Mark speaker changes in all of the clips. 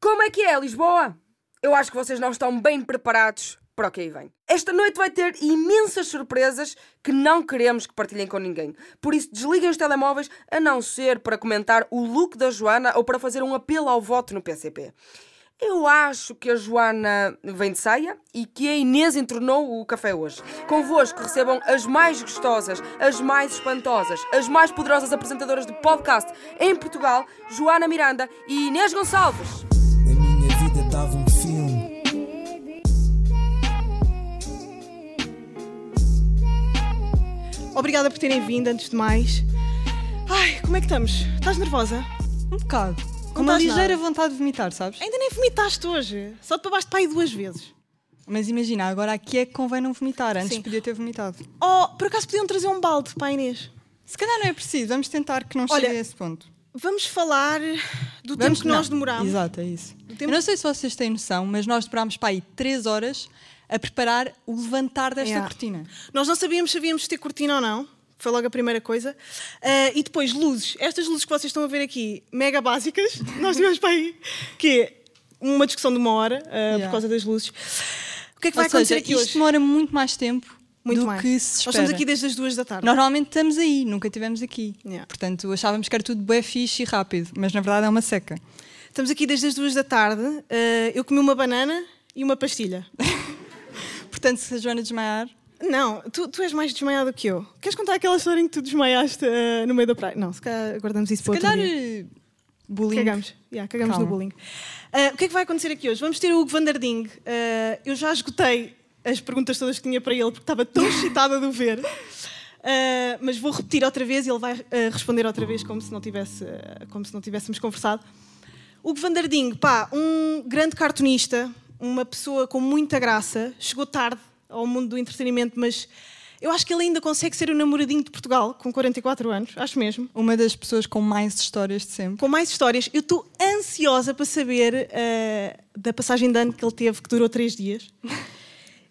Speaker 1: Como é que é, Lisboa? Eu acho que vocês não estão bem preparados para o que aí vem. Esta noite vai ter imensas surpresas que não queremos que partilhem com ninguém. Por isso, desliguem os telemóveis, a não ser para comentar o look da Joana ou para fazer um apelo ao voto no PCP. Eu acho que a Joana vem de saia e que a Inês entornou o café hoje. Convosco recebam as mais gostosas, as mais espantosas, as mais poderosas apresentadoras de podcast em Portugal, Joana Miranda e Inês Gonçalves.
Speaker 2: A minha vida dava um filme.
Speaker 3: Obrigada por terem vindo, antes de mais. Ai, como é que estamos? Estás nervosa?
Speaker 4: Um bocado.
Speaker 3: Não
Speaker 4: Com uma
Speaker 3: estás
Speaker 4: ligeira
Speaker 3: nada.
Speaker 4: vontade de vomitar, sabes?
Speaker 3: Ainda nem vomitaste hoje. Só te babaste para aí duas vezes.
Speaker 4: Mas imagina, agora aqui é que convém não vomitar. Antes
Speaker 3: Sim.
Speaker 4: podia ter vomitado.
Speaker 3: Oh, por acaso podiam trazer um balde para a Inês?
Speaker 4: Se calhar não é preciso, vamos tentar que não
Speaker 3: Olha,
Speaker 4: chegue a esse ponto.
Speaker 3: Vamos falar do
Speaker 4: Vamos
Speaker 3: tempo que nós
Speaker 4: não.
Speaker 3: demorámos.
Speaker 4: Exato, é isso.
Speaker 3: tempo-
Speaker 4: Eu não sei se vocês têm noção, mas nós demorámos para aí 3 horas a preparar o levantar desta
Speaker 3: Yeah.
Speaker 4: cortina.
Speaker 3: Nós não sabíamos se havíamos de ter cortina ou não. Foi logo a primeira coisa. Ah, e depois, luzes. Estas luzes que vocês estão a ver aqui, mega básicas, nós tivemos para aí, que é uma discussão de uma hora ah,
Speaker 4: Yeah.
Speaker 3: por causa das luzes. O que é que vai
Speaker 4: Ou seja,
Speaker 3: acontecer aqui
Speaker 4: isto
Speaker 3: hoje?
Speaker 4: demora muito mais tempo
Speaker 3: Muito
Speaker 4: do
Speaker 3: mais.
Speaker 4: que se espera.
Speaker 3: Nós estamos aqui desde as duas da tarde.
Speaker 4: Normalmente estamos aí, nunca estivemos aqui.
Speaker 3: Yeah.
Speaker 4: Portanto, achávamos que era tudo bem fixe e rápido, mas na verdade é uma seca.
Speaker 3: Estamos aqui desde as duas da tarde. Ah, eu comi uma banana e uma pastilha.
Speaker 4: Portanto, se a Joana desmaiar,
Speaker 3: Não, tu, tu és mais desmaiado que eu. Queres contar aquela história em que tu desmaiaste ah, no meio da praia? Não, se calhar guardamos isso para
Speaker 4: se
Speaker 3: outro
Speaker 4: calhar
Speaker 3: dia.
Speaker 4: eh, bullying.
Speaker 3: Cagamos, yeah, cagamos
Speaker 4: Calma.
Speaker 3: no bullying. Ah, o que é que vai acontecer aqui hoje? Vamos ter o Hugo Vandarding. Ah, eu já esgotei as perguntas todas que tinha para ele porque estava tão excitada de o ver. Ah, mas vou repetir outra vez e ele vai ah, responder outra vez como se não, tivesse, ah, como se não tivéssemos conversado. Hugo Vandarding, pá, um grande cartunista, uma pessoa com muita graça, chegou tarde ao mundo do entretenimento, mas eu acho que ele ainda consegue ser o namoradinho de Portugal com 44 anos, acho mesmo
Speaker 4: Uma das pessoas com mais histórias de sempre.
Speaker 3: com mais histórias. Eu estou ansiosa para saber eh, da passagem de ano que ele teve, que durou três dias.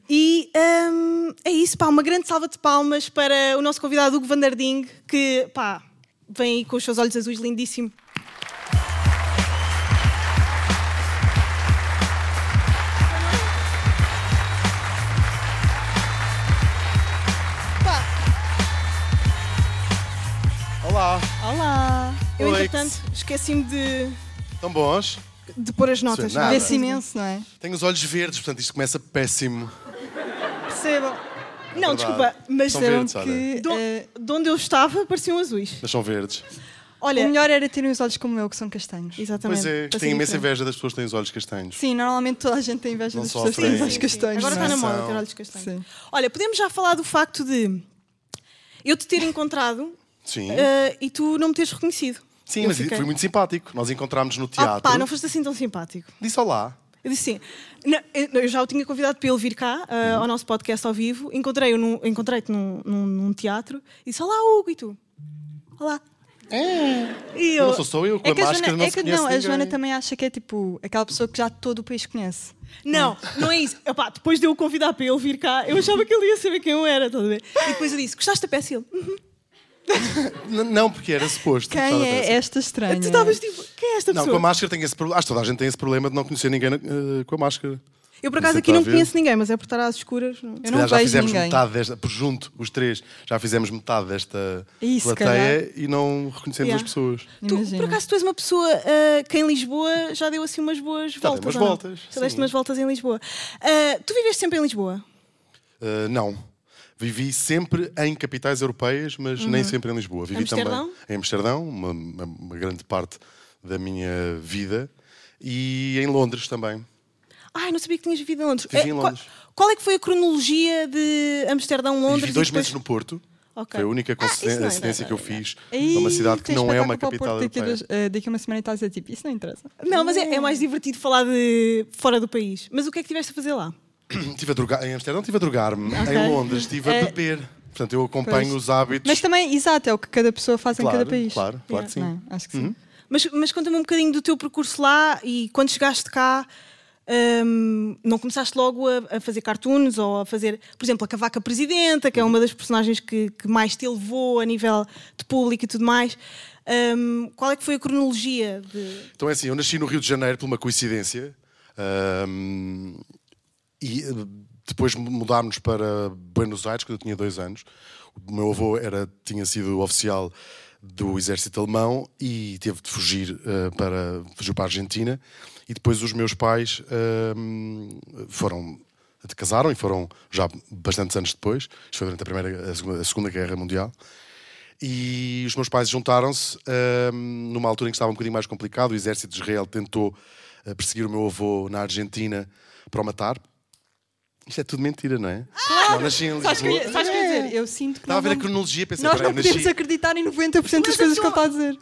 Speaker 3: E ehm, é isso, pá, uma grande salva de palmas para o nosso convidado Hugo Vandarding, que pá, vem aí com os seus olhos azuis lindíssimo. Pá,
Speaker 5: Olá,
Speaker 4: Olá!
Speaker 3: Ah, eu
Speaker 5: Oi,
Speaker 3: entretanto esqueci-me de,
Speaker 5: estão bons?
Speaker 3: de pôr as notas.
Speaker 5: Não é nada.
Speaker 4: Vê-se imenso, não é?
Speaker 5: Tenho os olhos verdes, portanto isto começa péssimo.
Speaker 3: Percebam. Não,
Speaker 5: Verdade.
Speaker 3: desculpa, mas
Speaker 5: São
Speaker 3: eram
Speaker 5: verdes, olha.
Speaker 4: Que,
Speaker 3: Do-
Speaker 4: eh,
Speaker 3: de onde eu estava pareciam azuis.
Speaker 5: Mas são verdes.
Speaker 3: Olha,
Speaker 4: O melhor era terem os olhos como eu, que são castanhos.
Speaker 3: exatamente.
Speaker 5: Pois é,
Speaker 3: para
Speaker 5: que
Speaker 3: ser
Speaker 5: tenho imensa
Speaker 3: diferente.
Speaker 5: inveja das pessoas que têm os olhos castanhos.
Speaker 4: Sim, normalmente toda a gente tem inveja
Speaker 5: Não
Speaker 4: das pessoas que
Speaker 5: sofrem.
Speaker 4: têm os olhos
Speaker 5: Sim,
Speaker 4: castanhos.
Speaker 3: Agora
Speaker 4: não
Speaker 3: está
Speaker 4: é?
Speaker 3: na
Speaker 5: São-
Speaker 3: moda ter olhos castanhos.
Speaker 4: Sim.
Speaker 3: Olha, podemos já falar do facto de eu te ter encontrado
Speaker 5: Sim.
Speaker 3: eh, e tu não me teres reconhecido.
Speaker 5: Sim,
Speaker 3: eu
Speaker 5: mas
Speaker 3: fiquei-
Speaker 5: foi muito simpático. Nós encontramos no
Speaker 3: Ah,
Speaker 5: teatro.
Speaker 3: pá, não foste assim tão simpático.
Speaker 5: Disse olá.
Speaker 3: Eu disse sim. Não, eu- não, eu já o tinha convidado para ele vir cá eh, ao nosso podcast ao vivo. Encontrei-o num- Encontrei-te num, num- num teatro e disse: Olá, Hugo, e tu? Olá. E eu.
Speaker 5: Não sou só É. eu, com
Speaker 4: É
Speaker 5: a
Speaker 4: que a
Speaker 5: máscara
Speaker 4: Joana,
Speaker 5: não
Speaker 4: é
Speaker 5: se
Speaker 4: que
Speaker 5: conhece
Speaker 4: não, a
Speaker 5: ninguém.
Speaker 4: Joana também acha que é tipo aquela pessoa que já todo o país conhece.
Speaker 3: Não, não é isso. Epá, depois de eu o convidar para ele vir cá, eu achava que ele ia saber quem eu era, estás a ver? E depois eu disse: Gostaste da peça? E Ele, "Hum."
Speaker 5: N- Não, porque era suposto.
Speaker 4: Quem
Speaker 5: Estava a
Speaker 4: é
Speaker 5: pensar.
Speaker 4: esta estranha?
Speaker 3: tu estavas tipo: Quem é esta
Speaker 5: Não,
Speaker 3: pessoa?
Speaker 5: com a máscara tem esse problema. Acho que toda a gente tem esse problema de não conhecer ninguém eh, com a máscara.
Speaker 3: Eu por acaso
Speaker 5: Isso
Speaker 3: aqui
Speaker 5: está
Speaker 3: não
Speaker 5: a ver.
Speaker 3: conheço ninguém, mas é por estar às escuras. não.
Speaker 4: Eu não
Speaker 5: Se calhar já
Speaker 4: vejo
Speaker 5: fizemos
Speaker 4: ninguém.
Speaker 5: metade desta, por junto, os três, já fizemos metade desta
Speaker 4: Ih, se
Speaker 5: plateia e não reconhecemos
Speaker 3: Yeah.
Speaker 5: as pessoas.
Speaker 3: Tu,
Speaker 4: Imagina.
Speaker 3: por acaso tu és uma pessoa ah, que em Lisboa já deu assim umas boas
Speaker 5: dei
Speaker 3: voltas.
Speaker 5: umas
Speaker 3: ou não?
Speaker 5: voltas,
Speaker 3: Já deste
Speaker 5: sim.
Speaker 3: umas voltas em Lisboa. Ah, tu viveste sempre em Lisboa?
Speaker 5: Uh, não. Vivi sempre em capitais europeias, mas nem sempre em Lisboa. Vivi
Speaker 3: Uhum. Amsterdão?
Speaker 5: também em Amsterdão, uma, uma- uma grande parte da minha vida, e em Londres também.
Speaker 3: Ai, não sabia que tinhas vivido em Londres.
Speaker 5: Vivi
Speaker 3: Eh,
Speaker 5: em
Speaker 3: qual-
Speaker 5: Londres.
Speaker 3: Qual, é que foi a cronologia de Amsterdão, Londres?
Speaker 5: Vivi
Speaker 3: e
Speaker 5: dois
Speaker 3: depois-
Speaker 5: meses no Porto.
Speaker 3: Ok.
Speaker 5: Foi a
Speaker 3: Ah,
Speaker 5: única
Speaker 3: isso não
Speaker 5: conceden-
Speaker 3: era-
Speaker 5: acidência que eu fiz
Speaker 4: Ei,
Speaker 5: numa cidade que
Speaker 4: tens
Speaker 5: não é uma
Speaker 4: espetáculo para o
Speaker 5: capital
Speaker 4: Porto daqui a
Speaker 5: europeia.
Speaker 4: dois- eh, daqui a uma semana estás a dizer tipo, isso não interessa.
Speaker 3: Não, mas é, é mais divertido falar de fora do país. Mas o que é que tiveste a fazer lá?
Speaker 5: Estive a drogar, em Amsterdão estive a drogar-me,
Speaker 3: Ok. É.
Speaker 5: em Londres estive a
Speaker 4: Eh,
Speaker 5: beber. Portanto, eu acompanho
Speaker 4: pois.
Speaker 5: os hábitos.
Speaker 4: Mas também, exato, é o que cada pessoa faz
Speaker 5: claro,
Speaker 4: em cada país.
Speaker 5: Claro, claro que sim. Uhum.
Speaker 4: Não é? Acho que sim.
Speaker 3: Mas, mas conta-me um bocadinho do teu percurso lá e quando chegaste cá, hum, não começaste logo a, a fazer cartoons ou a fazer, por exemplo, a Cavaca Presidenta, que é uma das personagens que, que mais te elevou a nível de público e tudo mais. Hum, qual é que foi a cronologia de.
Speaker 5: Então é assim, eu nasci no Rio de Janeiro por uma coincidência ahm, e eh, depois mudámos para Buenos Aires quando eu tinha dois anos. O meu avô era, tinha sido oficial do exército alemão e teve de fugir eh, para fugiu para a Argentina e depois os meus pais ahm, foram casaram e foram já bastantes anos depois isto foi durante a primeira a segunda- a segunda guerra mundial e os meus pais juntaram-se ahm, numa altura em que estava um bocadinho mais complicado. O exército de Israel tentou ah, perseguir o meu avô na Argentina para o matar. Isto é tudo mentira, não é? Não, nasci em
Speaker 4: Sabes o que, eu ia-
Speaker 5: Lisboa.
Speaker 4: sabes o que eu ia
Speaker 3: É.
Speaker 4: dizer? Eu sinto que.
Speaker 5: Estava a ver a
Speaker 4: não-
Speaker 5: cronologia, pensei,
Speaker 4: Nós
Speaker 5: peraí,
Speaker 4: não
Speaker 5: eu é nasci-
Speaker 4: podemos acreditar em 90% das
Speaker 3: Mas é eu
Speaker 4: coisas que ele
Speaker 3: sou-
Speaker 4: está a dizer.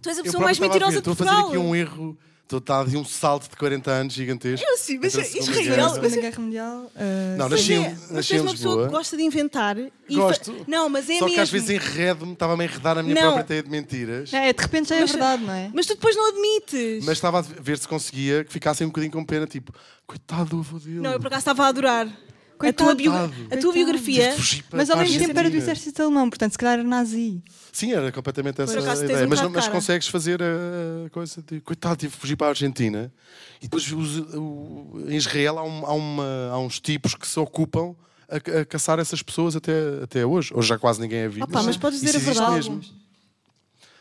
Speaker 3: Tu és a
Speaker 5: Eu
Speaker 3: pessoa
Speaker 5: próprio
Speaker 3: mais
Speaker 5: estava a
Speaker 3: mentirosa
Speaker 5: ver,
Speaker 3: de
Speaker 5: Estou a fazer
Speaker 3: Portugal.
Speaker 5: aqui um erro, estou a dar de um salto de 40 anos gigantesco.
Speaker 3: Eu sim, mas é-
Speaker 5: Entre a Segunda
Speaker 3: Israel-
Speaker 5: Guerra-
Speaker 4: Na Segunda Guerra Mundial. ah,
Speaker 5: É. Não,
Speaker 3: Pois
Speaker 5: nasci,
Speaker 3: é,
Speaker 5: em-
Speaker 3: mas
Speaker 5: nasci
Speaker 3: tu
Speaker 5: em
Speaker 3: és uma pessoa que
Speaker 5: Lisboa.
Speaker 3: gosta de inventar. e fa-
Speaker 5: Gosto.
Speaker 3: Não, mas é
Speaker 5: Só que às
Speaker 3: mesmo.
Speaker 5: vezes enredo-me, estava-me a enredar a minha
Speaker 3: Não.
Speaker 5: própria teia de mentiras.
Speaker 4: É, de repente já é
Speaker 3: Mas-
Speaker 4: verdade, não é?
Speaker 3: Mas tu depois não admites.
Speaker 5: Mas estava a ver se conseguia que ficassem um bocadinho com pena, tipo, coitado do avô dele.
Speaker 3: Não, eu por acaso estava a adorar. A
Speaker 4: Coitado.
Speaker 3: tua, bio- a
Speaker 5: Coitado.
Speaker 3: tua
Speaker 5: Tive
Speaker 3: biografia.
Speaker 5: de fugir para-
Speaker 4: Mas ao
Speaker 5: para a
Speaker 4: mesmo tempo era do
Speaker 5: Argentina.
Speaker 4: exército alemão, portanto, se calhar era nazi.
Speaker 5: Sim, era completamente essa
Speaker 3: acaso tens
Speaker 5: ideia.
Speaker 3: um
Speaker 5: mas, não,
Speaker 3: bocado
Speaker 5: mas
Speaker 3: cara.
Speaker 5: consegues fazer a coisa de coitado, tive que fugir para a Argentina. E depois os- o- em Israel há, um- há uma- há uns tipos que se ocupam a, a caçar essas pessoas até, até hoje. Hoje já quase ninguém é vivo.
Speaker 3: Opa, mas podes dizer
Speaker 5: Isso
Speaker 3: a
Speaker 5: existe
Speaker 3: verdade.
Speaker 5: mesmo.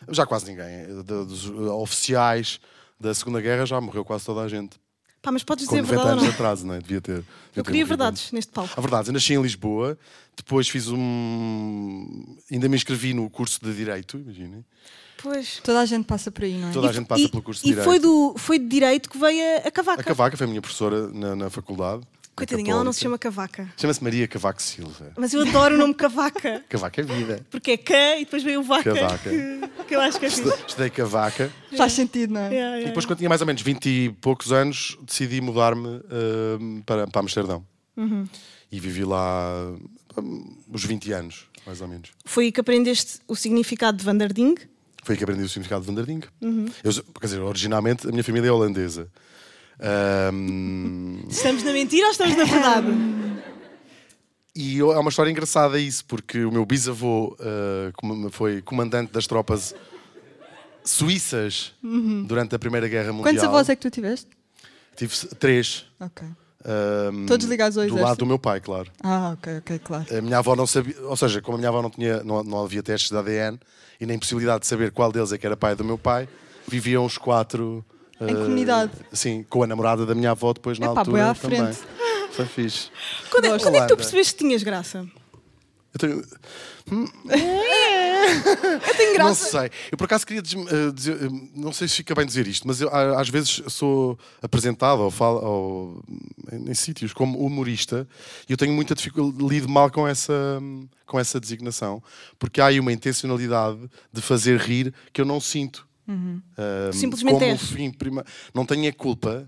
Speaker 5: Já quase ninguém. De- Dos uh, oficiais da Segunda Guerra já morreu quase toda a gente.
Speaker 3: Pá, mas podes
Speaker 5: Com
Speaker 3: dizer a
Speaker 5: 90
Speaker 3: verdade ou
Speaker 5: anos de
Speaker 3: não?
Speaker 5: atraso, não é? Devia ter. devia ter
Speaker 3: Eu queria
Speaker 5: morrido antes.
Speaker 3: verdades neste palco.
Speaker 5: A verdade, eu nasci em Lisboa, depois fiz um. Ainda me inscrevi no curso de Direito, imaginem.
Speaker 3: Pois.
Speaker 4: Toda a gente passa por aí, não é?
Speaker 5: Toda a gente passa
Speaker 3: e,
Speaker 5: pelo curso de
Speaker 3: e
Speaker 5: Direito.
Speaker 3: foi, do, foi de direito que veio a, a cavaca.
Speaker 5: A Cavaca foi a minha professora na, na faculdade. na
Speaker 3: Coitadinha, ela não se chama
Speaker 5: Católica.
Speaker 3: cavaca.
Speaker 5: Chama-se Maria Cavaco Silva.
Speaker 3: Mas eu adoro o nome cavaca.
Speaker 5: Cavaca é vida.
Speaker 3: Porque é cá e depois veio o vaca.
Speaker 5: Cavaca.
Speaker 3: Que, que eu acho que é fixe.
Speaker 5: Estudei Cavaca.
Speaker 4: Faz sentido, não é?
Speaker 3: Yeah,
Speaker 5: E
Speaker 3: yeah.
Speaker 5: depois, quando tinha mais ou menos 20 e poucos anos, decidi mudar-me ahm, para, para Amsterdão.
Speaker 3: Uhum.
Speaker 5: E vivi lá ahm, uns 20 anos, mais ou menos.
Speaker 3: Foi que aprendeste o significado de Vanderding.
Speaker 5: Foi aí que aprendi o significado de Vanderding.
Speaker 3: Uhum.
Speaker 5: Eu, quer dizer, originalmente a minha família é holandesa. Hum, Ahm,
Speaker 3: Estamos na mentira ou estamos na verdade?
Speaker 5: E eu- é uma história engraçada isso, porque o meu bisavô ah, com- foi comandante das tropas suíças durante a Primeira Guerra Mundial.
Speaker 4: Quantos avós é que tu tiveste?
Speaker 5: Tive s- três.
Speaker 4: Ok.
Speaker 5: ahm,
Speaker 4: Todos ligados ao
Speaker 5: Do
Speaker 4: exército?
Speaker 5: lado do meu pai, claro.
Speaker 4: Ah, ok, ok, claro.
Speaker 5: A minha avó não sabia, ou seja, como a minha avó não, tinha, não, não havia testes de ADN e nem possibilidade de saber qual deles é que era pai do meu pai, viviam os quatro.
Speaker 4: Em
Speaker 5: ah,
Speaker 4: comunidade.
Speaker 5: Sim, com a namorada da minha avó depois na
Speaker 4: Epá,
Speaker 5: altura
Speaker 4: bué à
Speaker 5: também.
Speaker 4: frente.
Speaker 5: Foi fixe.
Speaker 3: Quando, é-
Speaker 5: Gosto.
Speaker 3: quando é que tu
Speaker 5: Holanda.
Speaker 3: percebeste que tinhas graça?
Speaker 5: Eu tenho- Hum?
Speaker 3: Tem
Speaker 5: Não
Speaker 3: graça.
Speaker 5: sei. Eu por acaso queria des- eh, dizer, eh, não sei se fica bem dizer isto, mas eu, a- às vezes sou apresentado ou falo ou, hum, em, em sítios como humorista e eu tenho muita dificuldade, lido mal com essa, hum, com essa designação, porque há aí uma intencionalidade de fazer rir que eu não sinto. Ah,
Speaker 3: Simplesmente é.
Speaker 5: como
Speaker 3: és.
Speaker 5: o fim prima... Não tenho a culpa.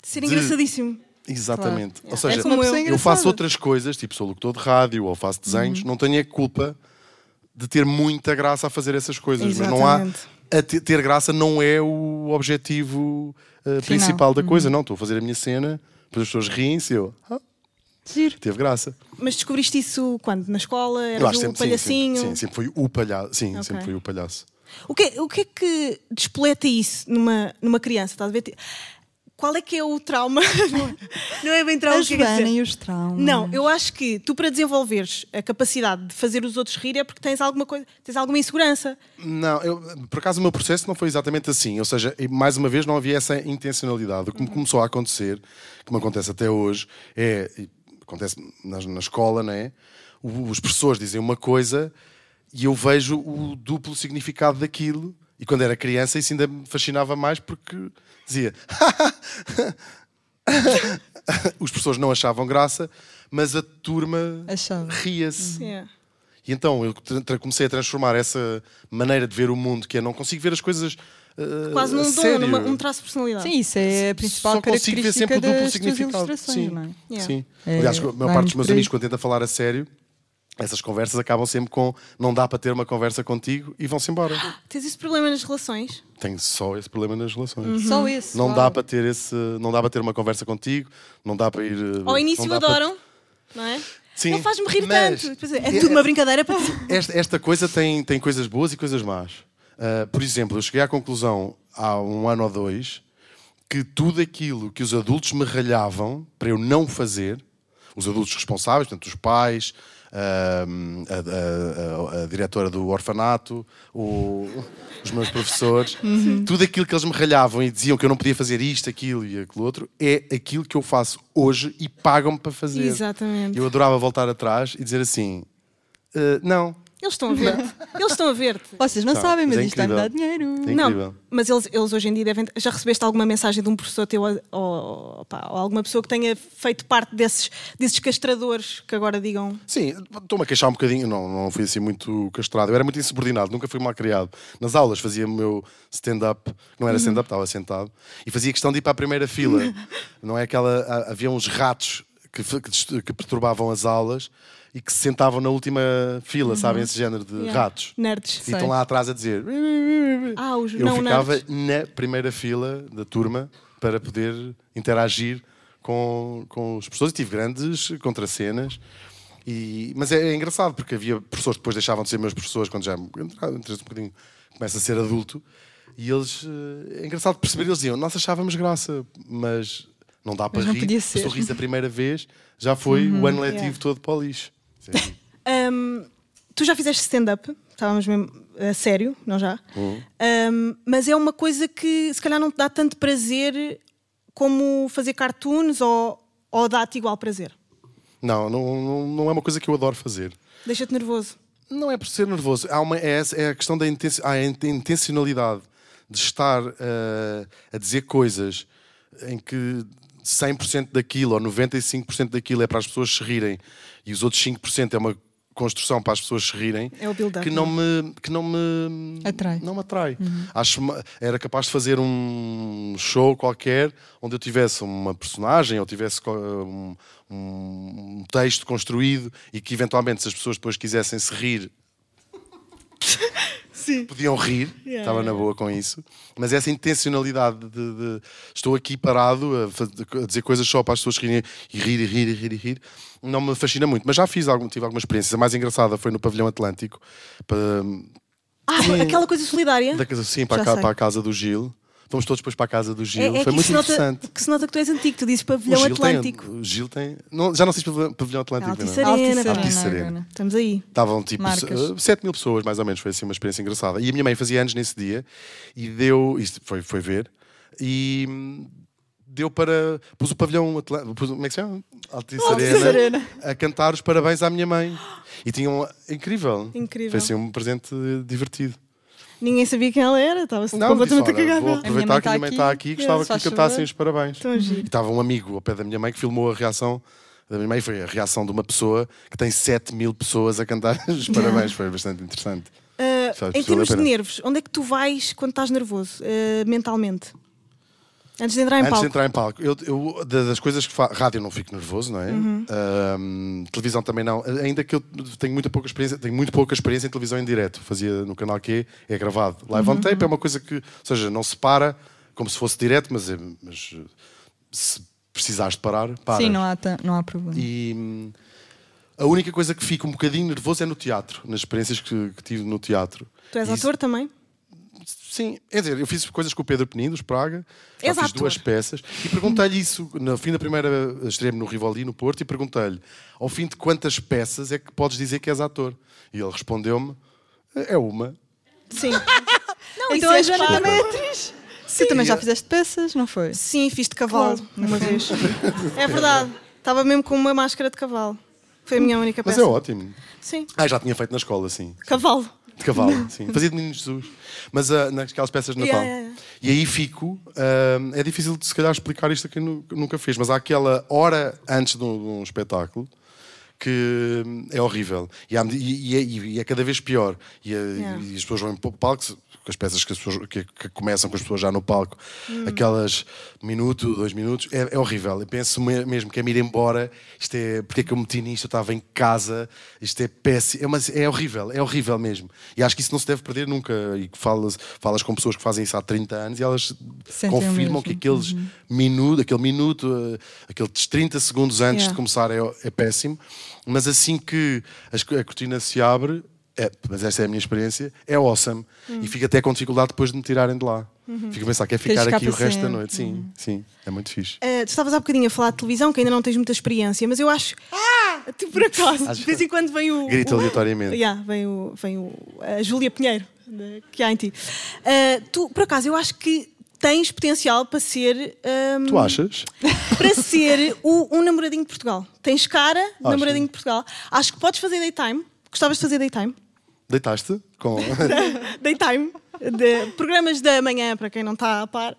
Speaker 3: De ser
Speaker 5: De-
Speaker 3: engraçadíssimo.
Speaker 5: Exatamente. Ou
Speaker 4: És
Speaker 3: É
Speaker 5: seja,
Speaker 4: uma pessoa
Speaker 5: eu faço
Speaker 4: engraçada.
Speaker 5: outras coisas, tipo sou locutor de rádio ou faço desenhos,
Speaker 3: Uhum.
Speaker 5: não tenho a culpa de ter muita graça a fazer essas coisas. Mas não
Speaker 3: Exatamente.
Speaker 5: há. A te- ter graça não é o objetivo uh, principal da
Speaker 3: Uhum.
Speaker 5: coisa, não. Estou a fazer a minha cena, depois as pessoas riem-se e eu. "Ah,
Speaker 4: Giro.
Speaker 5: teve graça.
Speaker 3: Mas descobriste isso quando? Na escola?
Speaker 5: Eu
Speaker 3: Eras
Speaker 5: acho
Speaker 3: o
Speaker 5: sempre, sim,
Speaker 3: palhacinho?
Speaker 5: Sim, sim, sempre foi o palhaço. Sim,
Speaker 3: Ok.
Speaker 5: sempre foi o palhaço.
Speaker 3: O, que, é- o que é que despleta isso numa, numa criança? Estás a ver? Ti- Qual é que é o trauma? não é bem trauma.
Speaker 4: A
Speaker 3: o que é que é
Speaker 4: Joana
Speaker 3: dizer?
Speaker 4: e os traumas.
Speaker 3: Não, eu acho que tu para desenvolveres a capacidade de fazer os outros rir é porque tens alguma coisa, tens alguma insegurança.
Speaker 5: Não, eu, por acaso o meu processo não foi exatamente assim. Ou seja, e mais uma vez não havia essa intencionalidade. O que me começou a acontecer, que me acontece até hoje, é. e Acontece na, na escola, não é? O- Os professores dizem uma coisa e eu vejo o duplo significado daquilo. E quando era criança, isso ainda me fascinava mais porque dizia. Os professores não achavam graça, mas a turma
Speaker 4: Achava.
Speaker 5: ria-se.
Speaker 3: Yeah.
Speaker 5: E então eu tra- tra- comecei a transformar essa maneira de ver o mundo, que é não consigo ver as coisas eh,
Speaker 3: Quase
Speaker 5: a
Speaker 3: num dom,
Speaker 5: sério.
Speaker 3: numa- um traço de personalidade.
Speaker 4: Sim, isso é a principal
Speaker 5: Só consigo
Speaker 4: característica
Speaker 5: ver sempre o duplo
Speaker 4: das tuas
Speaker 5: significado.
Speaker 4: ilustrações,
Speaker 5: Sim,
Speaker 4: não é?
Speaker 3: Yeah.
Speaker 5: sim.
Speaker 4: É,
Speaker 5: Aliás, a maior
Speaker 4: vai
Speaker 5: parte dos
Speaker 4: muito
Speaker 5: meus
Speaker 4: por aí.
Speaker 5: amigos, quando tenta falar a sério, essas conversas acabam sempre com não dá para ter uma conversa contigo e vão-se embora.
Speaker 3: Tens esse problema nas relações?
Speaker 5: Tem só esse problema nas relações.
Speaker 4: Uhum.
Speaker 3: Uhum.
Speaker 4: Só isso.
Speaker 5: Não
Speaker 4: uau.
Speaker 5: dá para ter esse, não dá para ter uma conversa contigo, não dá para ir. eh,
Speaker 3: Ao início
Speaker 5: não dá para-
Speaker 3: adoram, não é?
Speaker 5: Sim,
Speaker 3: não faz-me rir
Speaker 5: mas-
Speaker 3: tanto. Depois é, é tudo uma brincadeira para ti.
Speaker 5: Esta, esta coisa tem, tem coisas boas e coisas más. Ah, por exemplo, eu cheguei à conclusão há um ano ou dois que tudo aquilo que os adultos me ralhavam para eu não fazer, os adultos responsáveis, portanto, os pais, ahm, a, a- a- a diretora do orfanato, o- os meus professores, tudo aquilo que eles me ralhavam e diziam que eu não podia fazer isto, aquilo e aquilo outro, é aquilo que eu faço hoje e pagam-me para fazer.
Speaker 3: Exatamente.
Speaker 5: Eu adorava voltar atrás e dizer assim: "Ah, não,
Speaker 3: Eles estão a ver-te. Eles estão a ver-te.
Speaker 4: Vocês não
Speaker 5: Tá,
Speaker 4: sabem,
Speaker 5: mas
Speaker 4: mas
Speaker 5: é
Speaker 4: isto vai me dar
Speaker 5: incrível.
Speaker 4: dinheiro.
Speaker 5: É incrível.
Speaker 3: Não, mas eles, eles hoje em dia devem. Já recebeste alguma mensagem de um professor teu ou, ou- pá, ou alguma pessoa que tenha feito parte desses, desses castradores que agora digam.
Speaker 5: Sim, estou-me a queixar um bocadinho, não, não fui assim muito castrado. Eu era muito insubordinado, nunca fui mal criado. Nas aulas fazia o meu stand-up, não era stand-up, estava sentado, e fazia questão de ir para a primeira fila. não é aquela. ha- Havia uns ratos que, fe- que dest- que perturbavam as aulas e que se sentavam na última fila, sabem? Esse género de
Speaker 3: Yeah.
Speaker 5: ratos.
Speaker 3: Nerds.
Speaker 5: E estão lá atrás a dizer.
Speaker 3: Ah, os
Speaker 5: Eu
Speaker 3: não
Speaker 5: ficava
Speaker 3: nerds.
Speaker 5: na primeira fila da turma para poder interagir com, com os professores e tive grandes contracenas. E, mas é, é engraçado porque havia professores que depois deixavam de ser meus professores quando já entras um bocadinho, começa a ser adulto. E eles, eh, é engraçado perceber, eles diziam: Nós achávamos graça, mas não dá para
Speaker 4: não
Speaker 5: rir.
Speaker 4: podia
Speaker 5: Se
Speaker 4: ser.
Speaker 5: tu ris a primeira vez, já foi o ano letivo
Speaker 3: yeah.
Speaker 5: todo para o lixo. Sim.
Speaker 3: Ahm, tu já fizeste stand-up, estávamos mesmo a sério, não já?
Speaker 5: Uhum.
Speaker 3: Ahm, mas é uma coisa que se calhar não te dá tanto prazer como fazer cartoons ou, ou dá-te igual prazer.
Speaker 5: não, não, não, não é uma coisa que eu adoro fazer.
Speaker 3: Deixa-te nervoso.
Speaker 5: Não é por ser nervoso, há uma, é, essa- é a questão da intensi- há a in- intencionalidade de estar eh, a dizer coisas em que 100% daquilo ou 95% daquilo é para as pessoas se rirem e os outros 5% é uma construção para as pessoas se rirem
Speaker 3: É o build-up,
Speaker 5: que não me que não me
Speaker 4: Atrai.
Speaker 5: não me atrai Acho ma- era capaz de fazer um show qualquer onde eu tivesse uma personagem ou tivesse co- um, um- um texto construído e que eventualmente se as pessoas depois quisessem se rir podiam rir,
Speaker 3: Yeah,
Speaker 5: estava na boa com isso, mas essa intencionalidade de, de- estou aqui parado a, fa- a dizer coisas só para as pessoas rirem e rir e rir e rir e rir, não me fascina muito, mas já fiz algum, tive alguma experiência. A mais engraçada foi no Pavilhão Atlântico, para,
Speaker 3: Ah, aquela coisa solidária.
Speaker 5: da casa- sim, para,
Speaker 3: Já
Speaker 5: a, ca-
Speaker 3: sei.
Speaker 5: para a casa do Gil. Vamos todos depois para a casa do Gil.
Speaker 3: É- é
Speaker 5: foi
Speaker 3: que
Speaker 5: muito
Speaker 3: se nota-
Speaker 5: interessante.
Speaker 3: que se nota que tu és antigo, tu dizes
Speaker 5: O
Speaker 3: pavilhão
Speaker 5: Gil tem-
Speaker 3: atlântico.
Speaker 5: o Gil tem. não, já não sei se pavilhão- pavilhão atlântico. não é?
Speaker 3: Altice Arena,
Speaker 4: Altice
Speaker 5: Altice
Speaker 4: Arena
Speaker 5: Arena.
Speaker 4: agora.
Speaker 3: Estamos aí.
Speaker 5: Estavam tipo
Speaker 4: Marcas.
Speaker 5: 7 mil pessoas, mais ou menos. Foi assim uma experiência engraçada. E a minha mãe fazia anos nesse dia e deu. Isto foi, foi ver. E hum, deu para. Pus o pavilhão. Atla- pus, como é que se chama? Altice, Arena,
Speaker 4: Arena.
Speaker 5: A cantar os parabéns à minha mãe. E tinham. Incrível.
Speaker 3: Incrível.
Speaker 5: Foi assim um presente divertido.
Speaker 3: Ninguém sabia quem ela era, estava
Speaker 5: disse,
Speaker 3: completamente a tá
Speaker 5: "Olha,
Speaker 3: cagar.
Speaker 5: Vou
Speaker 3: nela."
Speaker 5: aproveitar
Speaker 4: mãe
Speaker 5: que a minha mãe está aqui e gostava
Speaker 4: se
Speaker 5: que lhe
Speaker 4: faz
Speaker 5: cantassem
Speaker 4: favor.
Speaker 5: os parabéns.
Speaker 3: Tão giro.
Speaker 5: E estava um amigo ao pé da minha mãe que filmou a reação da minha mãe. Foi a reação de uma pessoa que tem 7 mil pessoas a cantar os parabéns. Foi bastante interessante.
Speaker 3: Ah,
Speaker 5: Sabes,
Speaker 3: em
Speaker 5: vale
Speaker 3: termos de
Speaker 5: a pena.
Speaker 3: nervos, onde é que tu vais quando estás nervoso, ah, mentalmente? Antes de entrar em
Speaker 5: Antes
Speaker 3: palco.
Speaker 5: de entrar em palco, eu, eu- da- das coisas que faço, rádio não fico nervoso, não é?
Speaker 4: Uhum.
Speaker 5: Ahm, televisão também não. Ainda que eu tenho muito pouca experiência, tenho muito pouca experiência em televisão em direto. Fazia no canal Q, é gravado. Live
Speaker 4: Uhum.
Speaker 5: on tape é uma coisa que, ou seja, não se para como se fosse direto, mas, é- mas, eh, se precisares de parar, paras.
Speaker 4: Sim, não há, ta- não há problema.
Speaker 5: E hum, a única coisa que fico um bocadinho nervoso é no teatro, nas experiências que, que tive no teatro.
Speaker 3: Tu és
Speaker 5: E
Speaker 3: ator também?
Speaker 5: Sim, quer dizer, eu fiz coisas com o Pedro Penidos, Praga, já
Speaker 3: És
Speaker 5: fiz
Speaker 3: ator.
Speaker 5: duas peças e perguntei-lhe isso no fim da primeira extremo no Rivoli, no Porto, e perguntei-lhe ao fim de quantas peças é que podes dizer que és ator? E ele respondeu-me: é uma.
Speaker 3: Sim. Não,
Speaker 4: então
Speaker 3: isso
Speaker 4: a
Speaker 3: és
Speaker 4: Joana
Speaker 3: parvo.
Speaker 4: também é atriz. tu também já fizeste peças, não foi?
Speaker 3: Sim, fiz de cavalo uma vez. é verdade. Estava mesmo com uma máscara de cavalo. Foi a minha única
Speaker 5: Mas
Speaker 3: peça.
Speaker 5: é ótimo.
Speaker 3: Sim.
Speaker 5: Ah, já tinha feito na escola, sim.
Speaker 3: Cavalo.
Speaker 5: De cavalo, sim. Fazia de Menino Jesus. Mas ah, naquelas peças de Natal.
Speaker 3: Yeah, yeah, yeah.
Speaker 5: E aí fico. ah, é difícil de se calhar explicar isto a quem nu- nunca fez, mas há aquela hora antes de um, de um espetáculo que hum, é horrível. E, há medi- e- e é- e é cada vez pior. E, é-
Speaker 3: Yeah.
Speaker 5: e as pessoas vão para o palco, se- com as peças que, as pessoas- que- que começam com as pessoas já no palco,
Speaker 4: Hum.
Speaker 5: aquelas minuto, dois minutos, é, é horrível. Eu penso me- mesmo que é me ir embora, isto é, porque é que eu meti nisto, eu estava em casa, isto é péssimo, é, mas é horrível, é horrível mesmo. E acho que isso não se deve perder nunca. E que falas, falas com pessoas que fazem isso há 30 anos e elas
Speaker 4: Sentem o
Speaker 5: confirmam que
Speaker 4: mesmo.
Speaker 5: aqueles Uhum. minuto, aquele minuto, eh, aqueles 30 segundos antes
Speaker 3: Yeah.
Speaker 5: de começar é, é péssimo, mas assim que as co- a cortina se abre, é- mas esta é a minha experiência, é awesome. E fico até com dificuldade depois de me tirarem de lá. Fico a pensar, quer ficar
Speaker 4: ficar
Speaker 5: aqui o
Speaker 4: para
Speaker 5: resto da
Speaker 4: sempre.
Speaker 5: noite. Sim, sim, é muito fixe.
Speaker 3: Eh, tu estavas há bocadinho a falar de televisão, que ainda não tens muita experiência, mas eu acho. Tu por acaso, de vez em quando vem o.
Speaker 5: Grito
Speaker 3: o-
Speaker 5: aleatoriamente.
Speaker 3: Yeah, vem o, vem o, a Júlia Pinheiro, né, que há em ti. Eh, tu, por acaso, eu acho que tens potencial para ser. ehm,
Speaker 5: Tu achas?
Speaker 3: Para ser o, um namoradinho de Portugal. Tens cara de
Speaker 5: Acho.
Speaker 3: namoradinho de Portugal. Acho que podes fazer daytime. Gostavas de fazer daytime?
Speaker 5: Deitaste? Com...
Speaker 3: Daytime. De, programas da manhã, para quem não está a par.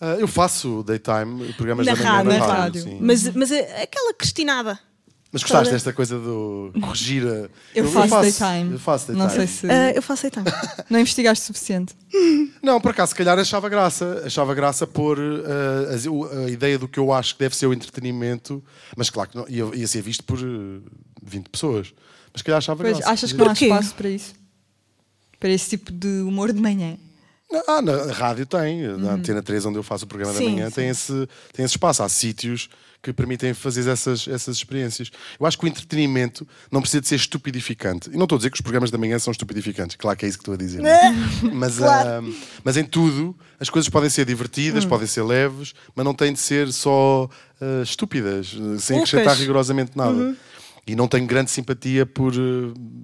Speaker 5: Ah, eu faço daytime, programas
Speaker 3: na
Speaker 5: da manhã
Speaker 3: rádio.
Speaker 5: na rádio.
Speaker 4: rádio.
Speaker 5: sim. Mas,
Speaker 3: Mas, mas eh, aquela cristinada.
Speaker 5: gostaste
Speaker 3: Toda-
Speaker 5: desta coisa do corrigir a...
Speaker 4: Eu, faço, daytime.
Speaker 5: Eu faço daytime.
Speaker 4: Não sei se.
Speaker 3: Ah, eu faço daytime.
Speaker 4: Não investigaste o suficiente.
Speaker 5: Não, por acaso, se calhar achava graça. Achava graça pôr eh, as- o- a, ideia do que eu acho que deve ser o entretenimento, mas claro que não, ia, ia ser visto por eh, 20 pessoas. Mas se calhar achava
Speaker 4: Pois,
Speaker 5: graça.
Speaker 4: achas que não há
Speaker 3: Porquê?
Speaker 4: espaço para isso? Para esse tipo de humor de manhã?
Speaker 5: Não, Ah, na rádio tem. Na Antena 3, onde eu faço o programa da
Speaker 3: Uhum. Sim,
Speaker 5: manhã, tem esse, tem esse espaço. Há sítios que permitem fazer essas, essas experiências. Eu acho que o entretenimento não precisa de ser estupidificante. E não estou a dizer que os programas da manhã são estupidificantes. Claro que é isso que estou a dizer. não é? mas, ah, mas em tudo, as coisas podem ser
Speaker 3: Hum.
Speaker 5: divertidas, podem ser leves, mas não têm de ser só ah, estúpidas, sem acrescentar rigorosamente nada.
Speaker 4: Uhum.
Speaker 5: E não tenho grande simpatia por... ah,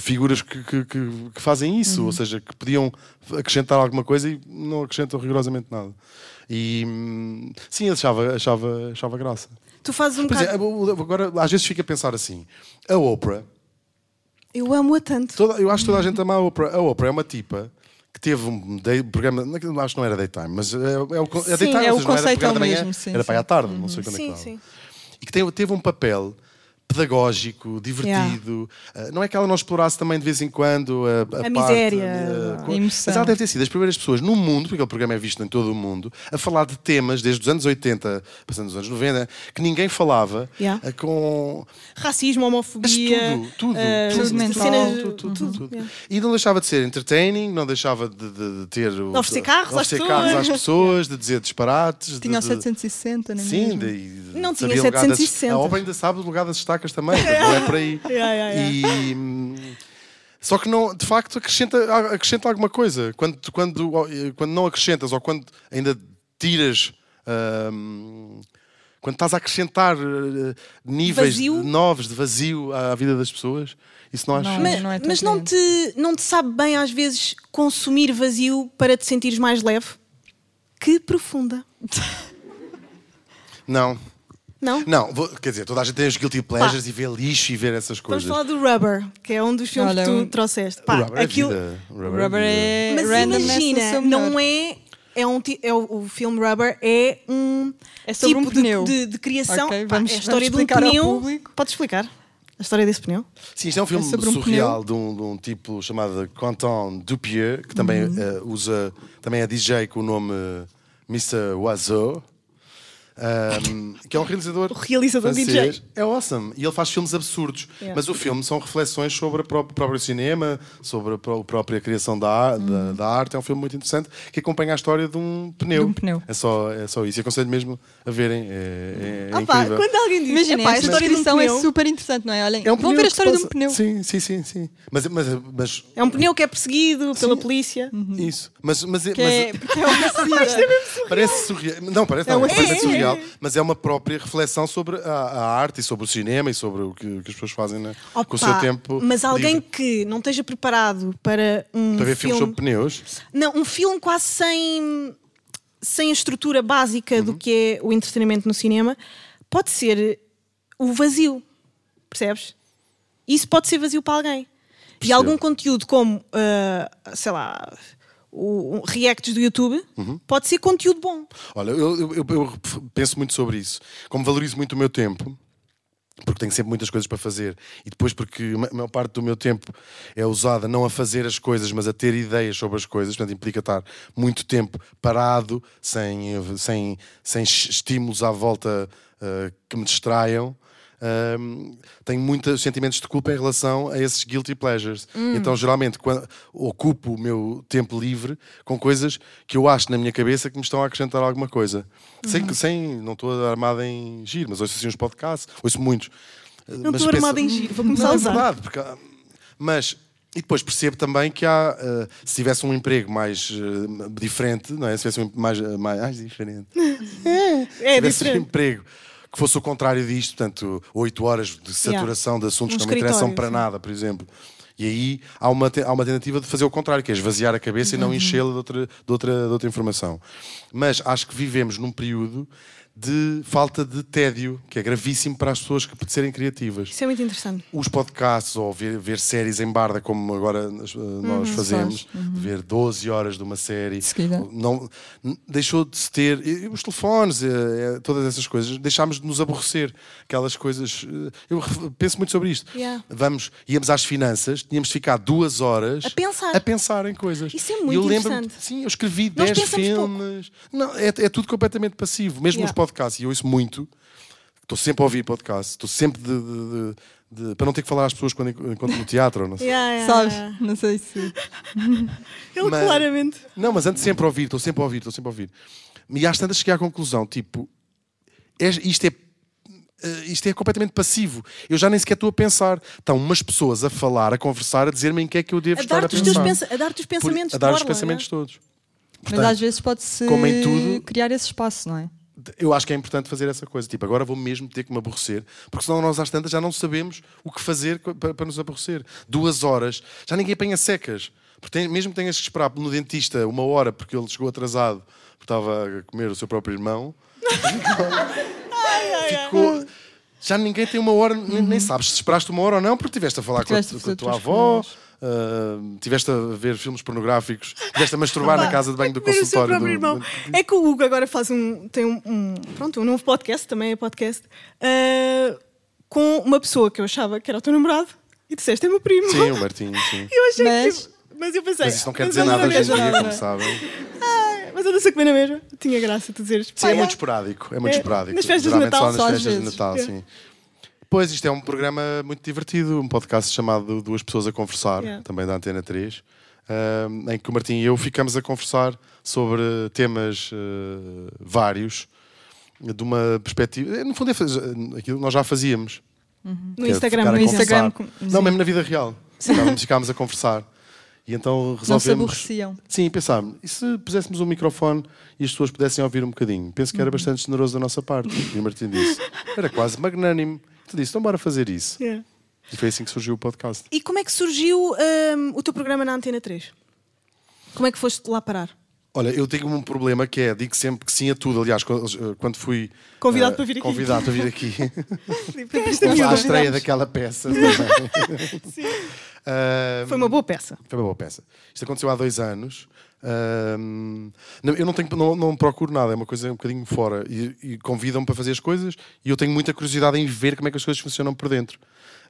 Speaker 5: figuras que, que- que- que fazem isso,
Speaker 4: Uhum.
Speaker 5: ou seja, que podiam acrescentar alguma coisa e não acrescentam rigorosamente nada. E hum, sim, achava, achava, achava graça.
Speaker 3: Tu fazes um
Speaker 5: Por
Speaker 4: Ah.
Speaker 3: bocado.
Speaker 5: exemplo, agora às vezes fico a pensar assim: a Oprah,
Speaker 3: Eu amo-a tanto.
Speaker 5: toda- eu acho que toda a
Speaker 4: Uhum.
Speaker 5: gente ama a Oprah. A Oprah é uma tipa que teve um day- programa, não- acho que não era daytime, mas é, é o, con- é
Speaker 4: Sim,
Speaker 5: daytime,
Speaker 4: é
Speaker 5: ou
Speaker 4: o
Speaker 5: seja, não era
Speaker 4: conceito é o
Speaker 5: programa da manhã,
Speaker 4: mesmo, sim,
Speaker 5: era para
Speaker 4: sim.
Speaker 5: aí à tarde, não sei quando é que
Speaker 3: Sim,
Speaker 5: dava.
Speaker 3: sim.
Speaker 5: e que teve, teve um papel pedagógico, divertido. Ah, não é que ela não explorasse também de vez em quando a,
Speaker 3: A
Speaker 5: parte,
Speaker 3: miséria,
Speaker 5: ah,
Speaker 3: a
Speaker 5: co-
Speaker 4: emoção.
Speaker 5: Mas ela deve ter sido as primeiras pessoas no mundo, porque aquele programa é visto em todo o mundo, a falar de temas desde os anos 80, passando os anos 90, que ninguém falava
Speaker 3: Yeah.
Speaker 5: ah, com
Speaker 3: Racismo,
Speaker 5: mas
Speaker 3: homofobia.
Speaker 5: tudo, tudo,
Speaker 3: ah,
Speaker 5: tudo,
Speaker 4: saúde mental,
Speaker 3: cenas-
Speaker 5: tudo, tudo, tudo, tudo.
Speaker 3: yeah.
Speaker 5: E não deixava de ser entertaining, não deixava de, de- de ter. o-
Speaker 3: De oferecer carros
Speaker 5: de oferecer
Speaker 3: às
Speaker 5: carros
Speaker 3: pessoas.
Speaker 5: às pessoas, de dizer disparates. de-
Speaker 4: Tinha o
Speaker 5: de-
Speaker 4: 760, não é
Speaker 5: Sim,
Speaker 4: mesmo?
Speaker 5: de, de
Speaker 3: Não
Speaker 5: saber
Speaker 3: tinha
Speaker 5: o lugar das-
Speaker 3: 760.
Speaker 5: a obra ainda sabe o lugar das estacas também, não é por aí.
Speaker 3: Yeah, yeah,
Speaker 5: E, hum, só que não, de facto acrescenta, acrescenta alguma coisa. Quando, quando, quando não acrescentas ou quando ainda tiras. hum, quando estás a acrescentar eh, níveis
Speaker 3: Vazio.
Speaker 5: novos de vazio à vida das pessoas, isso não acho.
Speaker 4: Não.
Speaker 3: Mas,
Speaker 4: não é tão
Speaker 3: mas não, te, não te sabe bem, às vezes, consumir vazio para te sentires mais leve? Que profunda.
Speaker 5: Não.
Speaker 3: Não?
Speaker 5: Não, vou- quer dizer, toda a gente tem os guilty pleasures e vê lixo e vê essas
Speaker 3: Vamos
Speaker 5: coisas.
Speaker 3: falar do Rubber, que é um dos filmes
Speaker 4: Olha,
Speaker 3: que tu
Speaker 4: um-
Speaker 3: trouxeste.
Speaker 5: O
Speaker 3: Então Pá,
Speaker 5: rubber é
Speaker 3: aquilo-
Speaker 5: vida. O
Speaker 4: O
Speaker 5: rubber é
Speaker 4: rubber
Speaker 5: vida.
Speaker 4: é.
Speaker 3: Mas
Speaker 4: randomness no
Speaker 3: imagina,
Speaker 4: seu melhor.
Speaker 3: não é. É um, ti- é o, o filme Rubber é um
Speaker 4: É sobre
Speaker 3: tipo
Speaker 4: um
Speaker 3: de-
Speaker 4: pneu.
Speaker 3: De, de criação.
Speaker 4: Ok,
Speaker 3: Pá,
Speaker 4: vamos-
Speaker 3: é a história
Speaker 4: vamos
Speaker 3: de um
Speaker 4: explicar ao
Speaker 3: pneu.
Speaker 4: público.
Speaker 3: Podes explicar a história desse pneu?
Speaker 5: Sim, isto é um filme
Speaker 4: É sobre um
Speaker 5: surreal de, um, de um tipo chamado Quentin Dupieux, que também
Speaker 4: Uhum.
Speaker 5: eh, usa, também é DJ com o nome Mr. Oiseau, ahm, que é um realizador.
Speaker 3: O realizador
Speaker 5: francês.
Speaker 3: DJ.
Speaker 5: É awesome. E ele faz filmes absurdos.
Speaker 3: Yeah.
Speaker 5: Mas o filme são reflexões sobre o pró- próprio cinema, sobre a pró- própria criação da, ar- da, da arte. É um filme muito interessante que acompanha a história de um pneu.
Speaker 4: Uhum. De um pneu.
Speaker 5: É, só, é só isso. E aconselho mesmo a verem. É, é- é
Speaker 3: Ah pá,
Speaker 5: incrível.
Speaker 3: quando alguém diz.
Speaker 4: Imagina,
Speaker 3: "Epá,
Speaker 4: a história
Speaker 3: de um
Speaker 4: é
Speaker 3: pneu",
Speaker 4: super interessante, não é? Olhem,
Speaker 5: É um
Speaker 4: vão
Speaker 5: pneu
Speaker 4: ver a
Speaker 5: que
Speaker 4: história
Speaker 5: se
Speaker 4: de um
Speaker 5: passa-
Speaker 4: pneu.
Speaker 5: Sim, sim, sim, sim. Mas, mas, mas
Speaker 3: É um pneu que é perseguido pela polícia.
Speaker 5: Isso. Mas, mas,
Speaker 4: Que
Speaker 5: mas-
Speaker 4: é, porque é uma sida.
Speaker 5: parece surreal. Não, parece, não, parece surreal, mas é uma própria reflexão sobre a, a arte e sobre o cinema e sobre o que, o que as pessoas fazem né, com o seu
Speaker 3: Opa,
Speaker 5: tempo.
Speaker 3: Mas alguém
Speaker 5: livre.
Speaker 3: que não esteja preparado para um
Speaker 5: Para ver
Speaker 3: filme.
Speaker 5: filmes sobre pneus,
Speaker 3: Não, um filme quase sem, sem a estrutura básica
Speaker 5: Uhum.
Speaker 3: do que é o entretenimento no cinema, pode ser o vazio. Percebes? Isso pode ser vazio para alguém. E
Speaker 5: Percebo.
Speaker 3: algum conteúdo como, ah, sei lá, o, o reacts do YouTube,
Speaker 5: Uhum.
Speaker 3: pode ser conteúdo bom.
Speaker 5: olha, eu, eu- eu- eu penso muito sobre isso. Como valorizo muito o meu tempo, porque tenho sempre muitas coisas para fazer e depois porque a maior parte do meu tempo é usada não a fazer as coisas mas a ter ideias sobre as coisas, portanto implica estar muito tempo parado sem, sem, sem estímulos à volta eh, que me distraiam Hum, tenho muitos sentimentos de culpa em relação a esses guilty pleasures.
Speaker 3: Hum.
Speaker 5: Então, geralmente, quan- ocupo o meu tempo livre com coisas que eu acho na minha cabeça que me estão a acrescentar alguma coisa.
Speaker 3: Uhum.
Speaker 5: Sem, que- sem, não estou armado em giro, mas ouço assim uns podcasts, ouço muitos. Ah,
Speaker 3: Não estou armada em giro, vou começar a
Speaker 5: Não, é
Speaker 3: usar.
Speaker 5: verdade, porque há- mas e depois percebo também que há eh, se tivesse um emprego mais eh, diferente, não é? Se tivesse um em- mais, mais, mais diferente.
Speaker 3: É
Speaker 5: tivesse um
Speaker 3: diferente.
Speaker 5: emprego que fosse o contrário disto, portanto, oito horas de saturação de assuntos
Speaker 3: Um
Speaker 5: que não me interessam
Speaker 3: escritório,
Speaker 5: para
Speaker 3: sim.
Speaker 5: nada, por exemplo. E aí há uma, te- há uma tentativa de fazer o contrário, que é esvaziar a cabeça e
Speaker 3: Uhum.
Speaker 5: não enchê-la de outra, de, outra, de outra informação. Mas acho que vivemos num período de falta de tédio, que é gravíssimo para as pessoas que de serem criativas
Speaker 3: Isso é muito interessante.
Speaker 5: os podcasts ou ver, ver séries em barda, como agora nós, eh,
Speaker 3: Uhum,
Speaker 5: nós fazemos, de ver 12 horas de uma série,
Speaker 4: seguida.
Speaker 5: não, n- deixou de se ter. e- e os telefones, eh, eh, todas essas coisas, deixámos de nos aborrecer. Aquelas coisas. eh, eu ref- penso muito sobre isto.
Speaker 3: Yeah.
Speaker 5: Vamos, íamos às finanças, tínhamos de ficar duas horas
Speaker 3: A pensar.
Speaker 5: a pensar em coisas.
Speaker 3: Isso é
Speaker 5: E
Speaker 3: muito
Speaker 5: eu lembro-me-
Speaker 3: interessante.
Speaker 5: Sim, eu escrevi
Speaker 3: Nós
Speaker 5: 10
Speaker 3: pensamos pouco.
Speaker 5: filmes. Não, é, é tudo completamente passivo. Mesmo
Speaker 3: Yeah.
Speaker 5: os podcasts, e eu ouço muito. Estou sempre a ouvir podcast, estou sempre de, de- de- de- para não ter que falar às pessoas quando en- encontro no teatro, não sei.
Speaker 3: Yeah, yeah,
Speaker 4: Sabes?
Speaker 3: yeah.
Speaker 4: Não sei se.
Speaker 3: Ele
Speaker 5: Mas-
Speaker 3: claramente.
Speaker 5: Não, mas ando sempre a ouvir, estou sempre a ouvir, estou sempre a ouvir. E às tantas cheguei à conclusão, tipo, é- isto é eh, isto é completamente passivo. Eu já nem sequer estou a pensar. Estão umas pessoas a falar, a conversar, a dizer-me em que é que eu devo
Speaker 3: A
Speaker 5: estar a
Speaker 3: dar-te os,
Speaker 5: pensar.
Speaker 3: teus pensa a dar-te os
Speaker 5: Por-
Speaker 3: pensamentos.
Speaker 5: a dar os
Speaker 3: borla,
Speaker 5: pensamentos
Speaker 3: né?
Speaker 5: todos.
Speaker 4: Mas às vezes pode-se
Speaker 5: como em tudo-
Speaker 4: criar esse espaço, não é?
Speaker 5: eu acho que é importante fazer essa coisa. Tipo, agora vou mesmo ter que me aborrecer, porque senão nós às tantas já não sabemos o que fazer co- para, para nos aborrecer. Duas horas, já ninguém apanha secas. Porque tem- mesmo que tenhas que esperar no dentista uma hora porque ele chegou atrasado porque estava a comer o seu próprio irmão, ficou. Já ninguém tem uma hora, nem, nem sabes se esperaste uma hora ou não, porque estiveste a falar com a,
Speaker 4: tiveste a
Speaker 5: com a
Speaker 4: fazer
Speaker 5: tua
Speaker 4: outras
Speaker 5: avó, estiveste tiveste a ver filmes pornográficos, estiveste a masturbar na casa de banho do
Speaker 3: Ver o seu
Speaker 5: consultório.
Speaker 3: próprio
Speaker 5: do-
Speaker 3: irmão.
Speaker 5: do-
Speaker 3: É que o Hugo agora faz um. tem um, um- pronto, um novo podcast, também é podcast, ah, com uma pessoa que eu achava que era o teu namorado e disseste é meu primo.
Speaker 5: Sim, o Martinho, sim.
Speaker 3: Eu achei
Speaker 4: Mas-
Speaker 3: que. tipo, Mas eu pensei.
Speaker 5: Mas isso não quer
Speaker 3: mas
Speaker 5: dizer
Speaker 3: ele
Speaker 5: nada é hoje
Speaker 3: quer
Speaker 5: em
Speaker 3: dizer
Speaker 5: dia,
Speaker 3: nada.
Speaker 5: como sabem.
Speaker 3: Ah, Mas eu não sei comer na mesma. Tinha graça tu dizeres.
Speaker 5: Sim,
Speaker 3: "Pá,
Speaker 5: é muito
Speaker 3: já".
Speaker 5: esporádico. É muito
Speaker 3: É,
Speaker 5: esporádico.
Speaker 3: nas festas de
Speaker 5: Geralmente
Speaker 3: Natal,
Speaker 5: só
Speaker 4: só
Speaker 5: nas
Speaker 4: às
Speaker 5: festas de
Speaker 4: vezes.
Speaker 5: Natal,
Speaker 3: É.
Speaker 5: sim. Pois, isto é um programa muito divertido, um podcast chamado Duas Pessoas a Conversar,
Speaker 3: Yeah.
Speaker 5: também da Antena 3, ahm, em que o Martim e eu ficamos a conversar sobre temas eh, vários, de uma perspectiva. eh, No fundo, é faz- aquilo que nós já fazíamos.
Speaker 3: No
Speaker 5: que é
Speaker 3: Instagram,
Speaker 5: ficar a
Speaker 3: no
Speaker 5: conversar.
Speaker 3: Instagram.
Speaker 4: Instagram, com-
Speaker 5: Não, mesmo na vida real. Ficávamos, ficávamos a conversar. E então resolvemos.
Speaker 4: Não se aborreciam.
Speaker 5: Sim, pensámos, e se puséssemos um microfone e as pessoas pudessem ouvir um bocadinho? Penso
Speaker 3: Uhum.
Speaker 5: que era bastante generoso da nossa parte. E o Martim disse, era quase magnânimo. Tu disse, então bora fazer isso.
Speaker 3: Yeah.
Speaker 5: E foi assim que surgiu o podcast.
Speaker 3: E como é que surgiu hum, o teu programa na Antena 3? Como é que foste lá parar?
Speaker 5: Olha, eu tenho um problema que é, digo sempre que sim a tudo. Aliás, quando quando fui...
Speaker 3: Convidado
Speaker 5: eh,
Speaker 3: para vir aqui.
Speaker 5: Convidado para vir aqui.
Speaker 3: Esta miúda.
Speaker 5: à estreia daquela peça. é? também. Ah,
Speaker 3: Foi uma boa peça.
Speaker 5: Foi uma boa peça. Isto aconteceu há dois anos. Ahm, não- eu não, tenho, não, não procuro nada, é uma coisa um bocadinho fora. E, e convidam-me para fazer as coisas e eu tenho muita curiosidade em ver como é que as coisas funcionam por dentro.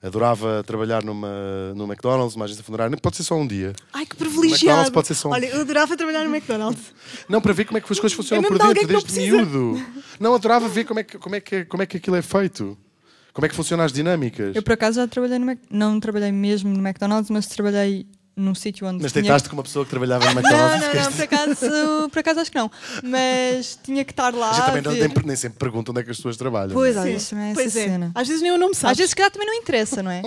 Speaker 5: Adorava trabalhar numa, num McDonald's, uma agência funerária, nem- pode ser só um dia.
Speaker 3: Ai, que
Speaker 5: McDonald's
Speaker 3: privilegiado.
Speaker 5: pode ser só um.
Speaker 3: Olha, eu adorava trabalhar no McDonald's.
Speaker 5: Não, para ver como é que as coisas funcionam
Speaker 3: É
Speaker 5: por
Speaker 3: mesmo de
Speaker 5: dentro,
Speaker 3: alguém que
Speaker 5: desde
Speaker 3: não
Speaker 5: miúdo. Não, adorava ver como é, que, como, é que, como é que aquilo é feito. Como é que funcionam as dinâmicas.
Speaker 4: Eu por acaso já trabalhei no Mac... não trabalhei mesmo no McDonald's, mas trabalhei num sítio onde
Speaker 5: Mas
Speaker 4: tinha-
Speaker 5: tentaste com uma pessoa que trabalhava no
Speaker 4: Não,
Speaker 5: McDonald's.
Speaker 4: não,
Speaker 5: ficaste-
Speaker 4: não, por acaso, por acaso acho que não. Mas tinha que estar lá.
Speaker 5: A gente também
Speaker 4: a
Speaker 5: não-
Speaker 4: ver.
Speaker 5: nem, nem sempre pergunta onde é que as pessoas trabalham.
Speaker 4: Pois,
Speaker 5: não é?
Speaker 4: às vezes também é
Speaker 3: pois
Speaker 4: essa
Speaker 3: é.
Speaker 4: cena.
Speaker 3: Às vezes nem o nome sabe.
Speaker 4: Às vezes, se calhar, também não interessa, não é?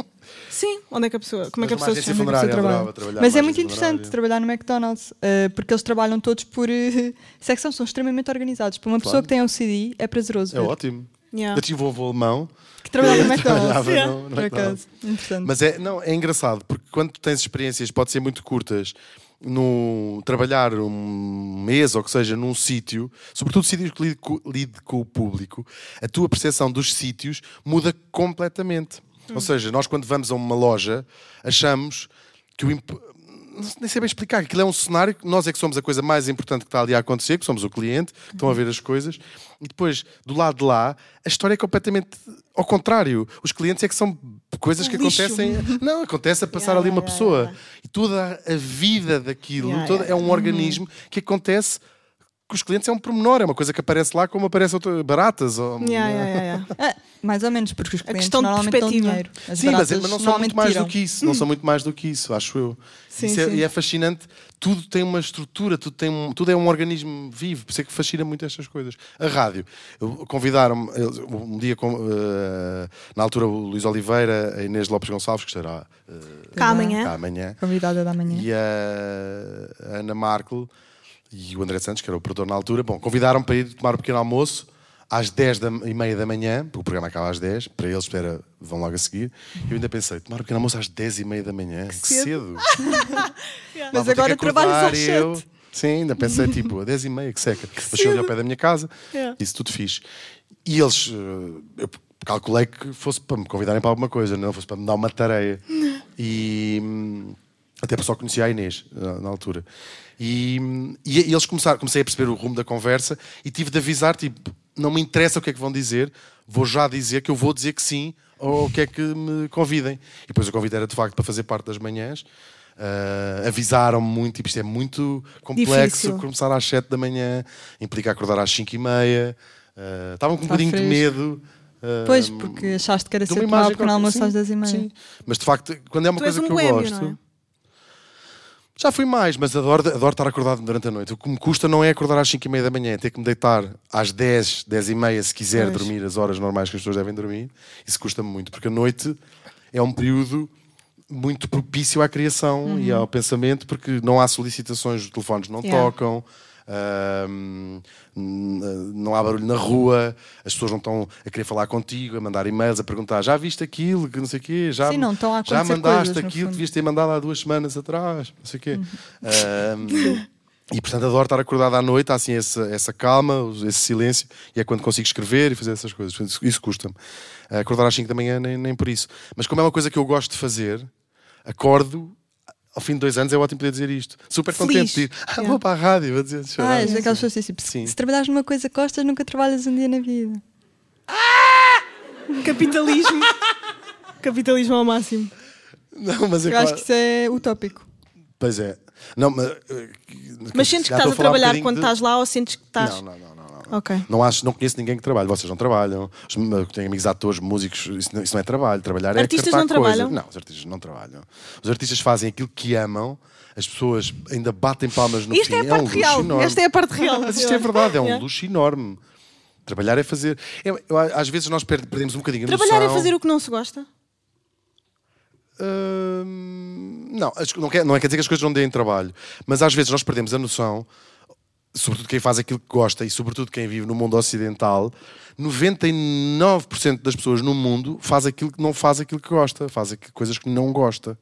Speaker 3: Sim. Onde é que a pessoa. Como é
Speaker 5: Mas
Speaker 3: que a
Speaker 5: numa
Speaker 3: pessoa se
Speaker 5: agência
Speaker 3: chama?
Speaker 4: Onde
Speaker 5: funerária,
Speaker 4: é que a pessoa
Speaker 5: adorava
Speaker 4: trabalha.
Speaker 5: trabalhar
Speaker 4: Mas é
Speaker 5: numa
Speaker 4: muito
Speaker 5: agência
Speaker 4: interessante
Speaker 5: funerária.
Speaker 4: trabalhar no McDonald's, eh, porque eles trabalham todos por eh, secção, são extremamente organizados. Para uma pessoa
Speaker 5: Claro.
Speaker 4: que tem OCD, é prazeroso.
Speaker 5: É
Speaker 4: ver.
Speaker 5: ótimo.
Speaker 3: Yeah.
Speaker 5: Eu tive um avô alemão,
Speaker 4: Que trabalha no McDonald's.
Speaker 5: trabalhava
Speaker 3: Yeah.
Speaker 5: no, no
Speaker 4: Tá. Por
Speaker 5: McDonald's.
Speaker 4: acaso. Interessante.
Speaker 5: é Mas é, não, é engraçado, porque quando tu tens experiências, pode ser muito curtas, no trabalhar um mês ou que seja num sítio, sobretudo sítios que lide co- lide com o público, a tua percepção dos sítios muda completamente. Ou seja, nós quando vamos a uma loja, achamos que o imp- não- nem sei bem explicar. Aquilo é um cenário que nós é que somos a coisa mais importante que está ali a acontecer, que somos o cliente, que estão a ver as coisas. E depois, do lado de lá, a história é completamente ao contrário. Os clientes é que são coisas que
Speaker 3: Um lixo.
Speaker 5: acontecem. Não, acontece a passar ali uma pessoa. E toda a vida daquilo
Speaker 3: Yeah,
Speaker 5: toda,
Speaker 3: yeah. Uhum.
Speaker 5: é um organismo que acontece. Que os clientes é um pormenor, é uma coisa que aparece lá como aparece outra, baratas. Ou,
Speaker 3: Yeah, yeah, yeah, yeah.
Speaker 5: é?
Speaker 4: Ah, mais ou menos, porque os clientes
Speaker 3: questão de
Speaker 4: normalmente dão
Speaker 3: perspectiva.
Speaker 4: dinheiro. As
Speaker 5: Sim, mas, é,
Speaker 4: baratas
Speaker 5: mas não são
Speaker 4: normalmente
Speaker 5: muito mais
Speaker 4: tiram.
Speaker 5: do que isso, não são muito mais do que isso, acho eu.
Speaker 3: Sim,
Speaker 5: Isso é-
Speaker 3: sim.
Speaker 5: E é fascinante, tudo tem uma estrutura, tudo, tem um- tudo é um organismo vivo, por isso é que fascina muito estas coisas. A rádio, eu- convidaram-me eles- um dia, com- eh, na altura, o Luís Oliveira, a Inês Lopes Gonçalves, que estará eh,
Speaker 3: Cá
Speaker 5: cá
Speaker 3: amanhã.
Speaker 5: amanhã,
Speaker 4: Convidada da manhã.
Speaker 5: e a, a Ana Markle e o André Santos, que era o produtor na altura, bom, convidaram para ir tomar um pequeno almoço às 10 da, e meia da manhã, porque o programa acaba às 10, para eles era, vão logo a seguir. Eu ainda pensei, tomar um pequeno almoço às 10 e meia da manhã, que cedo. Lá
Speaker 4: Mas
Speaker 5: vou ter que
Speaker 4: agora
Speaker 5: acordar,
Speaker 4: trabalhas às
Speaker 5: eu-
Speaker 4: sete.
Speaker 5: Sim, ainda pensei, tipo, a 10 e meia, que seca. Mas cheguei ao pé da minha casa,
Speaker 3: Yeah.
Speaker 5: isso tudo fixe. E eles, eh, eu calculei que fosse para me convidarem para alguma coisa, não fosse para me dar uma tarefa E hum, até porque só conhecia a Inês eh, na altura. E, hum, e eles começaram, comecei a perceber o rumo da conversa e tive de avisar, tipo, não me interessa o que é que vão dizer, vou já dizer que eu vou dizer que sim ou o que é que me convidem. E depois o convite era de facto para fazer parte das manhãs. Ah, avisaram-me muito, tipo, isto é muito complexo,
Speaker 3: Difícil.
Speaker 5: começar às 7 da manhã, implica acordar às 5 e meia. Ah, Estavam com um
Speaker 4: Está
Speaker 5: bocadinho de
Speaker 4: Tá fresco.
Speaker 5: medo. ah,
Speaker 4: Pois, porque achaste que era
Speaker 5: de uma
Speaker 4: cedo tomar o
Speaker 5: imagem
Speaker 4: pequeno almoço
Speaker 5: qualquer.
Speaker 4: às 10 e
Speaker 5: Sim,
Speaker 4: meia.
Speaker 5: sim. Mas de facto, quando é uma
Speaker 3: Tu és
Speaker 5: coisa
Speaker 3: um
Speaker 5: que eu
Speaker 3: boémio,
Speaker 5: gosto.
Speaker 3: não é?
Speaker 5: Já fui mais, mas adoro, adoro estar acordado durante a noite. O que me custa não é acordar às 5 e meia da manhã, é ter que me deitar às 10, 10 e meia, se quiser dormir as horas normais que as pessoas devem dormir. Isso custa-me muito, porque a noite é um período muito propício à criação e
Speaker 4: Uhum.
Speaker 5: ao pensamento, porque não há solicitações, os telefones não
Speaker 3: Yeah.
Speaker 5: tocam. ahm, n- não há barulho na rua, as pessoas não estão a querer falar contigo, a mandar e-mails, a perguntar já viste aquilo, que não sei o quê, já,
Speaker 4: Sim, não estão a
Speaker 5: já
Speaker 4: acontecer
Speaker 5: mandaste
Speaker 4: coisas, no
Speaker 5: aquilo,
Speaker 4: fundo.
Speaker 5: devias ter mandado há duas semanas atrás, não sei o quê. Ahm, e portanto adoro estar acordado à noite, há assim essa, essa calma, os- esse silêncio, e é quando consigo escrever e fazer essas coisas. Portanto, Isso, isso custa-me. Ah, Acordar às 5 da manhã, nem, nem por isso. Mas como é uma coisa que eu gosto de fazer, acordo. Ao fim de dois anos é ótimo poder dizer isto. Super contente de ir. Ah, vou para a rádio, vou dizer. deixa eu
Speaker 4: Ah,
Speaker 5: ver.
Speaker 4: és daquelas pessoas que dizem,
Speaker 5: Sim.
Speaker 4: se trabalhares numa coisa que gostas, nunca trabalhas um dia na vida.
Speaker 3: Capitalismo. Capitalismo ao máximo.
Speaker 5: Não, mas é
Speaker 4: Eu acho
Speaker 5: claro.
Speaker 4: que isso é utópico.
Speaker 5: Pois é. Não, mas, eh,
Speaker 3: Mas sentes que
Speaker 5: um
Speaker 3: estás a trabalhar quando estás lá ou sentes que estás.
Speaker 5: Não, não, não, não. não.
Speaker 3: Ok.
Speaker 5: Não, acho, não conheço ninguém que trabalhe. Vocês não trabalham. Os- Tenho amigos atores, músicos. Isso não, isso não é trabalho. Trabalhar é
Speaker 3: Artistas
Speaker 5: cartar
Speaker 3: não trabalham?
Speaker 5: Coisa. Não, os artistas não trabalham. Os artistas fazem aquilo que amam. As pessoas ainda batem palmas no
Speaker 3: Isto
Speaker 5: fim.
Speaker 3: é a
Speaker 5: um
Speaker 3: parte
Speaker 5: luxo
Speaker 3: real.
Speaker 5: enorme.
Speaker 3: Esta é a parte real.
Speaker 5: Mas isto é verdade. É um
Speaker 3: Yeah.
Speaker 5: luxo enorme. Trabalhar é fazer. eu- eu- às vezes nós per- perdemos um bocadinho a
Speaker 3: Trabalhar é
Speaker 5: noção.
Speaker 3: fazer o que não se gosta?
Speaker 5: Hum, não, as- não quer, não é quer dizer que as coisas não deem trabalho, mas às vezes nós perdemos a noção, sobretudo quem faz aquilo que gosta e sobretudo quem vive no mundo ocidental, 99% das pessoas no mundo faz aquilo que não faz aquilo que gosta, faz aqu- coisas que não gosta.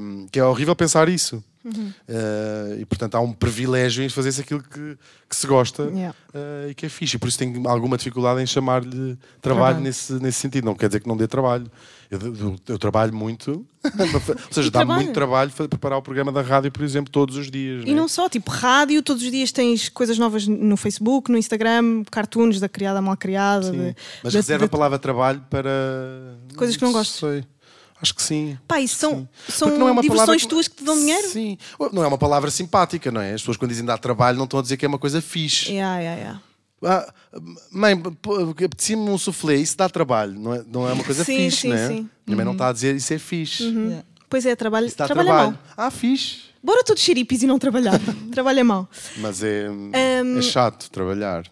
Speaker 5: Hum, que é horrível pensar isso. Uh, e portanto há um privilégio em fazer-se aquilo que, que se gosta
Speaker 3: Yeah.
Speaker 5: uh, e que é fixe, e por isso tenho alguma dificuldade em chamar-lhe trabalho
Speaker 4: Trabalho.
Speaker 5: nesse, nesse sentido. Não quer dizer que não dê trabalho. Eu, eu- eu trabalho muito, ou seja, dá
Speaker 3: trabalho?
Speaker 5: muito trabalho fa- preparar o programa da rádio, por exemplo, todos os dias.
Speaker 3: E
Speaker 5: né?
Speaker 3: não só, tipo rádio, todos os dias tens coisas novas no Facebook, no Instagram, cartoons da criada à mal criada.
Speaker 5: Sim.
Speaker 3: de-
Speaker 5: Mas
Speaker 3: de-
Speaker 5: reserva a
Speaker 3: de-
Speaker 5: palavra trabalho para
Speaker 3: Coisas que não gostes.
Speaker 5: Sei. Acho que sim.
Speaker 3: Pá, isso são,
Speaker 5: Porque
Speaker 3: são
Speaker 5: não é uma palavra
Speaker 3: diversões tuas que te dão dinheiro?
Speaker 5: Sim. Ou Não é uma palavra simpática, não é? As pessoas quando dizem dar trabalho não estão a dizer que é uma coisa fixe.
Speaker 3: Yeah, yeah, yeah.
Speaker 5: Ah, mãe, pô, apetecia-me um soufflé, isso dá trabalho, não é, não é uma coisa
Speaker 3: Sim,
Speaker 5: fixe,
Speaker 3: sim,
Speaker 5: não é?
Speaker 3: sim.
Speaker 5: Minha mãe não está a dizer isso é fixe.
Speaker 4: Yeah.
Speaker 3: Pois é, trabalho,
Speaker 5: Isso dá
Speaker 3: trabalha
Speaker 5: trabalho.
Speaker 3: mal.
Speaker 5: Ah, fixe.
Speaker 3: Bora todos xeripes e não trabalhar. trabalha mal.
Speaker 5: Mas é, é chato trabalhar.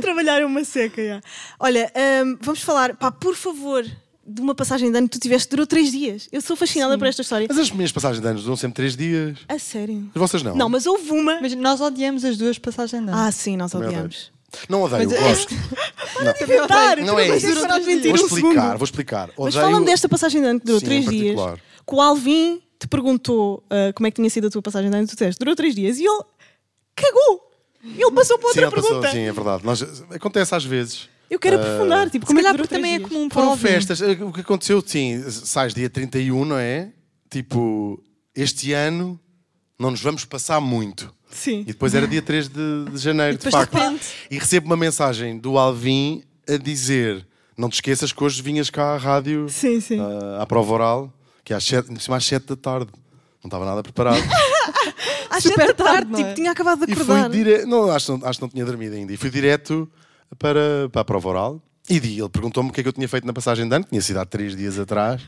Speaker 3: trabalhar é uma seca, yeah. Olha, hum, vamos falar, pá, por favor, de uma passagem de ano que tu tiveste, durou três dias. Eu sou fascinada por esta história.
Speaker 5: Mas as minhas passagens de anos duram sempre 3 dias.
Speaker 3: A sério.
Speaker 5: As vossas não.
Speaker 3: Não, mas houve uma.
Speaker 4: Mas nós odiamos as duas passagens de ano.
Speaker 3: Ah, sim, nós
Speaker 5: Meu
Speaker 3: odiamos.
Speaker 5: Não odeio,
Speaker 4: Mas é-
Speaker 5: gosto.
Speaker 3: Inventar,
Speaker 5: Não é
Speaker 3: mas
Speaker 5: isso.
Speaker 3: para de mentir
Speaker 5: Vou
Speaker 3: um segundo.
Speaker 5: explicar, vou explicar.
Speaker 3: Mas
Speaker 5: Odeio-
Speaker 3: fala-me desta passagem de ano que durou
Speaker 5: Sim,
Speaker 3: três
Speaker 5: em
Speaker 3: dias.
Speaker 5: particular.
Speaker 3: Que o Alvin te perguntou ah, como é que tinha sido a tua passagem de ano, tu disseste, durou três dias e ele cagou. Ele passou para
Speaker 5: Sim,
Speaker 3: outra
Speaker 5: ela passou-
Speaker 3: pergunta.
Speaker 5: sim, é verdade. Nós- acontece às vezes.
Speaker 3: Eu quero aprofundar, tipo,
Speaker 4: Se
Speaker 3: como é que
Speaker 4: calhar
Speaker 3: durou
Speaker 4: porque também é
Speaker 3: três dias?
Speaker 4: comum para
Speaker 5: Foram Eh,
Speaker 4: ouvir.
Speaker 5: festas. O que aconteceu, sim, sais dia 31, não é? um, Tipo, este ano não nos vamos passar muito.
Speaker 3: Sim.
Speaker 5: E depois era dia 3 de, de janeiro, de
Speaker 4: depois de
Speaker 5: facto. e recebo uma mensagem do Alvin a dizer: Não te esqueças que hoje vinhas cá à rádio
Speaker 3: Sim, sim.
Speaker 5: ah, à prova oral, que é às 7, às 7 da tarde. Não estava nada preparado.
Speaker 3: Às
Speaker 4: Super
Speaker 3: sete da tarde,
Speaker 4: tarde, não é?
Speaker 3: tipo, tinha acabado de
Speaker 5: e fui
Speaker 3: acordar.
Speaker 5: direto. Não, acho, que não- acho que não tinha dormido ainda. E fui direto para, para a prova oral. E di- ele perguntou-me o que é que eu tinha feito na passagem de ano, que tinha sido há 3 dias atrás.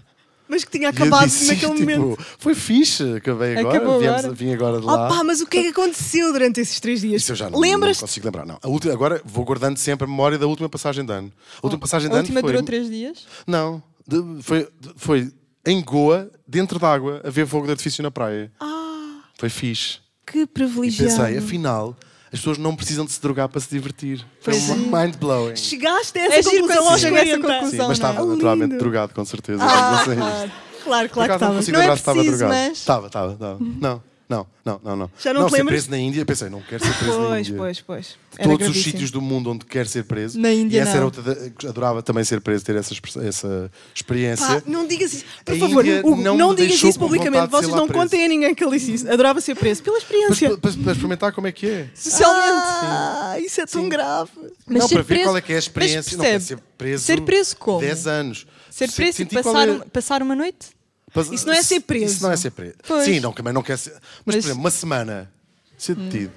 Speaker 3: Mas que tinha
Speaker 5: E eu
Speaker 3: acabado
Speaker 5: disse
Speaker 3: naquele
Speaker 5: isto, tipo,
Speaker 3: momento.
Speaker 5: Foi fixe, acabei agora,
Speaker 4: Acabou
Speaker 5: viemos-
Speaker 4: agora. Ah,
Speaker 5: vim agora de lá.
Speaker 3: Opa, mas o que é que aconteceu durante esses três dias?
Speaker 5: Isso eu já não, não
Speaker 3: Lembras-te?
Speaker 5: consigo lembrar. Não. A última, agora vou guardando sempre a memória da última passagem de ano. A última passagem de
Speaker 4: Oh, A
Speaker 5: ano
Speaker 4: última
Speaker 5: foi...
Speaker 4: durou três dias.
Speaker 5: Não, de- foi, de- foi em Goa, dentro da água, a ver fogo de artifício na praia.
Speaker 4: Ah.
Speaker 5: Foi fixe.
Speaker 3: Que
Speaker 5: E
Speaker 3: privilegiado.
Speaker 5: pensei, afinal, as pessoas não precisam de se drogar para se divertir. Foi um
Speaker 4: Pois
Speaker 5: mind blowing. Sim,
Speaker 3: Chegaste a
Speaker 4: É
Speaker 3: essa
Speaker 4: giro
Speaker 3: conclusão
Speaker 4: quando
Speaker 3: aos
Speaker 4: se chega a essa
Speaker 3: 40.
Speaker 4: conclusão.
Speaker 5: mas
Speaker 4: não é? Ah,
Speaker 5: estava
Speaker 3: Ah,
Speaker 5: naturalmente
Speaker 3: lindo.
Speaker 5: drogado, com certeza. não sei.
Speaker 3: Claro,
Speaker 5: Por
Speaker 3: claro que
Speaker 5: acaso não
Speaker 3: estava.
Speaker 5: consigo
Speaker 4: Não é
Speaker 5: lembrar se estava
Speaker 4: preciso,
Speaker 5: drogado.
Speaker 4: mas-
Speaker 5: Estava, estava, estava. Não, não, não, não, não.
Speaker 3: Já não te
Speaker 5: ser
Speaker 3: lembras?
Speaker 5: preso na Índia, pensei, não quero ser preso na
Speaker 3: Pois,
Speaker 5: Índia.
Speaker 3: pois, pois. Era
Speaker 5: todos os
Speaker 3: gravíssimo.
Speaker 5: sítios do mundo onde quer ser preso.
Speaker 4: Na Índia,
Speaker 5: E essa era
Speaker 4: não.
Speaker 5: outra. da- que Adorava também ser preso, ter essa, express- essa experiência.
Speaker 3: Pá, não digas isso. Por
Speaker 5: A
Speaker 3: favor,
Speaker 5: Índia
Speaker 3: Hugo,
Speaker 5: não
Speaker 3: não,
Speaker 5: me
Speaker 3: digas
Speaker 5: deixou
Speaker 3: isso
Speaker 5: com
Speaker 3: publicamente.
Speaker 5: vontade de ser
Speaker 3: Vocês
Speaker 5: lá
Speaker 3: não
Speaker 5: preso.
Speaker 3: contem a ninguém que ele disse isso. Adorava ser preso. Pela
Speaker 5: Mas
Speaker 3: experiência.
Speaker 5: pa- pa- para, experimentar como é que é.
Speaker 4: Socialmente.
Speaker 3: Ah, isso é tão grave.
Speaker 5: não,
Speaker 4: ser
Speaker 5: para ver
Speaker 4: preso-
Speaker 5: qual é que é a
Speaker 4: mas
Speaker 5: experiência. Não, para
Speaker 4: percebe,
Speaker 5: ser preso.
Speaker 4: Ser preso como?
Speaker 5: 10 anos.
Speaker 4: Ser
Speaker 5: Se-
Speaker 4: preso e
Speaker 5: sentir qual
Speaker 4: passar, um-
Speaker 5: é-
Speaker 4: uma- passar uma noite?
Speaker 5: pas-
Speaker 3: Isso não é ser preso.
Speaker 5: Isso não é ser preso.
Speaker 4: Pois.
Speaker 5: Sim, não, também não quer ser. Mas, por
Speaker 4: Mas-
Speaker 5: exemplo, uma semana ser detido.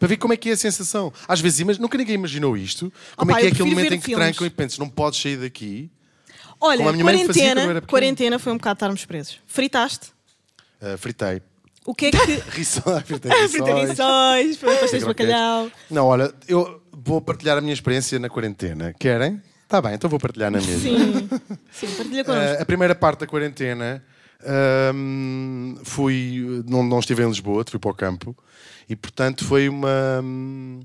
Speaker 5: Para ver como é que é a sensação. Às vezes, imag- nunca ninguém imaginou isto. Como
Speaker 3: pá,
Speaker 5: é que é
Speaker 3: eu
Speaker 5: aquele
Speaker 3: prefiro
Speaker 5: momento
Speaker 3: ver
Speaker 5: em que
Speaker 3: filmes.
Speaker 5: trancam e pensas, não podes sair daqui.
Speaker 3: Olha,
Speaker 5: Como a minha mãe fazia quando eu era
Speaker 3: quarentena,
Speaker 5: pequeno.
Speaker 3: quarentena foi um bocado estarmos presos. Fritaste?
Speaker 5: Ah, fritei.
Speaker 3: O que é que.
Speaker 5: Rissóis, fritei rissóis.
Speaker 3: Fritarições, pastéis de
Speaker 5: Croquetes.
Speaker 3: bacalhau.
Speaker 5: Não, olha, eu vou partilhar a minha experiência na quarentena. Querem? Está bem, então vou partilhar na mesma.
Speaker 3: Sim, sim, partilha connosco.
Speaker 5: Eh, a primeira parte da quarentena ahm, fui. Não, não estive em Lisboa, fui para o campo e, portanto, foi uma. hum,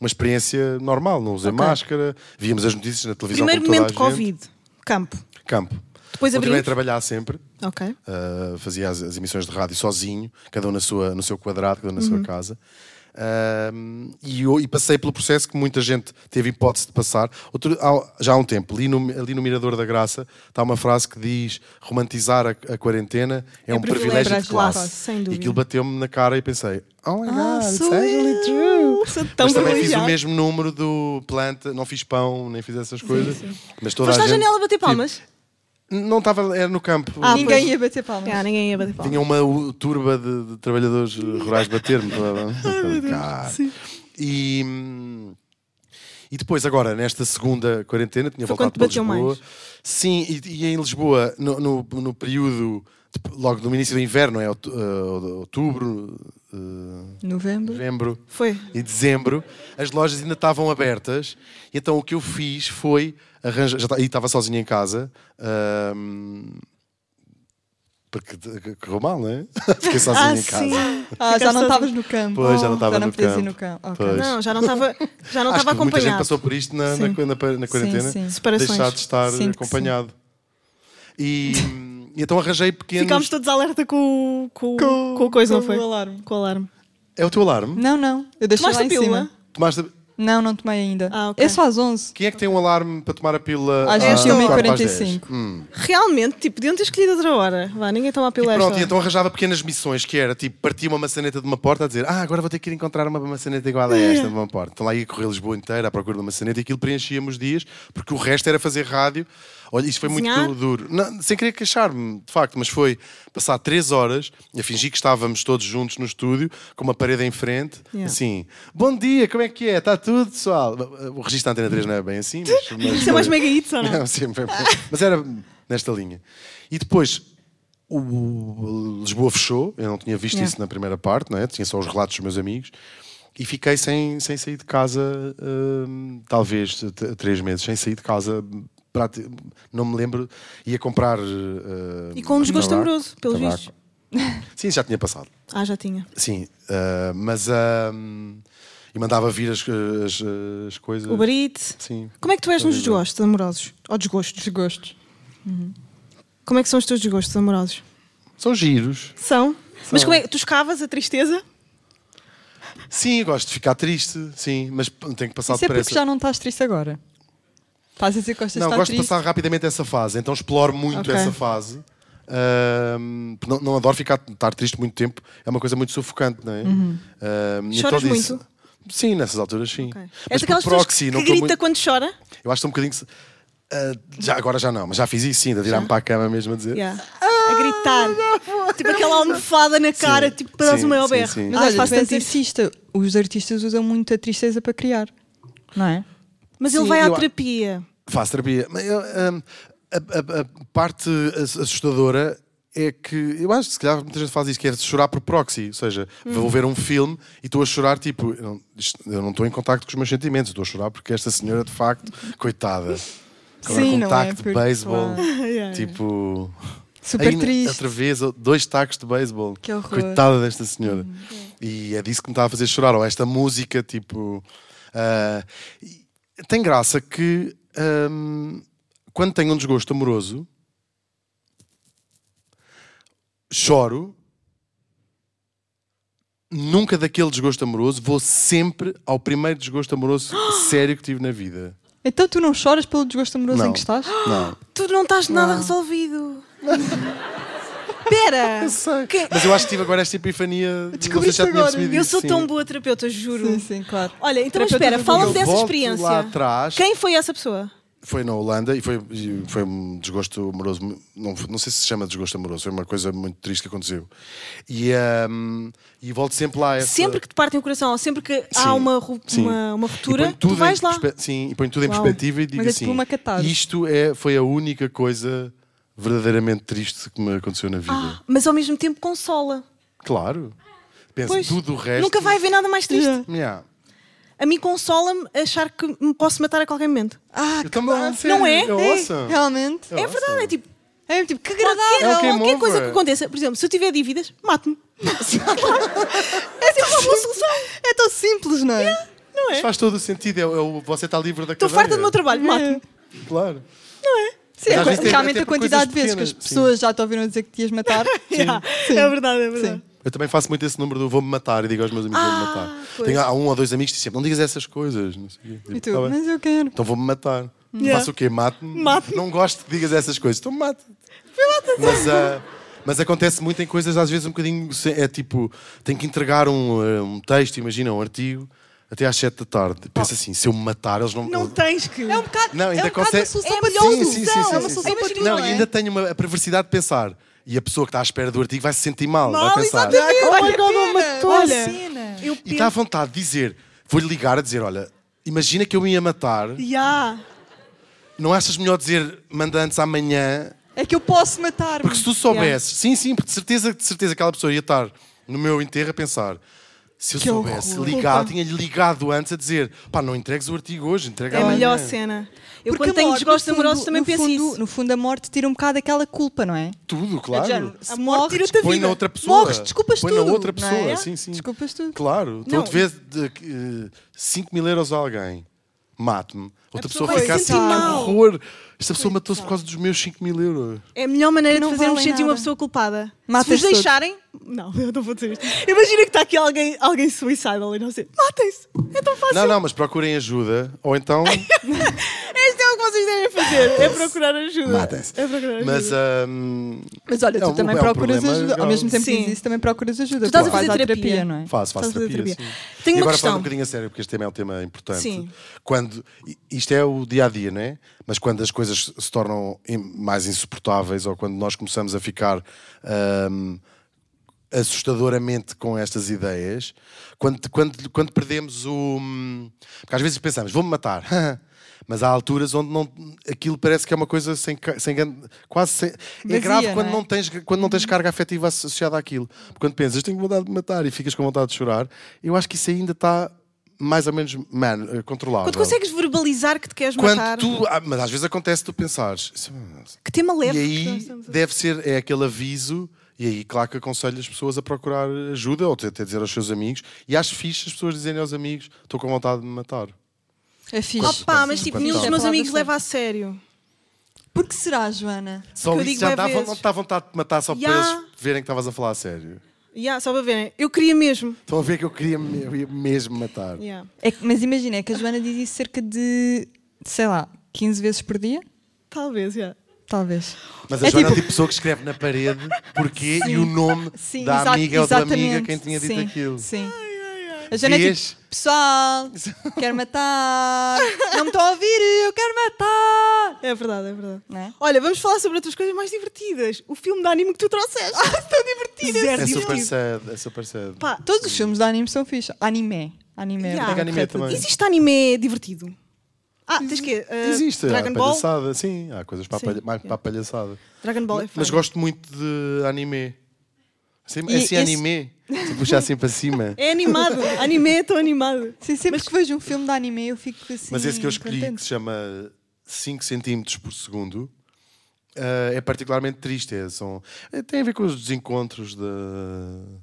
Speaker 5: Uma experiência normal, não usei máscara, víamos as notícias na televisão.
Speaker 3: Primeiro
Speaker 5: como toda
Speaker 3: momento de
Speaker 5: a gente.
Speaker 3: Covid. Campo.
Speaker 5: Campo.
Speaker 3: Depois
Speaker 5: Continuei a
Speaker 3: abrimos.
Speaker 5: trabalhar sempre.
Speaker 3: Ok.
Speaker 5: Uh, fazia as, as emissões de rádio sozinho, cada um na sua, no seu quadrado, cada um na sua casa. Um, e, eu- e passei pelo processo que muita gente teve hipótese de passar. Outro- há- já há um tempo, ali no, ali no Mirador da Graça, está uma frase que diz: romantizar a, a quarentena é, um privilégio, de classe.
Speaker 3: sem
Speaker 5: e
Speaker 3: dúvida.
Speaker 5: aquilo bateu-me na cara e pensei: Oh my
Speaker 4: Ah,
Speaker 5: God, it's
Speaker 4: sou
Speaker 5: actually
Speaker 4: eu.
Speaker 5: true.
Speaker 3: Sou tão
Speaker 5: Uh, mas também fiz o
Speaker 3: privilegiada.
Speaker 5: mesmo número do planta, não fiz pão, nem fiz essas coisas. Mas toda
Speaker 3: Foste
Speaker 5: a
Speaker 3: à
Speaker 5: gente, tipo,
Speaker 3: janela bater palmas?
Speaker 5: Não estava, era no campo.
Speaker 3: Ah,
Speaker 4: Ninguém
Speaker 3: pois.
Speaker 4: ia bater palmas.
Speaker 3: Ah, ninguém ia bater palmas.
Speaker 5: Tinha uma u- turba de, de trabalhadores rurais bater-me. Então, Cara. e, hum, e depois, agora, nesta segunda quarentena, tinha
Speaker 3: Foi
Speaker 5: voltado
Speaker 3: quando te
Speaker 5: para
Speaker 3: bateu
Speaker 5: Lisboa.
Speaker 3: mais?
Speaker 5: Sim, e, e em Lisboa, no, no- no período, de- logo no início do inverno, é outu- eh, outubro, eh,
Speaker 4: Novembro.
Speaker 5: novembro
Speaker 3: Foi.
Speaker 5: em dezembro, as lojas ainda estavam abertas, e então o que eu fiz foi arranjar. Já, ta- e estava sozinho em casa. ahm, porque de- que- correu mal, não é? Fiquei sozinho
Speaker 3: Ah,
Speaker 5: em casa.
Speaker 3: sim.
Speaker 4: Ah, já
Speaker 3: Ficaste
Speaker 4: não estavas
Speaker 3: sozinho.
Speaker 4: no campo.
Speaker 5: Pois, já não estava
Speaker 4: Já não
Speaker 5: no
Speaker 4: podias ir
Speaker 5: campo.
Speaker 4: no campo. Ok.
Speaker 5: Pois.
Speaker 3: Não, já não estava já não estava
Speaker 5: Acho que muita gente
Speaker 3: acompanhado.
Speaker 5: passou por isto na, na,
Speaker 3: Sim.
Speaker 5: na, na quarentena.
Speaker 4: sim.
Speaker 3: Separações.
Speaker 5: Deixar de estar
Speaker 4: Sinto que
Speaker 5: acompanhado. E, e então arranjei pequenos.
Speaker 3: Ficámos todos alerta com, o- com, com, com o coisa, não
Speaker 4: com
Speaker 3: foi?
Speaker 4: o alarme.
Speaker 3: Com o alarme.
Speaker 5: É o teu alarme?
Speaker 4: Não, não. Eu deixei
Speaker 3: Tomaste
Speaker 4: lá
Speaker 3: a
Speaker 4: em
Speaker 3: pílula?
Speaker 4: cima.
Speaker 5: Tomaste...
Speaker 4: Não, não tomei ainda.
Speaker 3: Ah, ok.
Speaker 4: É só às 11.
Speaker 5: Quem é que tem um alarme para tomar a pílula?
Speaker 3: Ah,
Speaker 4: Às
Speaker 5: às
Speaker 4: 21 e
Speaker 5: quarto para as
Speaker 4: 45.
Speaker 5: dez? Hum.
Speaker 3: Realmente, tipo, deviam ter escolhido outra hora. Vá, ninguém toma a pílula a esta
Speaker 5: Pronto, e
Speaker 3: hora.
Speaker 5: então arranjava pequenas missões que era tipo partia uma maçaneta de uma porta a dizer ah, agora vou ter que ir encontrar uma maçaneta igual
Speaker 3: É.
Speaker 5: a esta de uma porta. Então lá ia correr Lisboa inteira à procura de uma maçaneta e aquilo preenchíamos dias porque o resto era fazer rádio. Olha, isto foi
Speaker 3: Desenhar?
Speaker 5: muito duro. Não, sem querer queixar-me, de facto, mas foi passar três horas a fingir que estávamos todos juntos no estúdio com uma parede em frente,
Speaker 3: Yeah.
Speaker 5: assim bom dia, como é que é? Está tudo, pessoal? O registro da Antena 3 não é bem assim, mas... mas
Speaker 3: Isso é mais
Speaker 5: foi-
Speaker 3: mega hits ou não?
Speaker 5: sim, foi- mas era nesta linha. E depois o- o Lisboa fechou, eu não tinha visto
Speaker 3: Yeah.
Speaker 5: isso na primeira parte, não é? tinha só os relatos dos meus amigos, e fiquei sem, sem sair de casa, hum, talvez t- três meses, sem sair de casa. prati- Não me lembro, ia comprar. hum,
Speaker 3: E com um desgosto
Speaker 5: tabaco-
Speaker 3: amoroso, pelos
Speaker 5: tabaco.
Speaker 3: vistos.
Speaker 5: Sim, já tinha passado.
Speaker 3: Ah, já tinha.
Speaker 5: Sim, ah, mas. hum, e mandava vir as, as- as coisas.
Speaker 3: O barite.
Speaker 5: Sim.
Speaker 3: Como é que tu és nos
Speaker 5: Barite.
Speaker 3: desgostos amorosos? Ou desgostos?
Speaker 4: Desgostos.
Speaker 3: Como é que são os teus desgostos amorosos?
Speaker 5: São giros.
Speaker 3: São? Mas como é que tu escavas a tristeza?
Speaker 5: Sim, eu gosto de ficar triste, sim, mas p- tenho que passar
Speaker 4: Isso é
Speaker 5: depressa.
Speaker 4: porque já não estás triste agora. Estás a dizer que gostas
Speaker 5: não,
Speaker 4: de estar
Speaker 5: gosto
Speaker 4: triste.
Speaker 5: de passar rapidamente essa fase, então exploro muito
Speaker 3: Ok.
Speaker 5: essa fase. Ahm, não, não adoro ficar, estar triste muito tempo, é uma coisa muito sufocante, não é? Ahm, e
Speaker 3: Uhum. Choras
Speaker 5: então disse-
Speaker 3: muito?
Speaker 5: Sim, nessas alturas, sim.
Speaker 3: És
Speaker 5: Mas
Speaker 3: daquelas
Speaker 5: por
Speaker 3: pessoas
Speaker 5: proxy,
Speaker 3: que
Speaker 5: não estou
Speaker 3: grita
Speaker 5: muito...
Speaker 3: quando chora?
Speaker 5: Eu acho que estou um bocadinho. se- ah, já, agora já não, mas já fiz isso sim, de tirar-me para a cama mesmo a dizer.
Speaker 3: Yeah. a gritar. tipo aquela almofada na cara, tipo para dar
Speaker 5: sim,
Speaker 3: o maior
Speaker 5: sim,
Speaker 3: berro.
Speaker 5: sim.
Speaker 4: Mas
Speaker 3: Ai,
Speaker 4: olha,
Speaker 3: faço
Speaker 4: tu és
Speaker 3: tanto isso.
Speaker 4: artista. Os artistas usam muito a tristeza para criar, não é?
Speaker 3: Mas ele
Speaker 5: Sim,
Speaker 3: vai à
Speaker 5: eu-
Speaker 3: terapia.
Speaker 5: Faço terapia. Mas eu, hum, a, a- a parte ass- assustadora é que eu acho que se calhar muita gente faz isso, que é chorar por proxy. Ou seja,
Speaker 4: Uhum.
Speaker 5: vou ver um filme e estou a chorar, tipo, eu não, isto- eu não estou em contacto com os meus sentimentos, estou a chorar porque esta senhora, de facto, coitada. Agora
Speaker 4: Sim, não
Speaker 5: com um
Speaker 4: é?
Speaker 5: taco de
Speaker 4: Porque,
Speaker 5: beisebol.
Speaker 3: yeah.
Speaker 5: Tipo.
Speaker 4: Super
Speaker 5: ainda-
Speaker 4: triste.
Speaker 5: Outra vez, ou- dois tacos de beisebol.
Speaker 4: Que horror.
Speaker 5: Coitada desta senhora. E é disso que me está a fazer chorar. Ou esta música, tipo. ah, e tem graça que ahm, quando tenho um desgosto amoroso, choro. Nunca daquele desgosto amoroso, vou sempre ao primeiro desgosto amoroso sério que tive na vida.
Speaker 4: Então tu não choras pelo desgosto amoroso
Speaker 5: Não.
Speaker 4: em que estás?
Speaker 5: Não.
Speaker 3: Tu não estás nada resolvido. Pera! Que-
Speaker 5: Mas eu acho que tive agora esta epifania. não sei se
Speaker 4: Descobriste
Speaker 5: já tinha
Speaker 4: agora.
Speaker 5: percebido
Speaker 3: Eu
Speaker 5: isso,
Speaker 3: sou
Speaker 5: sim.
Speaker 3: tão boa terapeuta, juro.
Speaker 4: Sim, sim, claro.
Speaker 3: Olha, então
Speaker 4: Terapeuta
Speaker 3: espera,
Speaker 4: do
Speaker 3: fala-me
Speaker 5: Eu
Speaker 3: dessa
Speaker 5: volto
Speaker 3: experiência.
Speaker 5: lá atrás.
Speaker 3: Quem foi essa pessoa?
Speaker 5: Foi na Holanda e foi, e foi um desgosto amoroso. Não, não sei se se chama desgosto amoroso, foi uma coisa muito triste que aconteceu. E, hum, e volto sempre lá. a Essa...
Speaker 3: Sempre que te partem o coração, ou sempre que
Speaker 5: Sim,
Speaker 3: há uma, ru-
Speaker 5: sim.
Speaker 3: uma, uma
Speaker 5: E
Speaker 3: ruptura,
Speaker 5: ponho tudo é
Speaker 3: tu vais
Speaker 5: em
Speaker 3: lá.
Speaker 5: perspe- Sim, e põe tudo em
Speaker 3: Uau.
Speaker 5: perspectiva e digo
Speaker 4: Mas é
Speaker 5: assim:
Speaker 4: tipo uma catarse.
Speaker 5: isto é, foi a única coisa verdadeiramente triste que me aconteceu na vida.
Speaker 3: Ah, mas ao mesmo tempo consola.
Speaker 5: Claro. Penso,
Speaker 3: Pois,
Speaker 5: tudo o resto.
Speaker 3: Nunca vai haver nada mais triste.
Speaker 4: Yeah.
Speaker 5: Yeah.
Speaker 3: A mim consola-me achar que me posso matar a qualquer momento.
Speaker 4: Ah,
Speaker 5: Eu também,
Speaker 4: bom.
Speaker 5: a sério,
Speaker 3: Não é?
Speaker 5: Eu ouço.
Speaker 4: Ah, Realmente.
Speaker 5: Eu
Speaker 3: é
Speaker 5: ouço.
Speaker 3: verdade, é tipo,
Speaker 4: É tipo, que
Speaker 3: qualquer,
Speaker 4: agradável.
Speaker 5: o game
Speaker 3: qualquer coisa
Speaker 5: over.
Speaker 3: que aconteça. Por exemplo, se eu tiver dívidas, mato-me. é sempre uma boa solução.
Speaker 4: É tão simples, não é?
Speaker 3: Não
Speaker 5: Mas
Speaker 3: é?
Speaker 5: faz todo o sentido. É, o- é o- você está livre da
Speaker 3: Estou
Speaker 5: cadeia.
Speaker 3: farta do meu
Speaker 4: É.
Speaker 3: trabalho, mato-me.
Speaker 5: Claro.
Speaker 4: Sim,
Speaker 5: Mas às
Speaker 4: a-
Speaker 5: vezes tem-
Speaker 4: realmente
Speaker 5: até
Speaker 4: a
Speaker 5: por
Speaker 4: quantidade de
Speaker 5: coisas
Speaker 4: vezes que as
Speaker 5: pequenas, Tá
Speaker 4: pessoas já te ouviram dizer que te ias matar.
Speaker 3: Yeah, É verdade, é verdade.
Speaker 4: Sim.
Speaker 5: Eu também faço muito esse número do vou-me matar e digo aos meus amigos vou-me matar.
Speaker 3: pois.
Speaker 5: Tenho, há um ou dois amigos que dizem sempre, não digas essas coisas. Não sei o quê.
Speaker 4: E
Speaker 5: Digo,
Speaker 4: tu,
Speaker 5: "Tá bem,
Speaker 4: mas eu quero.
Speaker 5: Então vou-me matar.
Speaker 3: Yeah.
Speaker 5: Faço o quê? Mato-me?
Speaker 3: Mato-me.
Speaker 5: Não gosto que digas essas coisas. Então mata-te. Mas, ah, mas acontece muito em coisas, às vezes, um bocadinho. se- É tipo, tenho que entregar um, ah, um texto, imagina, um artigo, até às 7 da tarde. Pensa assim, se eu me matar, eles não.
Speaker 3: Não
Speaker 5: eles-
Speaker 3: tens que.
Speaker 4: É um bocado,
Speaker 5: Não, ainda
Speaker 4: é um bocado
Speaker 5: consegue-
Speaker 4: uma solução
Speaker 3: É
Speaker 4: para
Speaker 3: uma
Speaker 4: tudo.
Speaker 5: sim, sim, sim, sim,
Speaker 4: é uma
Speaker 5: sim.
Speaker 4: solução para tudo.
Speaker 5: Não,
Speaker 4: é?
Speaker 5: e ainda tenho uma, a perversidade de pensar. E a pessoa que está à espera do artigo vai se sentir mal.
Speaker 3: Mal,
Speaker 5: vai pensar.
Speaker 3: exatamente.
Speaker 4: Ah,
Speaker 3: Olha,
Speaker 4: olha,
Speaker 3: olha,
Speaker 4: matou
Speaker 3: olha.
Speaker 4: a cena.
Speaker 3: Eu
Speaker 5: E tá- dá
Speaker 3: penso.
Speaker 5: vontade de dizer, vou-lhe ligar a dizer: olha, imagina que eu me ia matar,
Speaker 3: Ya.
Speaker 5: não achas melhor dizer manda antes amanhã?
Speaker 4: É que eu posso matar.
Speaker 5: Porque se tu soubesses, sim, sim, porque de certeza, de certeza aquela pessoa ia estar no meu enterro a pensar. Se eu soubesse, ligado, tinha-lhe ligado antes a dizer: pá, não entregues o artigo hoje, entrega
Speaker 3: É a
Speaker 5: amanhã.
Speaker 3: melhor cena. Eu
Speaker 4: Porque
Speaker 3: quando
Speaker 4: a
Speaker 3: tenho
Speaker 4: morte,
Speaker 3: desgostos
Speaker 4: no fundo-
Speaker 3: amorosos também
Speaker 4: no
Speaker 3: penso
Speaker 4: fundo-
Speaker 3: isso.
Speaker 4: No fundo, a morte tira um bocado aquela culpa, não é?
Speaker 5: Tudo,
Speaker 4: É de género,
Speaker 5: claro.
Speaker 4: se
Speaker 3: A morte
Speaker 4: morres,
Speaker 3: tira-te a
Speaker 5: Põe
Speaker 3: vida.
Speaker 5: na outra pessoa.
Speaker 4: Morres, desculpas
Speaker 5: Põe na
Speaker 4: tudo,
Speaker 5: outra
Speaker 4: não
Speaker 5: pessoa,
Speaker 4: é?
Speaker 5: sim, sim.
Speaker 4: Desculpas tudo.
Speaker 5: Claro,
Speaker 3: Não.
Speaker 5: então te vês de 5 mil euros a alguém, mate-me. Outra pessoa,
Speaker 3: vai
Speaker 5: fica
Speaker 3: se
Speaker 5: assim,
Speaker 3: sentir
Speaker 5: que
Speaker 3: mal.
Speaker 5: horror. Esta pessoa matou-se por causa dos meus 5 mil euros.
Speaker 3: É a melhor maneira de
Speaker 4: Que não
Speaker 3: fazermos
Speaker 4: valem
Speaker 3: sentir uma
Speaker 4: nada.
Speaker 3: pessoa culpada. se
Speaker 4: Matem-se
Speaker 3: vos deixarem. Não, eu não vou dizer isto. Imagina que está aqui alguém, alguém suicidal e não sei. Matem-se! É tão fácil.
Speaker 5: Não, não, mas procurem ajuda, ou então
Speaker 3: Este é o que vocês devem fazer. É procurar ajuda.
Speaker 5: matem-se.
Speaker 3: É procurar ajuda.
Speaker 5: Mas hum,
Speaker 4: Mas olha,
Speaker 5: É
Speaker 4: tu
Speaker 5: um-
Speaker 4: também
Speaker 5: é um
Speaker 4: procuras
Speaker 5: problema
Speaker 4: ajuda. Ao
Speaker 5: grave.
Speaker 4: mesmo tempo que
Speaker 3: Sim.
Speaker 4: dizes isso, também procuras ajuda. Tu
Speaker 3: estás a fazer
Speaker 4: à
Speaker 3: terapia.
Speaker 4: terapia, não é?
Speaker 5: faço,
Speaker 3: Estás
Speaker 5: faço
Speaker 3: a fazer
Speaker 5: terapia.
Speaker 3: terapia.
Speaker 5: sim.
Speaker 3: Tenho
Speaker 5: e
Speaker 3: uma
Speaker 5: agora
Speaker 3: questão.
Speaker 5: falando um bocadinho a sério, porque este tema é um tema importante.
Speaker 3: Sim.
Speaker 5: Quando, i- isto é o dia a dia, não é? Mas quando as coisas se tornam im- mais insuportáveis ou quando nós começamos a ficar hum, assustadoramente com estas ideias, quando, quando, quando perdemos o. hum, Porque às vezes pensamos, vou-me matar. Mas há alturas onde não, aquilo parece que é uma coisa sem, ca- sem grande- quase sem, é
Speaker 4: Vazia,
Speaker 5: grave quando
Speaker 4: não é?
Speaker 5: não, tens, quando não tens
Speaker 3: Uhum.
Speaker 5: carga afetiva associada àquilo. Porque quando pensas, tenho vontade de matar e ficas com vontade de chorar, eu acho que isso ainda está mais ou menos man, controlável.
Speaker 3: Quando consegues verbalizar que te queres
Speaker 5: Quando
Speaker 3: matar,
Speaker 5: tu, ah, mas às vezes acontece tu pensares, "Isso- é
Speaker 3: que tema
Speaker 5: e
Speaker 3: leve. que nós
Speaker 5: aí
Speaker 3: estamos a-
Speaker 5: deve ser é aquele aviso e aí claro que aconselho as pessoas a procurar ajuda ou até dizer aos seus amigos e acho fixe as pessoas dizerem aos amigos estou com vontade de me matar
Speaker 4: É fixe.
Speaker 3: Opa, mas tipo,
Speaker 5: Quando
Speaker 3: nenhum dos
Speaker 5: tal.
Speaker 3: meus
Speaker 4: É a
Speaker 3: amigos
Speaker 4: palavra
Speaker 3: leva a sério.
Speaker 4: Por que será, Joana?
Speaker 5: só
Speaker 3: eu
Speaker 5: isso
Speaker 3: digo
Speaker 5: já
Speaker 3: bué
Speaker 5: dá, vo-
Speaker 3: vezes.
Speaker 5: não te dá vontade de matar só
Speaker 3: Ya.
Speaker 5: para eles verem que estavas a falar a sério
Speaker 3: Ya, só para verem. Eu queria mesmo.
Speaker 5: estão a ver que eu queria me- eu ia mesmo matar
Speaker 3: Ya.
Speaker 4: É que- mas imagina, é que a Joana diz isso cerca de, sei lá, 15 vezes por dia?
Speaker 3: Talvez, já.
Speaker 4: Talvez.
Speaker 5: Mas a
Speaker 4: É
Speaker 5: Joana é
Speaker 4: tipo-
Speaker 5: tipo pessoa que escreve na parede porquê e o nome
Speaker 4: Sim,
Speaker 5: da
Speaker 4: exa-
Speaker 5: amiga ou da amiga
Speaker 4: exatamente.
Speaker 5: quem tinha dito
Speaker 4: Sim,
Speaker 5: aquilo.
Speaker 4: Sim. A Jana é
Speaker 5: Vês?
Speaker 4: tipo, pessoal, quero matar, não me estão a ouvir, eu quero matar.
Speaker 3: É verdade, é verdade.
Speaker 4: Não é?
Speaker 3: Olha, vamos falar sobre outras coisas mais divertidas. O filme de anime que tu trouxeste. Ah, tão divertido.
Speaker 5: É super sad, é super sad.
Speaker 3: Pá,
Speaker 4: Todos os filmes de anime são fixe. Anime. Anime.
Speaker 3: Yeah.
Speaker 4: é
Speaker 3: Diga
Speaker 5: anime também.
Speaker 3: existe anime divertido? Ah, tens que
Speaker 5: Existe, Ah,
Speaker 3: Dragon
Speaker 5: há
Speaker 3: Ball?
Speaker 5: palhaçada, sim, há coisas para, a
Speaker 3: Sim.
Speaker 5: palha- mais para a palhaçada.
Speaker 3: Dragon Ball é fã.
Speaker 5: Mas gosto muito de anime. Assim,
Speaker 4: E
Speaker 5: esse
Speaker 4: esse-
Speaker 5: anime, se puxar assim para cima.
Speaker 3: É animado. anime, estou animado.
Speaker 4: Sim, sempre que vejo um filme de anime eu fico assim.
Speaker 5: Mas esse que eu escolhi, que
Speaker 4: contente.
Speaker 5: se chama 5 cm por segundo, eh, é particularmente triste. É, são, eh, tem a ver com os desencontros da.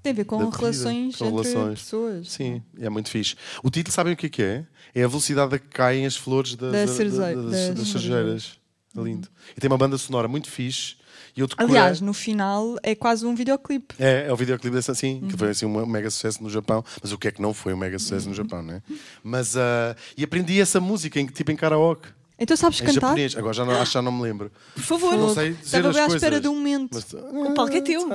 Speaker 4: Tem a ver com
Speaker 5: da vida,
Speaker 4: relações
Speaker 5: com
Speaker 4: entre
Speaker 5: relações.
Speaker 4: pessoas.
Speaker 5: Sim, é muito fixe. O título, sabem o que é que é? É a velocidade a que caem as flores da-
Speaker 4: Da
Speaker 5: da-
Speaker 4: cereze-
Speaker 5: da- das,
Speaker 4: das
Speaker 5: das cerejeiras. É lindo. E tem uma banda sonora muito fixe. E eu decorei-
Speaker 4: Aliás, no final é quase um videoclipe.
Speaker 5: É, é o videoclipe dessa, sim, que foi assim um mega sucesso no Japão, mas o que é que não foi um mega sucesso no Japão, né? Mas, ah, e aprendi essa música, em, tipo em karaoke,
Speaker 4: Então sabes
Speaker 5: em
Speaker 4: cantar?
Speaker 5: japonês, agora já não, acho que já não me lembro.
Speaker 3: Por favor.
Speaker 5: Não sei dizer
Speaker 4: Estava
Speaker 5: as
Speaker 4: bem à
Speaker 5: coisas.
Speaker 4: espera de um momento.
Speaker 5: Mas- eh,
Speaker 3: O palco é
Speaker 5: Tá.
Speaker 3: teu.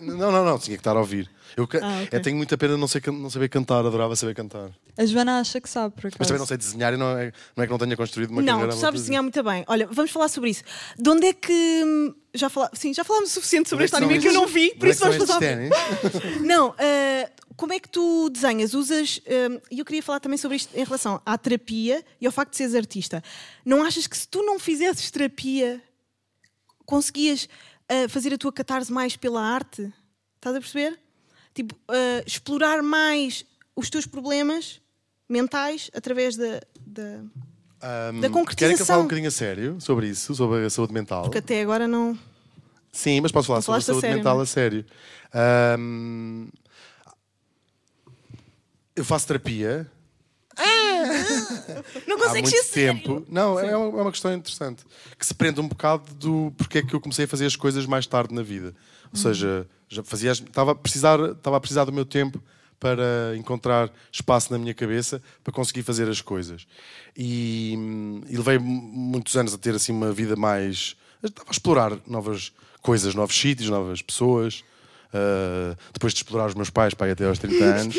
Speaker 5: Não, não, não, tinha que estar a ouvir. Eu, ca-
Speaker 3: Ah, ok.
Speaker 5: eu tenho muita pena de não, sei, can- não saber cantar, adorava saber cantar.
Speaker 4: A Joana acha que sabe, por acaso.
Speaker 5: Mas também não sei desenhar e não é, não é que não tenha construído uma
Speaker 3: Não,
Speaker 5: carreira.
Speaker 3: tu sabes
Speaker 5: à volta disso.
Speaker 3: desenhar muito bem. Olha, vamos falar sobre isso. De onde é que. hum, Já fala... Sim, já falámos o suficiente sobre
Speaker 5: Onde é
Speaker 3: este
Speaker 5: são
Speaker 3: anime que eu
Speaker 5: estes-
Speaker 3: não vi, por
Speaker 5: onde é
Speaker 3: isso
Speaker 5: que são
Speaker 3: vamos falar.
Speaker 5: estes ténis?
Speaker 3: Não, ah, como é que tu desenhas? Usas. hum, E eu queria falar também sobre isto em relação à terapia e ao facto de seres artista. Não achas que se tu não fizesses terapia, conseguias ah, fazer a tua catarse mais pela arte? Estás a perceber? Tipo, ah, explorar mais os teus problemas mentais através da. da...
Speaker 5: Ahm,
Speaker 3: Da
Speaker 5: Querem que eu
Speaker 3: concretização.
Speaker 5: fale um bocadinho a sério sobre isso, sobre a saúde mental?
Speaker 3: Porque até agora não.
Speaker 5: Sim, mas posso falar
Speaker 3: Não
Speaker 5: sobre a
Speaker 3: falaste a
Speaker 5: saúde
Speaker 3: sério,
Speaker 5: mental
Speaker 3: não é?
Speaker 5: a sério. Ahm, eu faço terapia
Speaker 3: Não
Speaker 5: há
Speaker 3: consegues
Speaker 5: muito
Speaker 3: isso?
Speaker 5: tempo. Não, é uma, é uma questão interessante. Que se prende um bocado do porque é que eu comecei a fazer as coisas mais tarde na vida. Ou
Speaker 3: Uhum.
Speaker 5: seja, já fazia, as- estava, a precisar, estava a precisar do meu tempo para encontrar espaço na minha cabeça para conseguir fazer as coisas. E, hum, e levei mu- muitos anos a ter assim uma vida mais. Estava a explorar novas coisas, novos sítios, novas pessoas. Ah, depois de explorar os meus pais, pai, até aos 30 anos.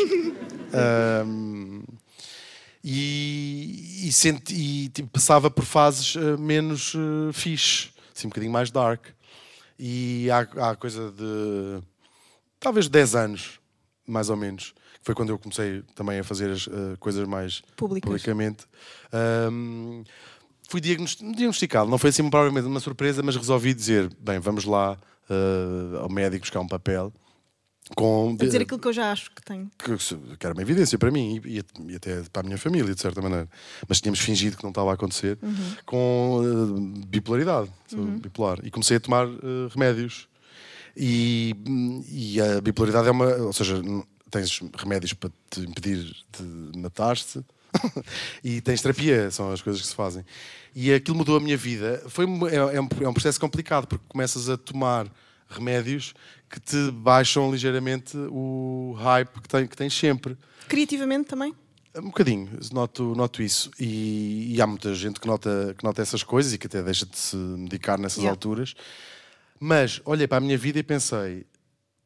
Speaker 5: Ahm, e, e senti- e, tipo, passava por fases eh, menos eh, fixe, assim, um bocadinho mais dark. E há, há coisa de talvez 10 anos, mais ou menos, que foi quando eu comecei também a fazer as eh, coisas mais
Speaker 3: Públicas.
Speaker 5: publicamente. Ahm, fui diagnos- diagnosticado, não foi assim provavelmente uma surpresa, mas resolvi dizer: bem, vamos lá eh, ao médico buscar um papel. Com,
Speaker 3: A dizer aquilo que eu já acho que tenho.
Speaker 5: que, se- que era uma evidência para mim e, e- e até para a minha família, de certa maneira. Mas tínhamos fingido que não estava a acontecer, com eh, bipolaridade. Sou bipolar. E comecei a tomar eh, remédios. E, hum, e a bipolaridade é uma. Ou seja, n- tens remédios para te impedir de matar-te. e tens terapia, são as coisas que se fazem. E aquilo mudou a minha vida. Foi, um- é, é um, é um processo complicado, porque começas a tomar remédios que te baixam ligeiramente o hype que, tem, que tens sempre.
Speaker 3: Criativamente também?
Speaker 5: Um bocadinho, noto, noto isso. E, e há muita gente que nota, que nota essas coisas e que até deixa de se medicar nessas
Speaker 3: Yeah.
Speaker 5: alturas. Mas olhei para a minha vida e pensei: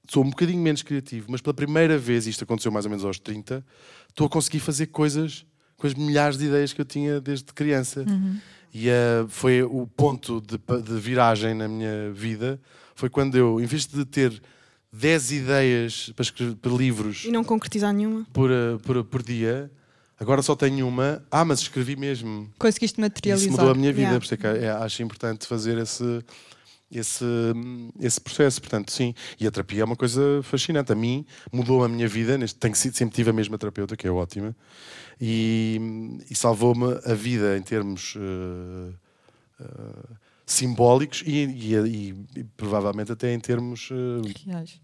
Speaker 5: sou um bocadinho menos criativo, mas pela primeira vez, isto aconteceu mais ou menos aos 30, estou a conseguir fazer coisas com as milhares de ideias que eu tinha desde criança. E eh, foi o ponto de, pa- de viragem na minha vida. Foi quando eu, em vez de ter 10 ideias para, escrever, para livros
Speaker 3: E não concretizar nenhuma?
Speaker 5: por, uh, por, por dia. Agora só tenho uma. Ah, mas escrevi mesmo.
Speaker 4: Conseguiste materializar.
Speaker 5: Isso mudou a minha vida.
Speaker 3: Yeah.
Speaker 5: Por isso é que é, acho importante fazer esse, esse, esse processo. Portanto, sim. E a terapia é uma coisa fascinante. A mim mudou a minha vida. Neste, tenho sido, sempre tive a mesma terapeuta, que é ótima. E, e salvou-me a vida em termos. uh, uh, simbólicos e, e- e- e provavelmente até em termos uh,
Speaker 4: Reais.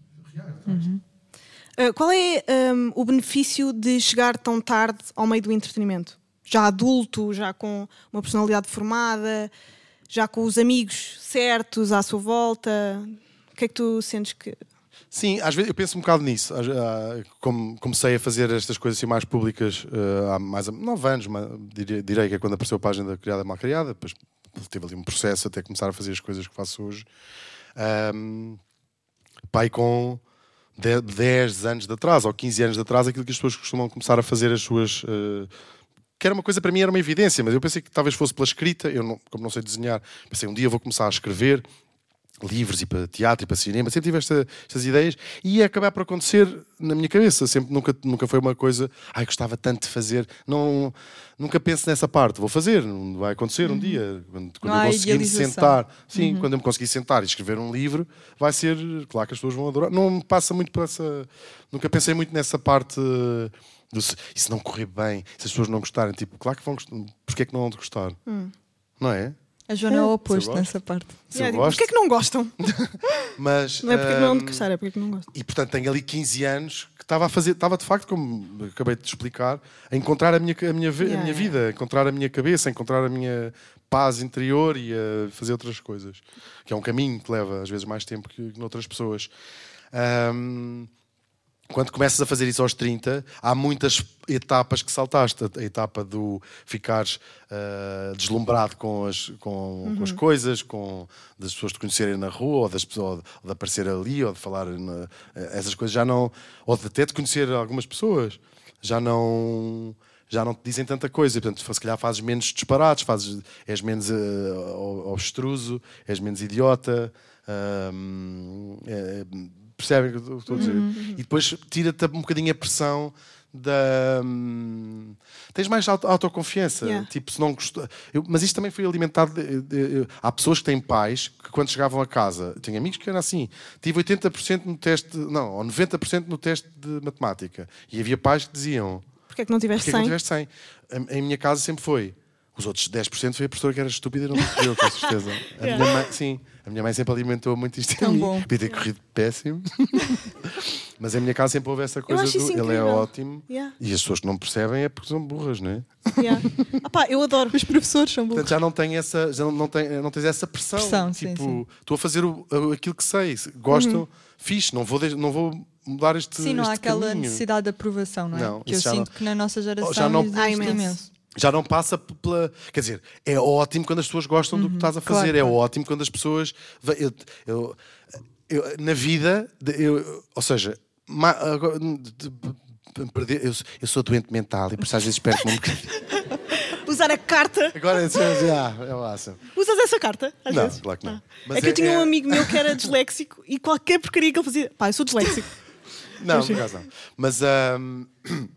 Speaker 3: Ah, qual é ahm, o benefício de chegar tão tarde ao meio do entretenimento? Já adulto, já com uma personalidade formada, já com os amigos certos à sua volta? O que é que tu sentes que.
Speaker 5: Sim, às vezes eu penso um bocado nisso. Às- ah, Como comecei a fazer estas coisas assim mais ah, públicas eh, há mais ou- nove anos, mas diria- direi que é quando apareceu a página da Criada Malcriada, depois teve ali um processo até começar a fazer as coisas que faço hoje. Ahm, pai com de- 10 anos de atraso ou 15 anos de atraso, aquilo que as pessoas costumam começar a fazer as suas. eh, que era uma coisa para mim, era uma evidência, mas eu pensei que talvez fosse pela escrita. Eu, não, como não sei desenhar, pensei um dia vou começar a escrever livros e para teatro e para cinema. Sempre tive esta- estas ideias e ia acabar por acontecer na minha cabeça. Sempre, nunca, nunca foi uma coisa. Ai, gostava tanto de fazer. Não, nunca penso nessa parte. Vou fazer, não vai acontecer
Speaker 3: Uhum.
Speaker 5: um dia. Quando, quando
Speaker 4: Não há
Speaker 5: eu conseguir me
Speaker 4: idealização.
Speaker 5: sentar sentar. Sim, quando eu me conseguir sentar e escrever um livro, vai ser, claro que as pessoas vão adorar. Não me passa muito por essa. Nunca pensei muito nessa parte eh, do se, e se não correr bem, se as pessoas não gostarem, tipo, claro que vão gostar, porque é que não vão de gostar?
Speaker 3: Hum.
Speaker 5: Não é?
Speaker 4: A Joana é o oposto
Speaker 5: gosta?
Speaker 4: nessa parte.
Speaker 5: Se eu
Speaker 3: Yeah, digo,
Speaker 5: gosto,
Speaker 3: Porquê é que não gostam?
Speaker 5: mas.
Speaker 3: Não é porque não é de
Speaker 5: ehm,
Speaker 3: gostar, é porque não gostam.
Speaker 5: E portanto tenho ali 15 anos que estava a fazer, estava de facto, como acabei de te explicar, a encontrar a minha, a minha, vi- a
Speaker 3: Yeah, yeah.
Speaker 5: minha vida, a encontrar a minha cabeça, a encontrar a minha paz interior e a fazer outras coisas. Que é um caminho que leva às vezes mais tempo que, que noutras pessoas. Ahm, quando começas a fazer isso aos 30, há muitas etapas que saltaste. A- A etapa do ficares ah, deslumbrado com as, com, com as coisas, com das pessoas te conhecerem na rua, ou, das, pessoas- ou de aparecer ali, ou de falar. na- essas coisas já não. Ou de até de conhecer algumas pessoas. Já não. Já não te dizem tanta coisa, e, portanto, se calhar fazes menos disparates, fazes, és menos ah, o- obstruso, és menos idiota, ahm, eh, Percebem o que eu estou a dizer? E depois tira-te um bocadinho a pressão da. hum, tens mais auto- autoconfiança.
Speaker 3: Yeah.
Speaker 5: Tipo, se não gosto- eu- Mas isto também foi alimentado. de- de- de- há pessoas que têm pais que, quando chegavam a casa, eu tenho amigos que eram assim. Tive 80% no teste. Não, ou 90% no teste de matemática. E havia pais que diziam:
Speaker 3: Porquê é que não tiveste
Speaker 5: Porquê que não
Speaker 3: 100?
Speaker 5: tiveste 100? Em, em minha casa sempre foi. Os outros 10% foi a professora que era estúpida e não percebeu, com certeza. A minha mãe, sim, a minha mãe sempre alimentou muito isto
Speaker 4: Tão
Speaker 5: em mim.
Speaker 4: bom.
Speaker 5: Podia ter corrido péssimo. Mas em minha casa sempre houve essa coisa
Speaker 3: acho isso
Speaker 5: do ele é
Speaker 3: incrível."
Speaker 5: ótimo.
Speaker 3: Yeah.
Speaker 5: E as pessoas que não percebem é porque são burras, não é?
Speaker 3: Yeah. Ah pá, eu adoro.
Speaker 4: Os professores são burros.
Speaker 5: Portanto, já não, tem essa, já não- não, tem, não tens essa pressão.
Speaker 4: Pressão, sim,
Speaker 5: tipo,
Speaker 4: sim.
Speaker 5: estou a fazer o- aquilo que sei. se Gostam, fixe, não vou, de- não vou mudar este
Speaker 4: Sim, não há
Speaker 5: este
Speaker 4: aquela
Speaker 5: caminho.
Speaker 4: necessidade de aprovação, não é?
Speaker 5: Não,
Speaker 4: que eu
Speaker 5: isso já
Speaker 4: sinto
Speaker 5: não- Oh,
Speaker 4: que na nossa geração
Speaker 5: já não-
Speaker 4: existe
Speaker 3: Ah, imenso.
Speaker 4: imenso.
Speaker 5: já não passa p- pela. Quer dizer, é ótimo quando as pessoas gostam do que estás a
Speaker 4: claro,
Speaker 5: fazer, é
Speaker 4: claro.
Speaker 5: ótimo quando as pessoas. ve- Eu, eu- eu- na vida, de- eu- ou seja, ma- agora, de- de- de- perder- eu, sou- eu sou doente mental e por isso às vezes perco-me um bocadinho.
Speaker 3: Usar a carta.
Speaker 5: Agora é ah, é awesome.
Speaker 3: Usas essa carta? Às
Speaker 5: Não,
Speaker 3: vezes?
Speaker 5: claro que não.
Speaker 3: Ah.
Speaker 5: Mas
Speaker 3: é que
Speaker 5: é-
Speaker 3: eu tinha
Speaker 5: é-
Speaker 3: um amigo meu que era disléxico e qualquer porcaria que ele fazia. Pá, eu sou disléxico.
Speaker 5: Não, por acaso não. Mas ahm,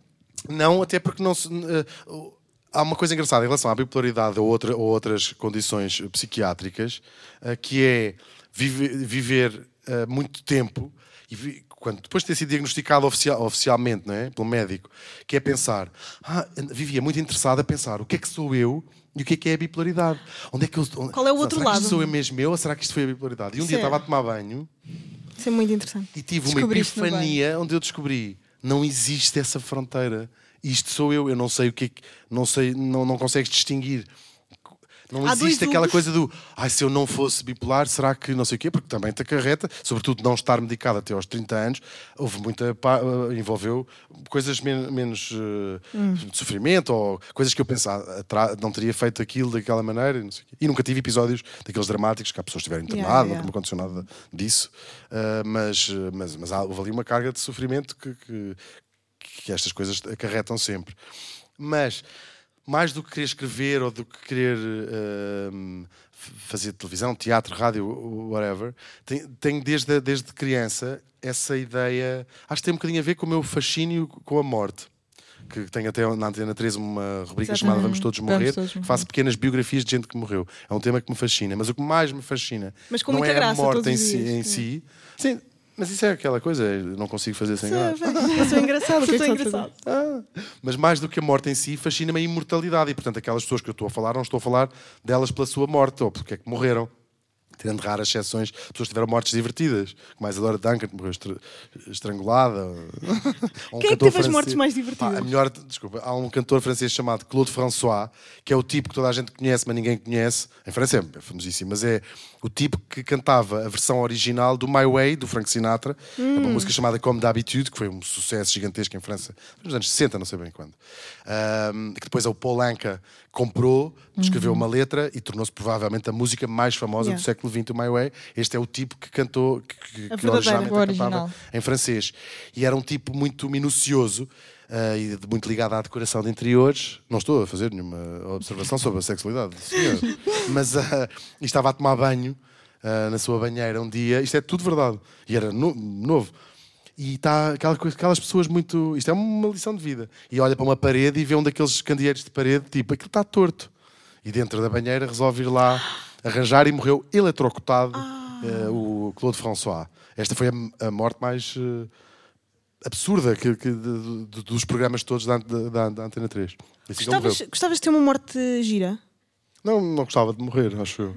Speaker 5: não, até porque não se. eh, o- há uma coisa engraçada em relação à bipolaridade ou, outra- ou outras condições eh, psiquiátricas, eh, que é vive- viver eh, muito tempo. E vi- quando, depois de ter sido diagnosticado oficia- oficialmente não é? pelo médico, que é pensar, ah, vivia muito interessado a pensar o que é que sou eu e o que é que é a bipolaridade. Onde é que eu, onde-
Speaker 3: Qual é o outro
Speaker 5: será que
Speaker 3: lado?
Speaker 5: isto sou eu mesmo eu ou será que isto foi a bipolaridade? E um dia
Speaker 3: Sim.
Speaker 5: estava a tomar banho
Speaker 3: Isso é muito interessante.
Speaker 5: e tive uma
Speaker 4: Descobriste no
Speaker 5: epifania onde eu descobri não existe essa fronteira. Isto sou eu, eu não sei o que é que. Não, sei, não, não consegues distinguir. Não
Speaker 3: Há
Speaker 5: existe
Speaker 3: dois
Speaker 5: aquela
Speaker 3: usos.
Speaker 5: coisa do ai, se eu não fosse bipolar, será que não sei o quê? Porque também te acarreta, sobretudo não estar medicado até aos 30 anos, houve muita. pa- eh, envolveu coisas men- menos eh,
Speaker 3: Hum.
Speaker 5: de sofrimento ou coisas que eu pensava, "Atra- não teria feito aquilo daquela maneira e não sei o quê. E nunca tive episódios daqueles dramáticos que há pessoas que estiveram
Speaker 3: Yeah,
Speaker 5: internadas,
Speaker 3: yeah.
Speaker 5: nunca me aconteceu nada disso, ah, mas, mas, mas há, houve ali uma carga de sofrimento que, que, que estas coisas acarretam sempre. Mas, mais do que querer escrever ou do que querer ahm, f- fazer televisão, teatro, rádio, whatever, ten- tenho desde, desde criança essa ideia. Acho que tem um bocadinho a ver com o meu fascínio com a morte. Que tem até na Antena 3 uma rubrica chamada Vamos Todos
Speaker 4: Vamos
Speaker 5: Morrer,
Speaker 4: Todos
Speaker 5: que faço pequenas biografias de gente que morreu. É um tema que me fascina, mas o que mais me fascina
Speaker 3: Mas com
Speaker 5: não
Speaker 3: muita
Speaker 5: é
Speaker 3: graça
Speaker 5: a morte
Speaker 3: todos
Speaker 5: em,
Speaker 3: os
Speaker 5: si,
Speaker 3: dias,
Speaker 5: em
Speaker 3: sim.
Speaker 5: si. Sim, mas isso é aquela coisa, eu não consigo fazer sem graça.
Speaker 3: Isso é engraçado. Isso é engraçado.
Speaker 5: Ah, mas mais do que a morte em si, fascina-me a imortalidade. E, portanto, aquelas pessoas que eu estou a falar, não estou a falar delas pela sua morte ou porque é que morreram. Tirando raras exceções, pessoas tiveram mortes divertidas. Como mais adora Duncan, que morreu estra- estrangulada. ou- ou um
Speaker 3: Quem é que
Speaker 5: cantor
Speaker 3: teve as mortes
Speaker 5: francês-
Speaker 3: mais divertidas?
Speaker 5: Pá, a melhor, desculpa, há um cantor francês chamado Claude François, que é o tipo que toda a gente conhece, mas ninguém conhece. Em França é famosíssimo, mas é o tipo que cantava a versão original do My Way, do Frank Sinatra, é
Speaker 3: Hum.
Speaker 5: uma música chamada Comme d'habitude, que foi um sucesso gigantesco em França nos anos 60, não sei bem quando. Ahm, que depois é o Paul Anka comprou, escreveu uma letra e tornou-se provavelmente a música mais famosa
Speaker 3: Uhum. Yeah.
Speaker 5: do século XX, o My Way. Este é o tipo que cantou, que, que-
Speaker 3: A
Speaker 5: que
Speaker 3: verdadeira.
Speaker 5: originalmente
Speaker 4: O
Speaker 5: cantava
Speaker 4: original.
Speaker 5: em francês. E era um tipo muito minucioso ah, e de- muito ligado à decoração de interiores. Não estou a fazer nenhuma observação sobre a sexualidade, do senhor. mas ah, e estava a tomar banho ah, na sua banheira um dia. Isto é tudo verdade. E era no- novo. E está aquela coisa- aquelas pessoas muito. Isto é uma lição de vida. E olha para uma parede e vê um daqueles candeeiros de parede, tipo, aquilo está torto. E dentro da banheira resolve ir lá arranjar e morreu eletrocutado eh, o Claude François. Esta foi a, a morte mais eh, absurda que, que de- de- dos programas todos da, da- da- da Antena 3. Assim que ele
Speaker 3: Gostavas,
Speaker 5: morreu.
Speaker 3: gostavas de ter uma morte gira?
Speaker 5: Não, não gostava de morrer, acho eu.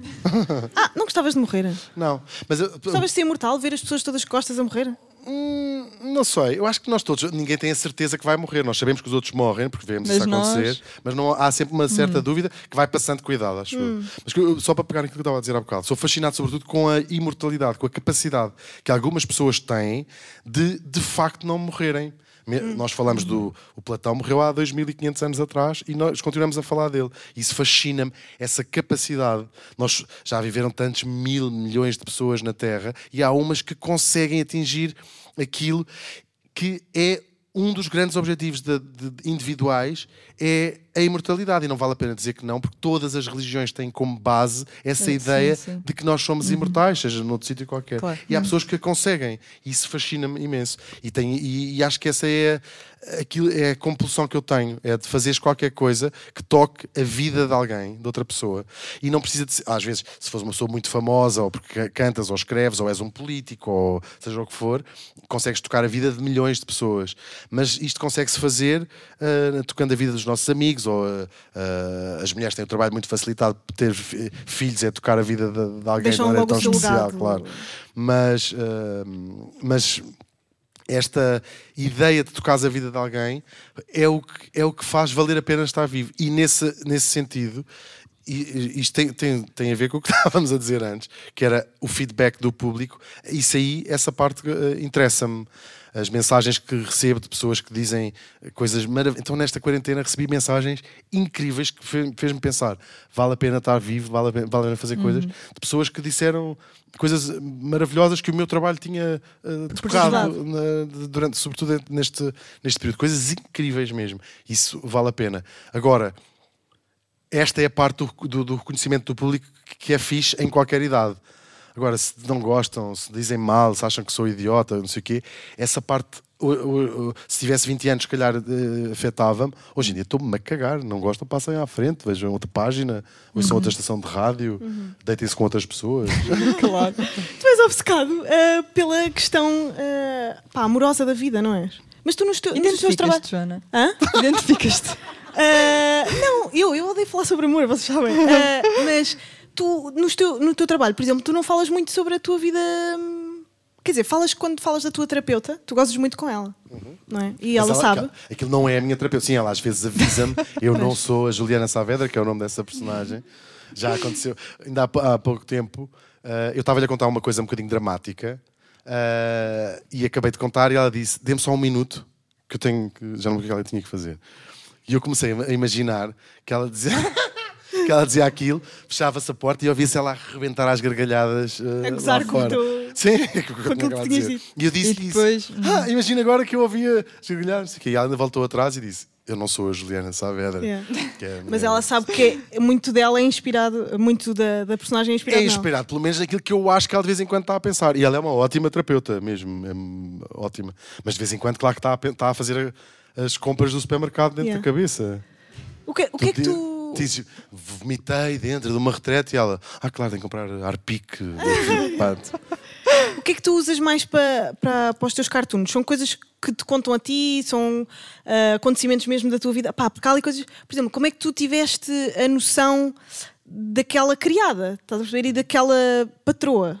Speaker 3: Ah, não gostavas de morrer?
Speaker 5: Não, mas eu-
Speaker 3: Gostavas de ser imortal, ver as pessoas todas costas a morrer?
Speaker 5: Hum, não sei, eu acho que nós todos, ninguém tem a certeza que vai morrer. Nós sabemos que os outros morrem, porque vemos
Speaker 4: Mas
Speaker 5: isso acontecer,
Speaker 4: nós-
Speaker 5: mas não, há sempre uma certa dúvida que vai passando cuidado, acho eu. Mas que eu- só para pegar aquilo que eu estava a dizer há bocado, sou fascinado sobretudo com a imortalidade, com a capacidade que algumas pessoas têm de de facto não morrerem. Me- Nós falamos do. O Platão morreu há 2500 anos atrás e nós continuamos a falar dele. Isso fascina-me, essa capacidade. Nós já viveram tantos mil milhões de pessoas na Terra e há umas que conseguem atingir aquilo que é um dos grandes objetivos de- de- de individuais é a imortalidade. E não vale a pena dizer que não, porque todas as religiões têm como base essa
Speaker 4: Sim,
Speaker 5: ideia
Speaker 4: sim. Uhum.
Speaker 5: de que nós somos imortais, seja noutro sítio qualquer.
Speaker 4: Claro.
Speaker 5: E há pessoas que a conseguem. Isso fascina-me imenso. E, tem, e, e acho que essa é, aquilo, é a compulsão que eu tenho: é de fazeres qualquer coisa que toque a vida de alguém, de outra pessoa. E não precisa de. ser- Às vezes, se fores uma pessoa muito famosa, ou porque ca- cantas, ou escreves, ou és um político, ou seja o que for, consegues tocar a vida de milhões de pessoas. Mas isto consegue-se fazer ah, tocando a vida dos nossos amigos, ou ah, ah, as mulheres têm o trabalho muito facilitado por ter fi- filhos, é tocar a vida de, de alguém
Speaker 3: Deixam
Speaker 5: não era
Speaker 3: logo
Speaker 5: tão
Speaker 3: o seu
Speaker 5: especial,
Speaker 3: legado.
Speaker 5: claro. Mas, ah, mas esta ideia de tocares a vida de alguém é o que, é o que faz valer a pena estar vivo. E nesse, nesse sentido, e- e isto tem, tem, tem a ver com o que estávamos a dizer antes, que era o feedback do público. Isso aí, essa parte eh, interessa-me. As mensagens que recebo de pessoas que dizem coisas maravilhosas. Então, nesta quarentena, recebi mensagens incríveis que fe- fez-me pensar: vale a pena estar vivo, vale a pena, vale a pena fazer coisas. De pessoas que disseram coisas eh, maravilhosas que o meu trabalho tinha eh, tocado
Speaker 3: Ajudado.
Speaker 5: na- de- durante, sobretudo neste, neste período. Coisas incríveis mesmo. Isso vale a pena. Agora, esta é a parte do, do- do reconhecimento do público que é fixe em qualquer idade. Agora, se não gostam, se dizem mal, se acham que sou idiota, não sei o quê, essa parte, o- o- o- se tivesse 20 anos, se calhar eh, afetava-me. Hoje em dia estou-me a cagar, não gostam, passem à frente, vejam outra página, ouçam outra estação de rádio, deitem-se com outras pessoas.
Speaker 4: Claro.
Speaker 3: Tu és obcecado ah, pela questão ah, pá, amorosa da vida, não és? Mas tu nos teus, dentro dos teus trabalhos.
Speaker 4: Identificas-te, Joana?
Speaker 3: Hã?
Speaker 4: Identificas-te?
Speaker 5: É
Speaker 3: Ah, não, eu, eu odeio falar sobre amor, vocês sabem. Ah, mas tu, nos teu- no teu trabalho, por exemplo, tu não falas muito sobre a tua vida. hum, Quer dizer, falas quando falas da tua terapeuta, tu gozas muito com ela, não é? E ela,
Speaker 5: Uhum. Mas
Speaker 3: sabe.
Speaker 5: aquilo- Aquilo não é a minha terapeuta. Sim, ela às vezes avisa-me. Eu não sou a Juliana Saavedra, que é o nome dessa personagem. Já aconteceu. Ainda há, pou- há pouco tempo, ah, eu estava-lhe a contar uma coisa um bocadinho dramática ah, e acabei de contar e ela disse: dê-me só um minuto, que eu tenho que. Já não me lembro o que ela tinha que fazer. E eu comecei a imaginar que ela dizia. Que ela dizia aquilo, fechava-se a porta e ouvia-se ela a arrebentar às gargalhadas. ah,
Speaker 3: A gozar
Speaker 5: lá
Speaker 3: com o
Speaker 5: fora.
Speaker 3: teu-
Speaker 5: Sim, com, com,
Speaker 3: aquilo que
Speaker 5: ela
Speaker 3: tinhas
Speaker 5: dizia.
Speaker 3: dito.
Speaker 5: E eu disse
Speaker 4: E depois,
Speaker 5: isso. Ah, imagina agora que eu ouvia Juliana, não sei o quê. E ela ainda voltou atrás e disse: Eu não sou a Juliana Saavedra.
Speaker 3: Yeah.
Speaker 5: que é a
Speaker 3: Mas
Speaker 5: minha-
Speaker 3: ela sabe que é- muito dela é inspirado, muito da, da personagem é inspirado.
Speaker 5: É
Speaker 3: nela.
Speaker 5: inspirado, pelo menos aquilo que eu acho que ela de vez em quando está a pensar. E ela é uma ótima terapeuta mesmo, é hum, ótima. Mas de vez em quando, claro que está a, pe- está a fazer a- as compras do supermercado dentro
Speaker 3: Yeah.
Speaker 5: da cabeça.
Speaker 3: O que, o que é que
Speaker 5: di-
Speaker 3: tu.
Speaker 5: dizes, vomitei dentro de uma retrete e ela, ah, claro, tem que comprar arpique. dentro do pato."
Speaker 3: O que é que tu usas mais para, para, para os teus cartoons? São coisas que te contam a ti? São ah, acontecimentos mesmo da tua vida? Pá, porque há ali coisas. Por exemplo, como é que tu tiveste a noção daquela criada, estás a perceber? E daquela patroa.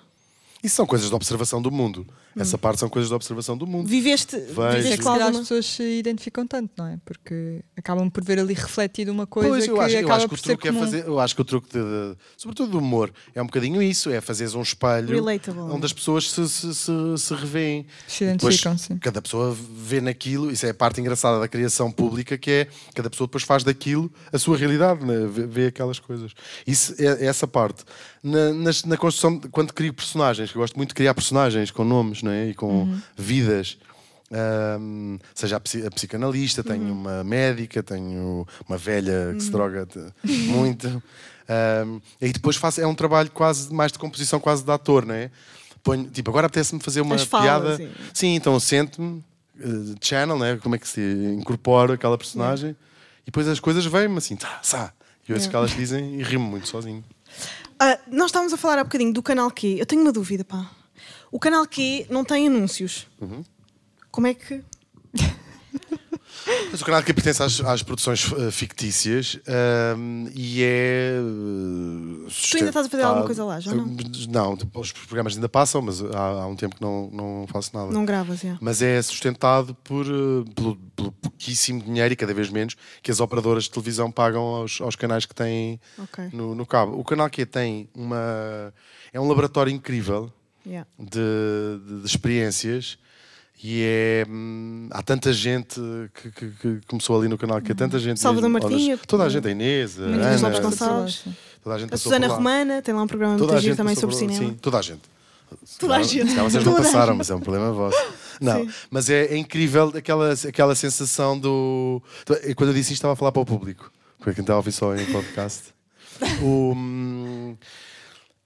Speaker 5: Isso são coisas de observação do mundo.
Speaker 3: Hum.
Speaker 5: Essa parte são coisas de observação do mundo.
Speaker 3: Viveste,
Speaker 5: Vejo.
Speaker 4: Mas é
Speaker 3: viveste com
Speaker 4: que se calhar as
Speaker 3: alguma...
Speaker 4: pessoas se identificam tanto, não é? Porque acabam por ver ali refletido uma coisa
Speaker 5: Pois,
Speaker 4: que
Speaker 5: eu acho, eu
Speaker 4: acaba
Speaker 5: acho que
Speaker 4: por
Speaker 5: o
Speaker 4: ser
Speaker 5: truque é
Speaker 4: comum.
Speaker 5: fazer, eu acho que o truque de, de- sobretudo do humor, é um bocadinho isso, é fazeres um espelho
Speaker 3: Relatable.
Speaker 5: onde as pessoas se, se, se, se revêem.
Speaker 4: Se
Speaker 5: E depois
Speaker 4: identificam, sim.
Speaker 5: Cada pessoa vê naquilo, isso é a parte engraçada da criação pública, que é cada pessoa depois faz daquilo a sua realidade, né? vê, vê aquelas coisas. Isso é, é essa parte. Na, nas- na construção, de- quando crio personagens, que eu gosto muito de criar personagens com nomes não é? e com
Speaker 3: Uhum.
Speaker 5: vidas. Ahm, seja a, psi- a psicanalista, tenho
Speaker 3: Uhum.
Speaker 5: uma médica, tenho uma velha que se droga te- muito. Ahm, e depois faço, é um trabalho quase mais de composição, quase de ator, não é? Ponho, tipo, agora apetece-me fazer uma
Speaker 3: As falas,
Speaker 5: piada.
Speaker 3: sim.
Speaker 5: Sim, então sento-me, eh, channel, né? como é que se incorpora aquela personagem, e depois as coisas vêm-me assim, tá, sá. E eu ouço o que elas dizem e rimo muito sozinho.
Speaker 3: Ah, nós estávamos a falar há bocadinho do canal Q. Eu tenho uma dúvida, pá. O canal Q não tem anúncios.
Speaker 5: Uhum.
Speaker 3: Como é que.
Speaker 5: Mas o canal que pertence às, às produções eh, fictícias ahm, e é. eh,
Speaker 3: Tu ainda estás a fazer alguma coisa lá, já não?
Speaker 5: Não, tipo, os programas ainda passam, mas há, há um tempo que não, não faço nada.
Speaker 3: Não gravas, é?
Speaker 5: mas é sustentado por, eh, pelo, pelo pouquíssimo dinheiro e cada vez menos que as operadoras de televisão pagam aos, aos canais que têm
Speaker 3: Ok.
Speaker 5: no, no cabo. O canal que tem uma é um laboratório incrível
Speaker 3: Yeah.
Speaker 5: de, de- de experiências e é hum, há tanta gente que, que- que começou ali no canal que há tanta gente
Speaker 3: Uhum. Salvador
Speaker 5: mesmo,
Speaker 3: Martinho,
Speaker 5: olhas- toda a gente a Inês, a
Speaker 3: Muitas
Speaker 5: Ana,
Speaker 3: Lopes Gonçalves.
Speaker 5: toda a gente
Speaker 3: A
Speaker 5: passou
Speaker 3: Susana
Speaker 5: por lá.
Speaker 3: Romana tem lá um programa
Speaker 5: toda
Speaker 3: muito
Speaker 5: a
Speaker 3: giro
Speaker 5: gente
Speaker 3: também
Speaker 5: passou
Speaker 3: sobre
Speaker 5: por lá.
Speaker 3: cinema.
Speaker 5: Sim, toda a gente
Speaker 3: Toda a
Speaker 5: Não,
Speaker 3: gente.
Speaker 5: se calhar vocês não
Speaker 3: Toda a
Speaker 5: passaram,
Speaker 3: gente.
Speaker 5: mas é um problema vosso. Não, mas é, é incrível aquela, aquela sensação do. Quando eu disse isto, estava a falar para o público, porque quem estava a ouvir só em podcast. O, hum,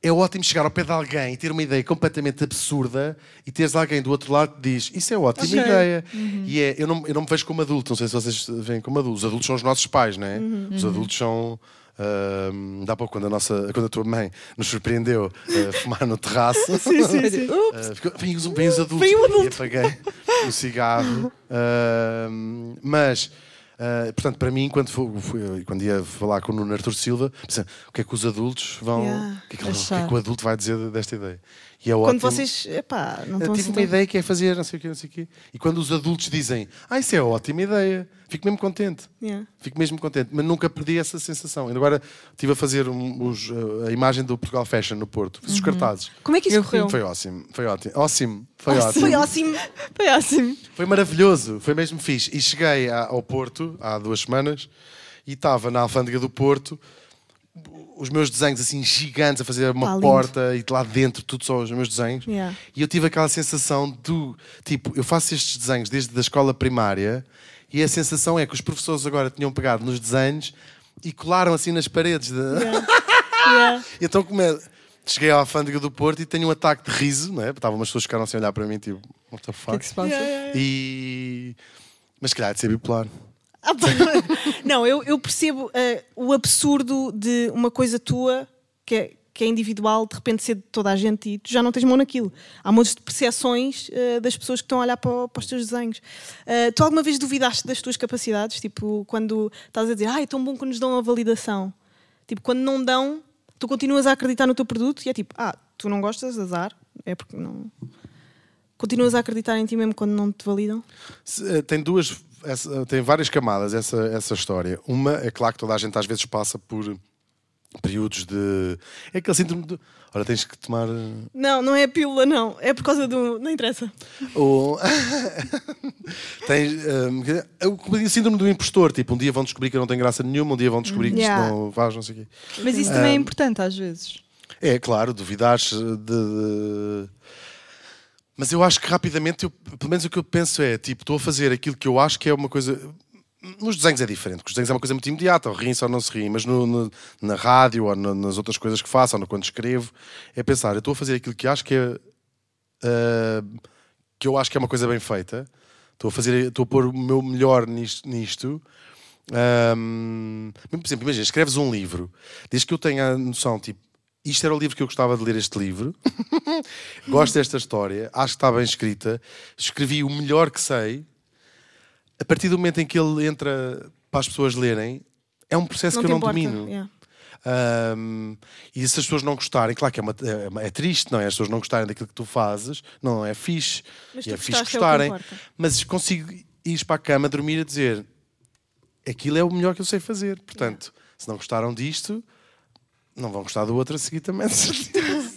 Speaker 5: é ótimo chegar ao pé de alguém e ter uma ideia completamente absurda e teres alguém do outro lado que diz isso é ótima
Speaker 4: Ok.
Speaker 5: ideia. E é, eu não, eu não me vejo como adulto, não sei se vocês veem como adultos. Os adultos são os nossos pais, não é? Os adultos são. hum, dá para quando a nossa quando a tua mãe nos surpreendeu a fumar no terraço
Speaker 4: Quer dizer, uh,
Speaker 5: Uh, ficou- vem, os, vem os adultos.
Speaker 3: vem o adulto.
Speaker 5: E apaguei o cigarro. Uh, mas, uh, portanto, para mim, quando, fui, fui- quando ia falar com o Nuno Artur Silva, pensei, o que é que os adultos vão.
Speaker 3: Yeah.
Speaker 5: O, que é que, eles- o que é
Speaker 4: Achar.
Speaker 5: que o adulto vai dizer desta ideia? E é
Speaker 3: Quando
Speaker 5: ótimo.
Speaker 3: vocês. Epá, não
Speaker 5: Eu
Speaker 3: estão
Speaker 5: tive
Speaker 3: assim
Speaker 5: uma
Speaker 3: tão-
Speaker 5: ideia que é fazer, não sei o quê, não sei o quê. E quando os adultos dizem, ah, isso é ótima ideia, fico mesmo contente.
Speaker 3: Yeah.
Speaker 5: Fico mesmo contente, mas nunca perdi essa sensação. Ainda agora estive a fazer um- os, uh, a imagem do Portugal Fashion no Porto, fiz os cartazes.
Speaker 3: Como é que isso
Speaker 4: Eu
Speaker 3: correu?
Speaker 5: Foi ótimo, foi ótimo. Ótimo, foi
Speaker 3: Ótimo.
Speaker 5: ótimo.
Speaker 3: Foi ótimo.
Speaker 4: foi assim.
Speaker 5: Foi maravilhoso, foi mesmo fixe. E cheguei a- ao Porto há duas semanas e estava na alfândega do Porto. Os meus desenhos assim gigantes a fazer
Speaker 3: Pá,
Speaker 5: uma
Speaker 3: lindo.
Speaker 5: porta e lá dentro tudo só os meus desenhos.
Speaker 3: Yeah.
Speaker 5: E eu tive aquela sensação do tipo, eu faço estes desenhos desde a escola primária e a sensação é que os professores agora tinham pegado nos desenhos e colaram assim nas paredes. da-
Speaker 3: Yeah.
Speaker 5: e Então como é- Cheguei à alfândega do Porto e tenho um ataque de riso, não é? Porque Estavam umas pessoas que ficaram sem olhar para mim, tipo, what the
Speaker 4: O que é
Speaker 5: fuck?
Speaker 4: que se passa?
Speaker 5: E. Mas se calhar de ser bipolar.
Speaker 3: Ah, pá. não, eu, eu percebo ah, o absurdo de uma coisa tua que é, que é individual, de repente ser de toda a gente e tu já não tens mão naquilo. Há montes de percepções ah, das pessoas que estão a olhar para, o- para os teus desenhos. Ah, tu alguma vez duvidaste das tuas capacidades? Tipo, quando estás a dizer, ah, é tão bom que nos dão a validação. Tipo, quando não dão, tu continuas a acreditar no teu produto e é tipo, ah, tu não gostas, azar. É porque não. Continuas a acreditar em ti mesmo quando não te validam?
Speaker 5: Se- eh, Tem duas. essa- eh, tem várias camadas essa, essa história. Uma, é claro que toda a gente às vezes passa por períodos de. É aquele síndrome de. Ora, tens que tomar. eh,
Speaker 3: Não, não é a pílula, não. É por causa do. Não interessa.
Speaker 5: Ou. um, tens. ehm, quer dizer, é o que diz o síndrome do impostor. Tipo, um dia vão descobrir que eu não tenho graça nenhuma, um dia vão descobrir que
Speaker 3: Yeah.
Speaker 5: isto não faz, não sei o quê.
Speaker 4: Mas isso
Speaker 5: Um.
Speaker 4: também é importante às vezes.
Speaker 5: É, claro, duvidares de, de- Mas eu acho que rapidamente, eu- pelo menos o que eu penso é, tipo, estou a fazer aquilo que eu acho que é uma coisa... Nos desenhos é diferente, porque os desenhos é uma coisa muito imediata, ou riem-se ou não se riem, mas no- no- na rádio ou no- nas outras coisas que faço, ou no, quando escrevo, é pensar, eu estou a fazer aquilo que acho que é ah, que eu acho que é uma coisa bem feita. Estou a fazer, estou a pôr o meu melhor nisto. nisto. Ahm, por exemplo, imagina, escreves um livro, desde que eu tenha a noção, tipo, isto era o livro que eu gostava de ler este livro, gosto desta história, acho que está bem escrita, escrevi o melhor que sei. A partir do momento em que ele entra para as pessoas lerem, é um processo que eu
Speaker 3: te
Speaker 5: não
Speaker 3: importa.
Speaker 5: domino.
Speaker 3: Yeah.
Speaker 5: Ah, Ahm, e se as pessoas não gostarem, claro que é, uma- é uma- é triste, não é? As pessoas não gostarem daquilo que tu fazes, não é fixe.
Speaker 3: Mas
Speaker 5: e
Speaker 3: tu
Speaker 5: é
Speaker 3: gostaste,
Speaker 5: fixe
Speaker 3: é o que
Speaker 5: gostarem.
Speaker 3: importa.
Speaker 5: Mas consigo ir para a cama dormir a dizer aquilo é o melhor que eu sei fazer. Portanto, se não gostaram disto, não vão gostar do outro a seguir também. de certeza.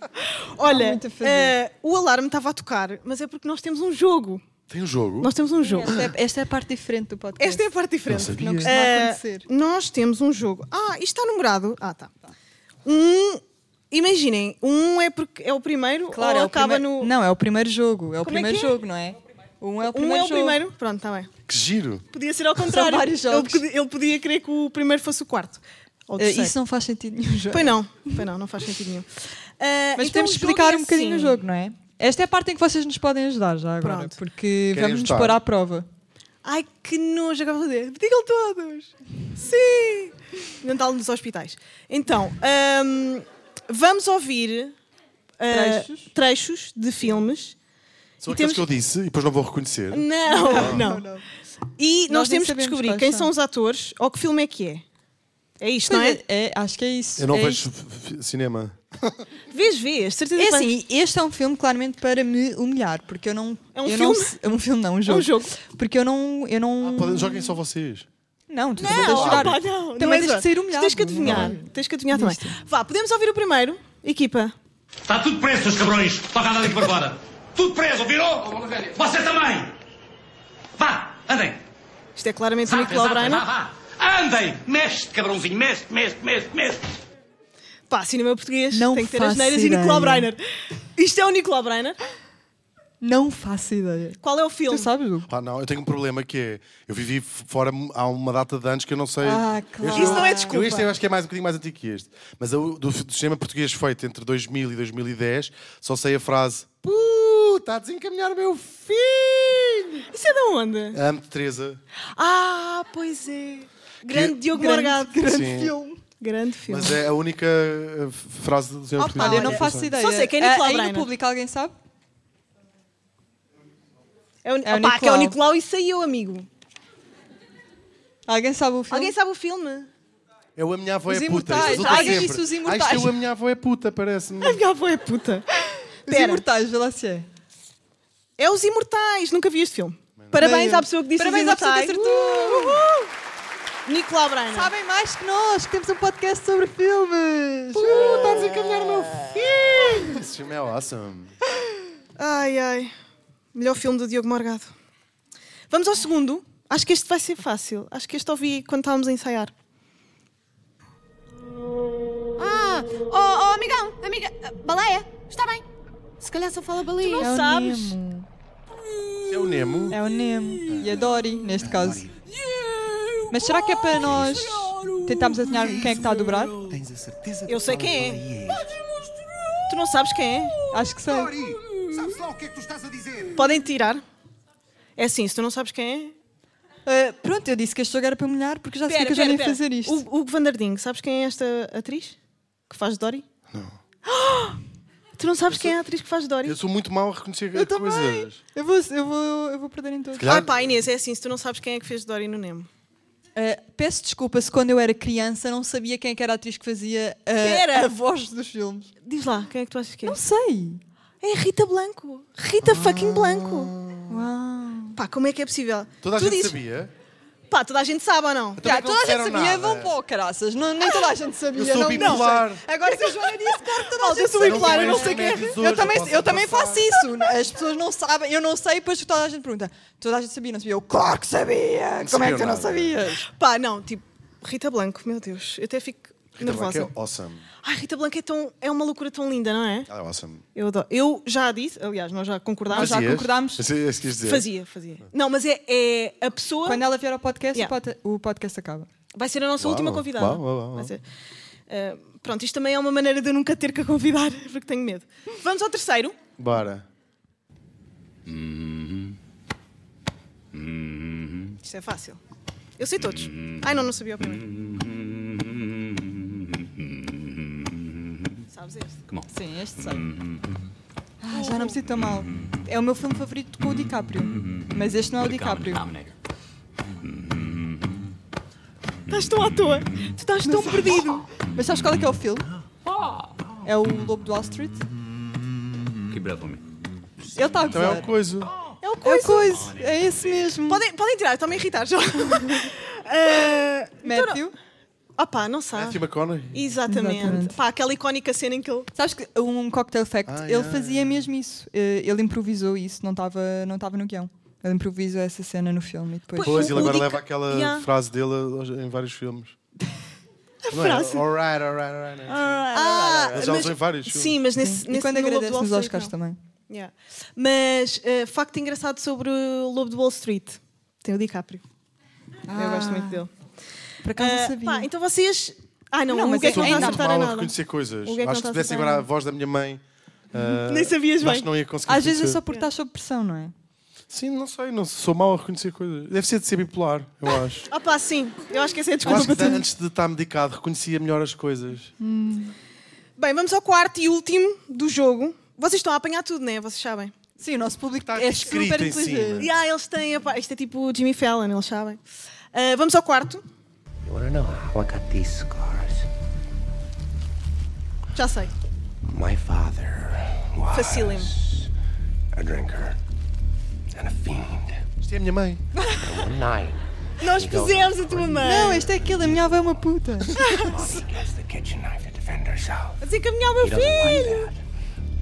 Speaker 4: Há
Speaker 3: Olha,
Speaker 4: muito a fazer.
Speaker 3: eh, o alarme estava a tocar, mas é porque nós temos um jogo.
Speaker 5: Tem um jogo.
Speaker 3: Nós temos um jogo.
Speaker 4: Esta é, esta é a parte diferente do podcast.
Speaker 3: Esta é a parte diferente.
Speaker 5: Não sabia.
Speaker 4: Não costuma
Speaker 3: Eh,
Speaker 4: acontecer.
Speaker 3: nós temos um jogo. Ah, isto está numerado. Ah, tá. Um, imaginem, um é porque é o primeiro ou
Speaker 4: é o
Speaker 3: acaba
Speaker 4: primeiro-
Speaker 3: no.
Speaker 4: Não, é o primeiro jogo. É o
Speaker 3: Como é
Speaker 4: primeiro
Speaker 3: que é?
Speaker 4: jogo, não é? Um é o
Speaker 3: um
Speaker 4: primeiro
Speaker 3: é o
Speaker 4: jogo.
Speaker 3: primeiro. Pronto, está bem.
Speaker 5: Que giro.
Speaker 3: Podia ser ao contrário.
Speaker 4: vários jogos.
Speaker 3: Ele, podia, ele podia querer que o primeiro fosse o quarto. Ou o
Speaker 4: Eh,
Speaker 3: terceiro.
Speaker 4: isso não faz sentido nenhum jogo.
Speaker 3: Pois não, pois não, não faz sentido nenhum. Eh,
Speaker 4: Mas
Speaker 3: então
Speaker 4: temos
Speaker 3: o
Speaker 4: que
Speaker 3: jogo
Speaker 4: explicar
Speaker 3: é
Speaker 4: um bocadinho o
Speaker 3: assim.
Speaker 4: jogo, não é? Esta é a parte em que vocês nos podem ajudar já agora,
Speaker 3: Pronto.
Speaker 4: porque
Speaker 5: Querem
Speaker 4: vamos nos
Speaker 5: ajudar?
Speaker 4: pôr à prova.
Speaker 3: Ai, que nojo, acabo de fazer. Digam todos! Sim! Natal nos hospitais. Então, hum, vamos ouvir ah,
Speaker 4: Trechos.
Speaker 3: trechos de filmes.
Speaker 5: São
Speaker 3: E temos-
Speaker 5: aqueles
Speaker 3: Hum,
Speaker 5: que eu disse e depois não vou reconhecer.
Speaker 3: Não, não. E nós,
Speaker 4: Nós nem
Speaker 3: temos que
Speaker 4: sabemos
Speaker 3: descobrir
Speaker 4: quais
Speaker 3: quem
Speaker 4: são.
Speaker 3: são os atores ou que filme é que é. É isto,
Speaker 4: Pois
Speaker 3: não é?
Speaker 4: é, é, acho que é isso.
Speaker 5: Eu não
Speaker 4: é
Speaker 5: vejo
Speaker 4: isto.
Speaker 5: f- f- cinema.
Speaker 3: Vês, vês, certeza
Speaker 4: É
Speaker 3: que vais-
Speaker 4: assim, este é um filme claramente para me humilhar, porque eu não.
Speaker 3: É um
Speaker 4: eu
Speaker 3: filme?
Speaker 4: Não, se- é um filme, não, um jogo.
Speaker 3: jogo.
Speaker 4: Porque eu não. Eu não,
Speaker 5: Podem- Joguem só vocês.
Speaker 4: não, tu
Speaker 3: Não,
Speaker 4: também tens de jogar.
Speaker 3: opa, não, não
Speaker 4: também
Speaker 3: é
Speaker 4: tens
Speaker 3: só.
Speaker 4: de ser humilhado.
Speaker 3: Tens que adivinhar,
Speaker 4: não é?
Speaker 3: tens que adivinhar também. Vá, podemos ouvir o primeiro, equipa.
Speaker 6: Está tudo preso, seus cabrões. Toca andar daqui para fora. Tudo preso, virou? Você também. Vá, andem.
Speaker 3: Isto é claramente o
Speaker 6: Vá,
Speaker 3: Nicolau
Speaker 6: exato,
Speaker 3: Brainer.
Speaker 6: Vá, vá. Andem. Mexe-te, cabrãozinho. Mexe-te, mexe-te, mexe-te, mexe-te.
Speaker 3: Pá, cinema português
Speaker 4: Não
Speaker 3: tem que ter
Speaker 4: faço
Speaker 3: as neiras e
Speaker 4: ideia.
Speaker 3: Nicolau Breiner. Isto é o Nicolau Breiner.
Speaker 4: Não faço ideia.
Speaker 3: Qual é o filme?
Speaker 4: Tu sabes, Hugo?
Speaker 5: Ah, não, eu tenho um problema que é. Eu vivi f- fora m- há uma data de anos que eu não sei.
Speaker 4: Ah,
Speaker 5: Este
Speaker 4: claro.
Speaker 3: Isso não é
Speaker 5: eu-
Speaker 3: desculpa.
Speaker 5: Este eu acho que é mais um bocadinho mais antigo que este. Mas eu, do, do cinema português feito entre 2000 e 2010, só sei a frase: Puh, está a desencaminhar o meu filho!
Speaker 3: Isso é de onde?
Speaker 5: Amo-te, Teresa.
Speaker 3: Ah, pois é. Grande
Speaker 5: Que-
Speaker 3: Diogo
Speaker 4: Grande-
Speaker 3: Morgado.
Speaker 5: Sim.
Speaker 3: filme. Grande filme.
Speaker 5: Mas é a única eh, f- frase do cinema
Speaker 3: Opa,
Speaker 5: português.
Speaker 4: Olha, eu
Speaker 5: que
Speaker 4: não
Speaker 5: sei.
Speaker 4: faço ideia.
Speaker 3: Só sei que é
Speaker 4: Ah,
Speaker 3: Nicolau
Speaker 4: aí no
Speaker 3: Breiner.
Speaker 4: público alguém sabe?
Speaker 3: É o,
Speaker 4: é o
Speaker 3: Opá, que é o
Speaker 4: Nicolau.
Speaker 3: Nicolau e saiu, amigo.
Speaker 4: Alguém sabe o filme?
Speaker 3: Alguém sabe o filme?
Speaker 5: É o A Minha Avó
Speaker 4: Os
Speaker 5: é Puta.
Speaker 4: Imortais.
Speaker 5: resulta
Speaker 4: Ai,
Speaker 5: sempre.
Speaker 4: disse Os
Speaker 5: Ah, isto
Speaker 4: Imortais.
Speaker 5: é o A Minha Avó é Puta, parece-me.
Speaker 3: A minha avó é puta.
Speaker 4: Os
Speaker 3: Pera.
Speaker 4: Imortais, vê lá se é.
Speaker 3: É Os Imortais. Nunca vi este filme. Parabéns
Speaker 4: Bem,
Speaker 3: à pessoa que disse
Speaker 4: parabéns
Speaker 3: Os
Speaker 4: à pessoa que
Speaker 3: Imortais.
Speaker 4: acertou.
Speaker 3: Uhul. Nicolau Breiner.
Speaker 4: Sabem mais que nós, que temos um podcast sobre filmes.
Speaker 5: Uh,
Speaker 4: tá
Speaker 5: está a desencaminhar o meu filho! Esse filme é awesome.
Speaker 3: Ai, ai. Melhor filme do Diogo Morgado. Vamos ao segundo. Acho que este vai ser fácil. Acho que este ouvi quando estávamos a ensaiar.
Speaker 7: Ah, oh, oh, amigão, amiga, ah, baleia, está bem. Se calhar só fala baleia. Oh,
Speaker 4: É o
Speaker 3: Sabes?
Speaker 4: Nemo.
Speaker 5: É o Nemo.
Speaker 4: É o Nemo. E a Dory, neste caso. Mas será que é para nós tentarmos adivinhar quem é que está a dobrar?
Speaker 2: Tens a certeza
Speaker 3: Eu sei quem é. Tu não sabes quem é?
Speaker 4: Acho que sei.
Speaker 3: Podem tirar. É assim, se tu não sabes quem é.
Speaker 4: Ah, pronto, eu disse que este jogo era para molhar porque já sei que eu já nem ia fazer isto.
Speaker 3: Hugo Hugo Van der Ding, sabes quem é esta atriz que faz Dory? Não. Tu não sabes quem é a atriz que faz Dory?
Speaker 5: Eu sou muito mau a reconhecer
Speaker 4: Eu também.
Speaker 5: coisas.
Speaker 4: Eu vou, eu, vou, eu vou perder em todos.
Speaker 3: Ai pá, Inês, é assim, se tu não sabes quem é que fez Dory no Nemo.
Speaker 4: Ah, peço desculpa se quando eu era criança não sabia quem é que era a atriz que fazia ah,
Speaker 3: Pera.
Speaker 4: a voz dos filmes.
Speaker 3: Diz lá, quem é que tu achas que é?
Speaker 4: Não sei.
Speaker 3: É Rita Blanco. Rita fucking Blanco.
Speaker 4: Uau.
Speaker 3: Pá, como é que é possível?
Speaker 5: Toda a
Speaker 3: tu
Speaker 5: gente
Speaker 3: dizes-
Speaker 5: sabia?
Speaker 3: Pá, toda a gente sabe ou não?
Speaker 5: Também
Speaker 4: Já,
Speaker 5: que
Speaker 4: toda
Speaker 5: não
Speaker 4: a gente
Speaker 5: disseram
Speaker 4: sabia,
Speaker 5: nada.
Speaker 4: vão para o caraças. Não, nem toda a gente sabia.
Speaker 5: Eu sou
Speaker 4: não, não.
Speaker 5: bipolar.
Speaker 4: Agora se a Joana disse, claro, toda a
Speaker 3: Malta,
Speaker 4: gente
Speaker 3: eu sou
Speaker 4: sabia.
Speaker 3: bipolar, eu não
Speaker 5: Mas
Speaker 3: sei quem é.
Speaker 5: remédios hoje,
Speaker 4: Eu também,
Speaker 5: posso
Speaker 4: eu também
Speaker 5: passar.
Speaker 4: faço isso. As pessoas não sabem, eu não sei, depois toda a gente pergunta. Toda a gente sabia, não sabia. Eu, claro que sabia. Como é que tu não
Speaker 5: nada.
Speaker 4: sabias?
Speaker 3: Pá, não, tipo, Rita Blanco, meu Deus, eu até fico
Speaker 5: Rita Blanco
Speaker 3: nervosa.
Speaker 5: é awesome.
Speaker 3: Ai, Rita Blanco é, tão, é uma loucura tão linda, não é?
Speaker 5: Ela é awesome.
Speaker 3: Eu adoro. Eu já disse, aliás, nós Ah, já concordámos.
Speaker 4: já
Speaker 5: Fazias?
Speaker 4: concordámos.
Speaker 5: Eu sei- eu sei o é que quis dizer.
Speaker 3: Fazia, fazia. Não, mas é, é a pessoa.
Speaker 4: Quando ela vier ao podcast,
Speaker 3: Yeah.
Speaker 4: o pod- o podcast acaba.
Speaker 3: Vai ser a nossa
Speaker 5: Uau,
Speaker 3: última convidada.
Speaker 5: uau, uau, uau.
Speaker 3: Vai ser. Ah, pronto, isto também é uma maneira de eu nunca ter que a convidar, porque tenho medo. Vamos ao terceiro.
Speaker 5: Bora.
Speaker 3: Isto é fácil. Eu sei todos. Ai, não, não sabia o primeiro. Sabes este?
Speaker 4: Sim, este
Speaker 5: Hum.
Speaker 4: sei. Ah, já não me sinto tão mal. É o meu filme favorito com o DiCaprio. Mas este não é o DiCaprio.
Speaker 3: Estás tão à toa. Tu estás tão perdido.
Speaker 4: Mas sabes qual é que é o filme?
Speaker 5: Ah.
Speaker 4: É o Lobo do Wall Street. Ele está a
Speaker 5: Então é
Speaker 4: gozar.
Speaker 5: uma coisa.
Speaker 3: É o
Speaker 4: É o
Speaker 3: coisa.
Speaker 4: coisa, é esse mesmo.
Speaker 3: Podem, podem tirar, estão-me a irritar já. Ah,
Speaker 4: Matthew.
Speaker 3: opá, não sabe.
Speaker 5: Matthew É McConaughey.
Speaker 3: Exatamente.
Speaker 4: Exatamente.
Speaker 3: Pá, aquela icónica cena em que ele.
Speaker 4: Sabes que um cocktail fact,
Speaker 5: Ah,
Speaker 4: ele
Speaker 5: yeah,
Speaker 4: fazia mesmo isso. Eh, Ele improvisou isso, não estava não estava no guião. Ele improvisou essa cena no filme e depois.
Speaker 5: Pois,
Speaker 3: O-
Speaker 5: ele
Speaker 3: o
Speaker 5: agora
Speaker 3: Dick-
Speaker 5: leva aquela
Speaker 3: Yeah.
Speaker 5: frase dele aos- em vários filmes. Não
Speaker 3: frase?
Speaker 5: É? Alright, alright, alright.
Speaker 4: é
Speaker 3: Ah,
Speaker 5: Ele já usou em vários filmes.
Speaker 3: Sim, mas nesse.
Speaker 4: E
Speaker 3: nesse
Speaker 4: quando
Speaker 3: no Lobo
Speaker 4: agradece
Speaker 3: do Wall
Speaker 4: nos
Speaker 3: Street,
Speaker 4: Oscars
Speaker 3: não.
Speaker 4: também.
Speaker 3: Yeah. Mas, ah, facto engraçado sobre o Lobo de Wall Street: tem o DiCaprio.
Speaker 4: Ah.
Speaker 3: Eu gosto muito dele.
Speaker 4: Por acaso
Speaker 3: Ah,
Speaker 4: eu sabia.
Speaker 3: pá, então vocês. Ah, não,
Speaker 4: Não,
Speaker 3: o
Speaker 4: mas
Speaker 3: Hugo é que
Speaker 4: eu
Speaker 3: não
Speaker 4: sou
Speaker 3: está a
Speaker 5: muito
Speaker 3: acertar a
Speaker 5: mal a
Speaker 3: nada.
Speaker 5: reconhecer coisas.
Speaker 3: O que é que não
Speaker 5: Acho
Speaker 3: está
Speaker 5: que se
Speaker 3: a
Speaker 5: tivesse
Speaker 3: acertar
Speaker 5: agora a
Speaker 3: nada?
Speaker 5: voz da minha mãe. ah,
Speaker 3: Nem sabias
Speaker 5: acho
Speaker 3: bem.
Speaker 5: que não ia conseguir.
Speaker 4: Às vezes é
Speaker 5: reconhecer.
Speaker 4: só porque estás sob pressão, não é?
Speaker 5: Sim, não sei, não sou mau a reconhecer coisas. Deve ser de ser bipolar, eu acho.
Speaker 3: Ah, pá, sim. Eu acho que essa é a
Speaker 5: Eu
Speaker 3: desculpa
Speaker 5: acho
Speaker 3: para
Speaker 5: que
Speaker 3: tudo.
Speaker 5: antes de estar medicado reconhecia melhor as coisas.
Speaker 3: Bem, vamos ao quarto e último do jogo. Vocês estão a apanhar tudo, né? Vocês sabem.
Speaker 4: Sim, o nosso público
Speaker 5: Está
Speaker 4: é
Speaker 5: Tá escrito
Speaker 4: super
Speaker 5: em cima.
Speaker 4: inteligente.
Speaker 3: E ah, eles têm. epá, isto é tipo o Jimmy Fallon, eles sabem. Ah, vamos ao quarto.
Speaker 8: You wanna know how I got these scars?
Speaker 3: Já sei.
Speaker 8: My father was
Speaker 3: Facílimo.
Speaker 8: a drinker and a fiend.
Speaker 5: Isto é a minha mãe.
Speaker 8: One night,
Speaker 3: Nós pusemos a tua mãe.
Speaker 4: Não, este é aquele, a minha avó é uma puta.
Speaker 8: mommy gets the kitchen knife to defend herself.
Speaker 3: Mas encaminhar o meu
Speaker 8: He doesn't like
Speaker 3: filho.
Speaker 4: né?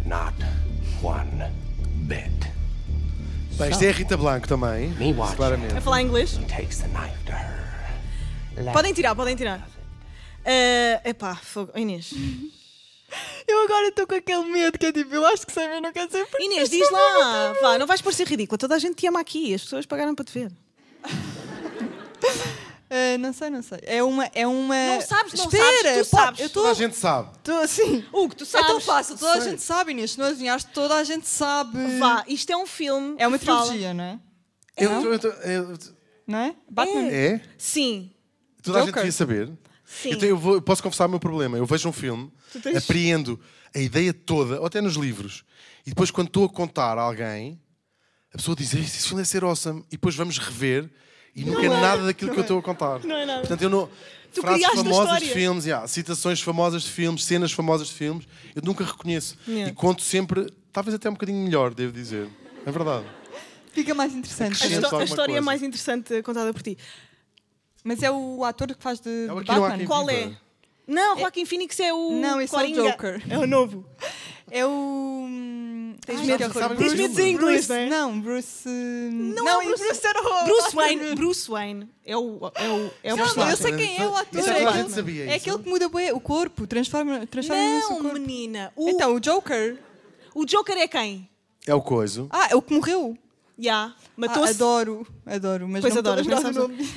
Speaker 8: that. Not one bit.
Speaker 5: Bem, isto é a Rita Blanco também.
Speaker 8: Me watching.
Speaker 5: Claramente.
Speaker 3: A falar inglês?
Speaker 8: Takes the knife to her.
Speaker 3: Podem tirar, podem tirar. Ah, epá, fogo. Oh, Inês.
Speaker 4: Eu agora estou com aquele medo que é tipo, eu acho que sei, mas não quero dizer porque.
Speaker 3: Inês, diz lá. Vá, não vais parecer ridícula. Toda a gente te ama aqui. As pessoas pagaram para te ver.
Speaker 4: Ah, não sei, não sei. É uma. É uma...
Speaker 3: Não sabes, não
Speaker 4: Espera,
Speaker 3: sabes, tu
Speaker 4: pá,
Speaker 3: sabes.
Speaker 4: Eu estou
Speaker 5: Toda a gente sabe.
Speaker 4: Estou assim.
Speaker 3: Hugo, tu
Speaker 4: É tão
Speaker 3: sabes.
Speaker 4: fácil, toda a gente sabe, Inês. Se não adivinhaste, toda a gente sabe.
Speaker 3: Vá, isto é um filme.
Speaker 4: É uma
Speaker 3: que fala-
Speaker 4: trilogia, não é?
Speaker 5: Eu- eu-
Speaker 3: Então?
Speaker 5: eu-
Speaker 4: Não é? Batman.
Speaker 5: É?
Speaker 3: Sim.
Speaker 5: Toda a gente
Speaker 4: Joker.
Speaker 5: devia saber. Então
Speaker 3: Sim.
Speaker 5: Eu, tenho- eu vou- eu posso confessar o meu problema. Eu vejo um filme,
Speaker 3: Tu tens-
Speaker 5: apreendo a ideia toda, ou até nos livros, e depois, quando estou a contar a alguém, a pessoa diz: "Ei, Esse filme é ser awesome, e depois vamos rever, e nunca é nada daquilo que eu estou a contar.
Speaker 3: Não é nada.
Speaker 5: Portanto, eu não.
Speaker 3: Tu
Speaker 5: Frases
Speaker 3: criaste a
Speaker 5: famosas de
Speaker 3: história.
Speaker 5: filmes, yeah, citações famosas de filmes, cenas famosas de filmes, eu nunca reconheço.
Speaker 3: Yeah.
Speaker 5: E conto sempre, talvez até um bocadinho melhor, devo dizer. É verdade.
Speaker 4: Fica mais interessante.
Speaker 3: A,
Speaker 5: Sim,
Speaker 3: histó-
Speaker 5: só
Speaker 3: a
Speaker 5: alguma
Speaker 3: história é
Speaker 5: coisa.
Speaker 3: mais interessante contada por ti.
Speaker 4: Mas é o ator que faz de,
Speaker 5: É o
Speaker 4: de
Speaker 5: Aqui Não Há
Speaker 4: Batman.
Speaker 5: Quem
Speaker 3: Qual
Speaker 5: Viva.
Speaker 3: é? Não, Joaquin Phoenix é o.
Speaker 4: Não, esse é o
Speaker 3: Coringa.
Speaker 4: Joker.
Speaker 3: É o novo.
Speaker 4: É o. hum, Tens
Speaker 5: medo de saber
Speaker 4: Bruce,
Speaker 5: os nomes.
Speaker 4: Bruce,
Speaker 3: Tens medo de inglês, não é?
Speaker 4: Não, Bruce. hum, Não,
Speaker 3: é o
Speaker 4: e
Speaker 3: Bruce-
Speaker 4: era o.
Speaker 3: Bruce Wayne. Bruce Wayne. É o. É o. É o
Speaker 4: Não,
Speaker 3: personagem.
Speaker 4: eu sei quem é o ator.
Speaker 5: Isso é
Speaker 4: é
Speaker 5: toda a
Speaker 4: aquele-
Speaker 5: gente sabia,
Speaker 4: é aquele
Speaker 5: isso.
Speaker 4: que muda bué o corpo, transforma, transforma imenso o
Speaker 3: Não,
Speaker 4: corpo.
Speaker 3: menina. O,
Speaker 4: Então, o Joker.
Speaker 3: o Joker é quem?
Speaker 5: É o coiso.
Speaker 4: Ah, é o que morreu.
Speaker 3: Já.
Speaker 4: Ah,
Speaker 3: Matou-se.
Speaker 4: adoro, adoro, mas
Speaker 3: Pois
Speaker 4: não
Speaker 3: adoras,
Speaker 4: não
Speaker 3: não sabes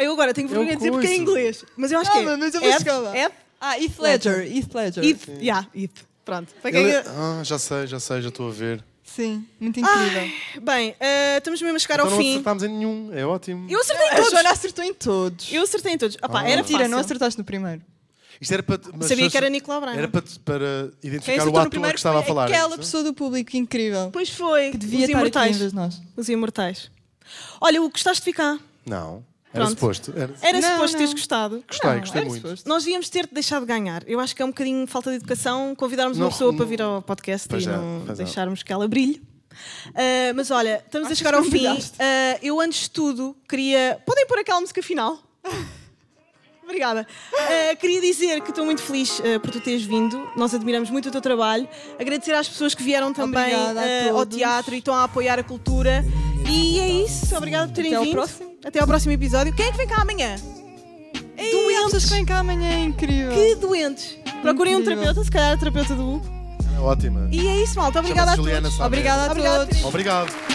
Speaker 3: eu agora tenho vergonha de dizer porque é em
Speaker 5: coiso.
Speaker 3: inglês. Mas eu acho que é.
Speaker 4: Calma, mas eu vou
Speaker 3: Ed-
Speaker 4: chegar lá.
Speaker 3: Ed-
Speaker 4: Ah, Heath Ledger, Heath Ledger.
Speaker 3: Ed- yeah, Ed. Pronto. Para quem
Speaker 5: Ele-
Speaker 3: é-
Speaker 5: Ah, já sei, já sei, já estou a ver.
Speaker 4: Sim, muito incrível.
Speaker 3: Bem, eh, estamos mesmo a chegar
Speaker 5: Então
Speaker 3: ao
Speaker 5: não
Speaker 3: fim.
Speaker 5: acertámos em nenhum, é ótimo.
Speaker 3: Eu acertei Ah, em
Speaker 4: A Ah, Joana
Speaker 3: todos.
Speaker 4: acertou em todos.
Speaker 3: Eu acertei em todos. Opá, Ah, era
Speaker 4: Ah, Mentira,
Speaker 3: fácil.
Speaker 4: não acertaste no primeiro.
Speaker 5: Isto era para. mas
Speaker 3: Sabia
Speaker 5: se-
Speaker 3: que era Nicolau Braga.
Speaker 5: Era para, para
Speaker 4: Quem
Speaker 5: identificar o
Speaker 4: acertou então no
Speaker 5: ator
Speaker 4: primeiro
Speaker 5: que estava a
Speaker 4: foi
Speaker 5: falar. é
Speaker 4: aquela
Speaker 5: isso?
Speaker 4: pessoa do público incrível
Speaker 3: Pois foi.
Speaker 4: que devia
Speaker 3: Os
Speaker 4: estar aqui um
Speaker 3: imortais.
Speaker 4: em vez de nós.
Speaker 3: Os imortais. Olha, o gostaste de ficar?
Speaker 5: Não. Era
Speaker 3: Pronto.
Speaker 5: suposto. Era,
Speaker 3: Era
Speaker 4: Não,
Speaker 3: suposto
Speaker 4: não.
Speaker 3: teres gostado.
Speaker 5: gostei,
Speaker 4: Não,
Speaker 5: gostei
Speaker 4: era
Speaker 5: muito.
Speaker 4: suposto.
Speaker 3: Nós devíamos ter-te deixado ganhar. Eu acho que é um bocadinho falta de educação convidarmos uma
Speaker 5: Não,
Speaker 3: pessoa
Speaker 5: não-
Speaker 3: para vir ao podcast
Speaker 5: Pois
Speaker 3: e
Speaker 5: é,
Speaker 3: não
Speaker 5: pois é.
Speaker 3: deixarmos que ela brilhe. Ah, mas olha, estamos a chegar ao
Speaker 4: que
Speaker 3: fim.
Speaker 4: brilhaste.
Speaker 3: Ah, eu, antes de tudo, queria. Podem pôr aquela música final? Obrigada. Ah, queria dizer que estou muito feliz ah, por tu teres vindo. Nós admiramos muito o teu trabalho. Agradecer às pessoas que vieram também
Speaker 4: Obrigada a
Speaker 3: ah, ao
Speaker 4: todos.
Speaker 3: teatro e estão a apoiar a cultura. E é isso. Obrigada por terem
Speaker 4: Até ao
Speaker 3: vindo.
Speaker 4: próximo.
Speaker 3: Até ao próximo episódio. Quem é que vem cá amanhã?
Speaker 4: Ei, há pessoas que vêm cá amanhã, é incrível.
Speaker 3: Que doentes! Procurem um
Speaker 4: Incrível.
Speaker 3: terapeuta, se calhar a terapeuta do Hugo.
Speaker 5: Ótima.
Speaker 3: E é isso, malta. Obrigada a
Speaker 5: Juliana
Speaker 3: todos.
Speaker 5: Sá.
Speaker 4: Obrigada a
Speaker 3: Obrigada a
Speaker 4: todos.
Speaker 5: Obrigado.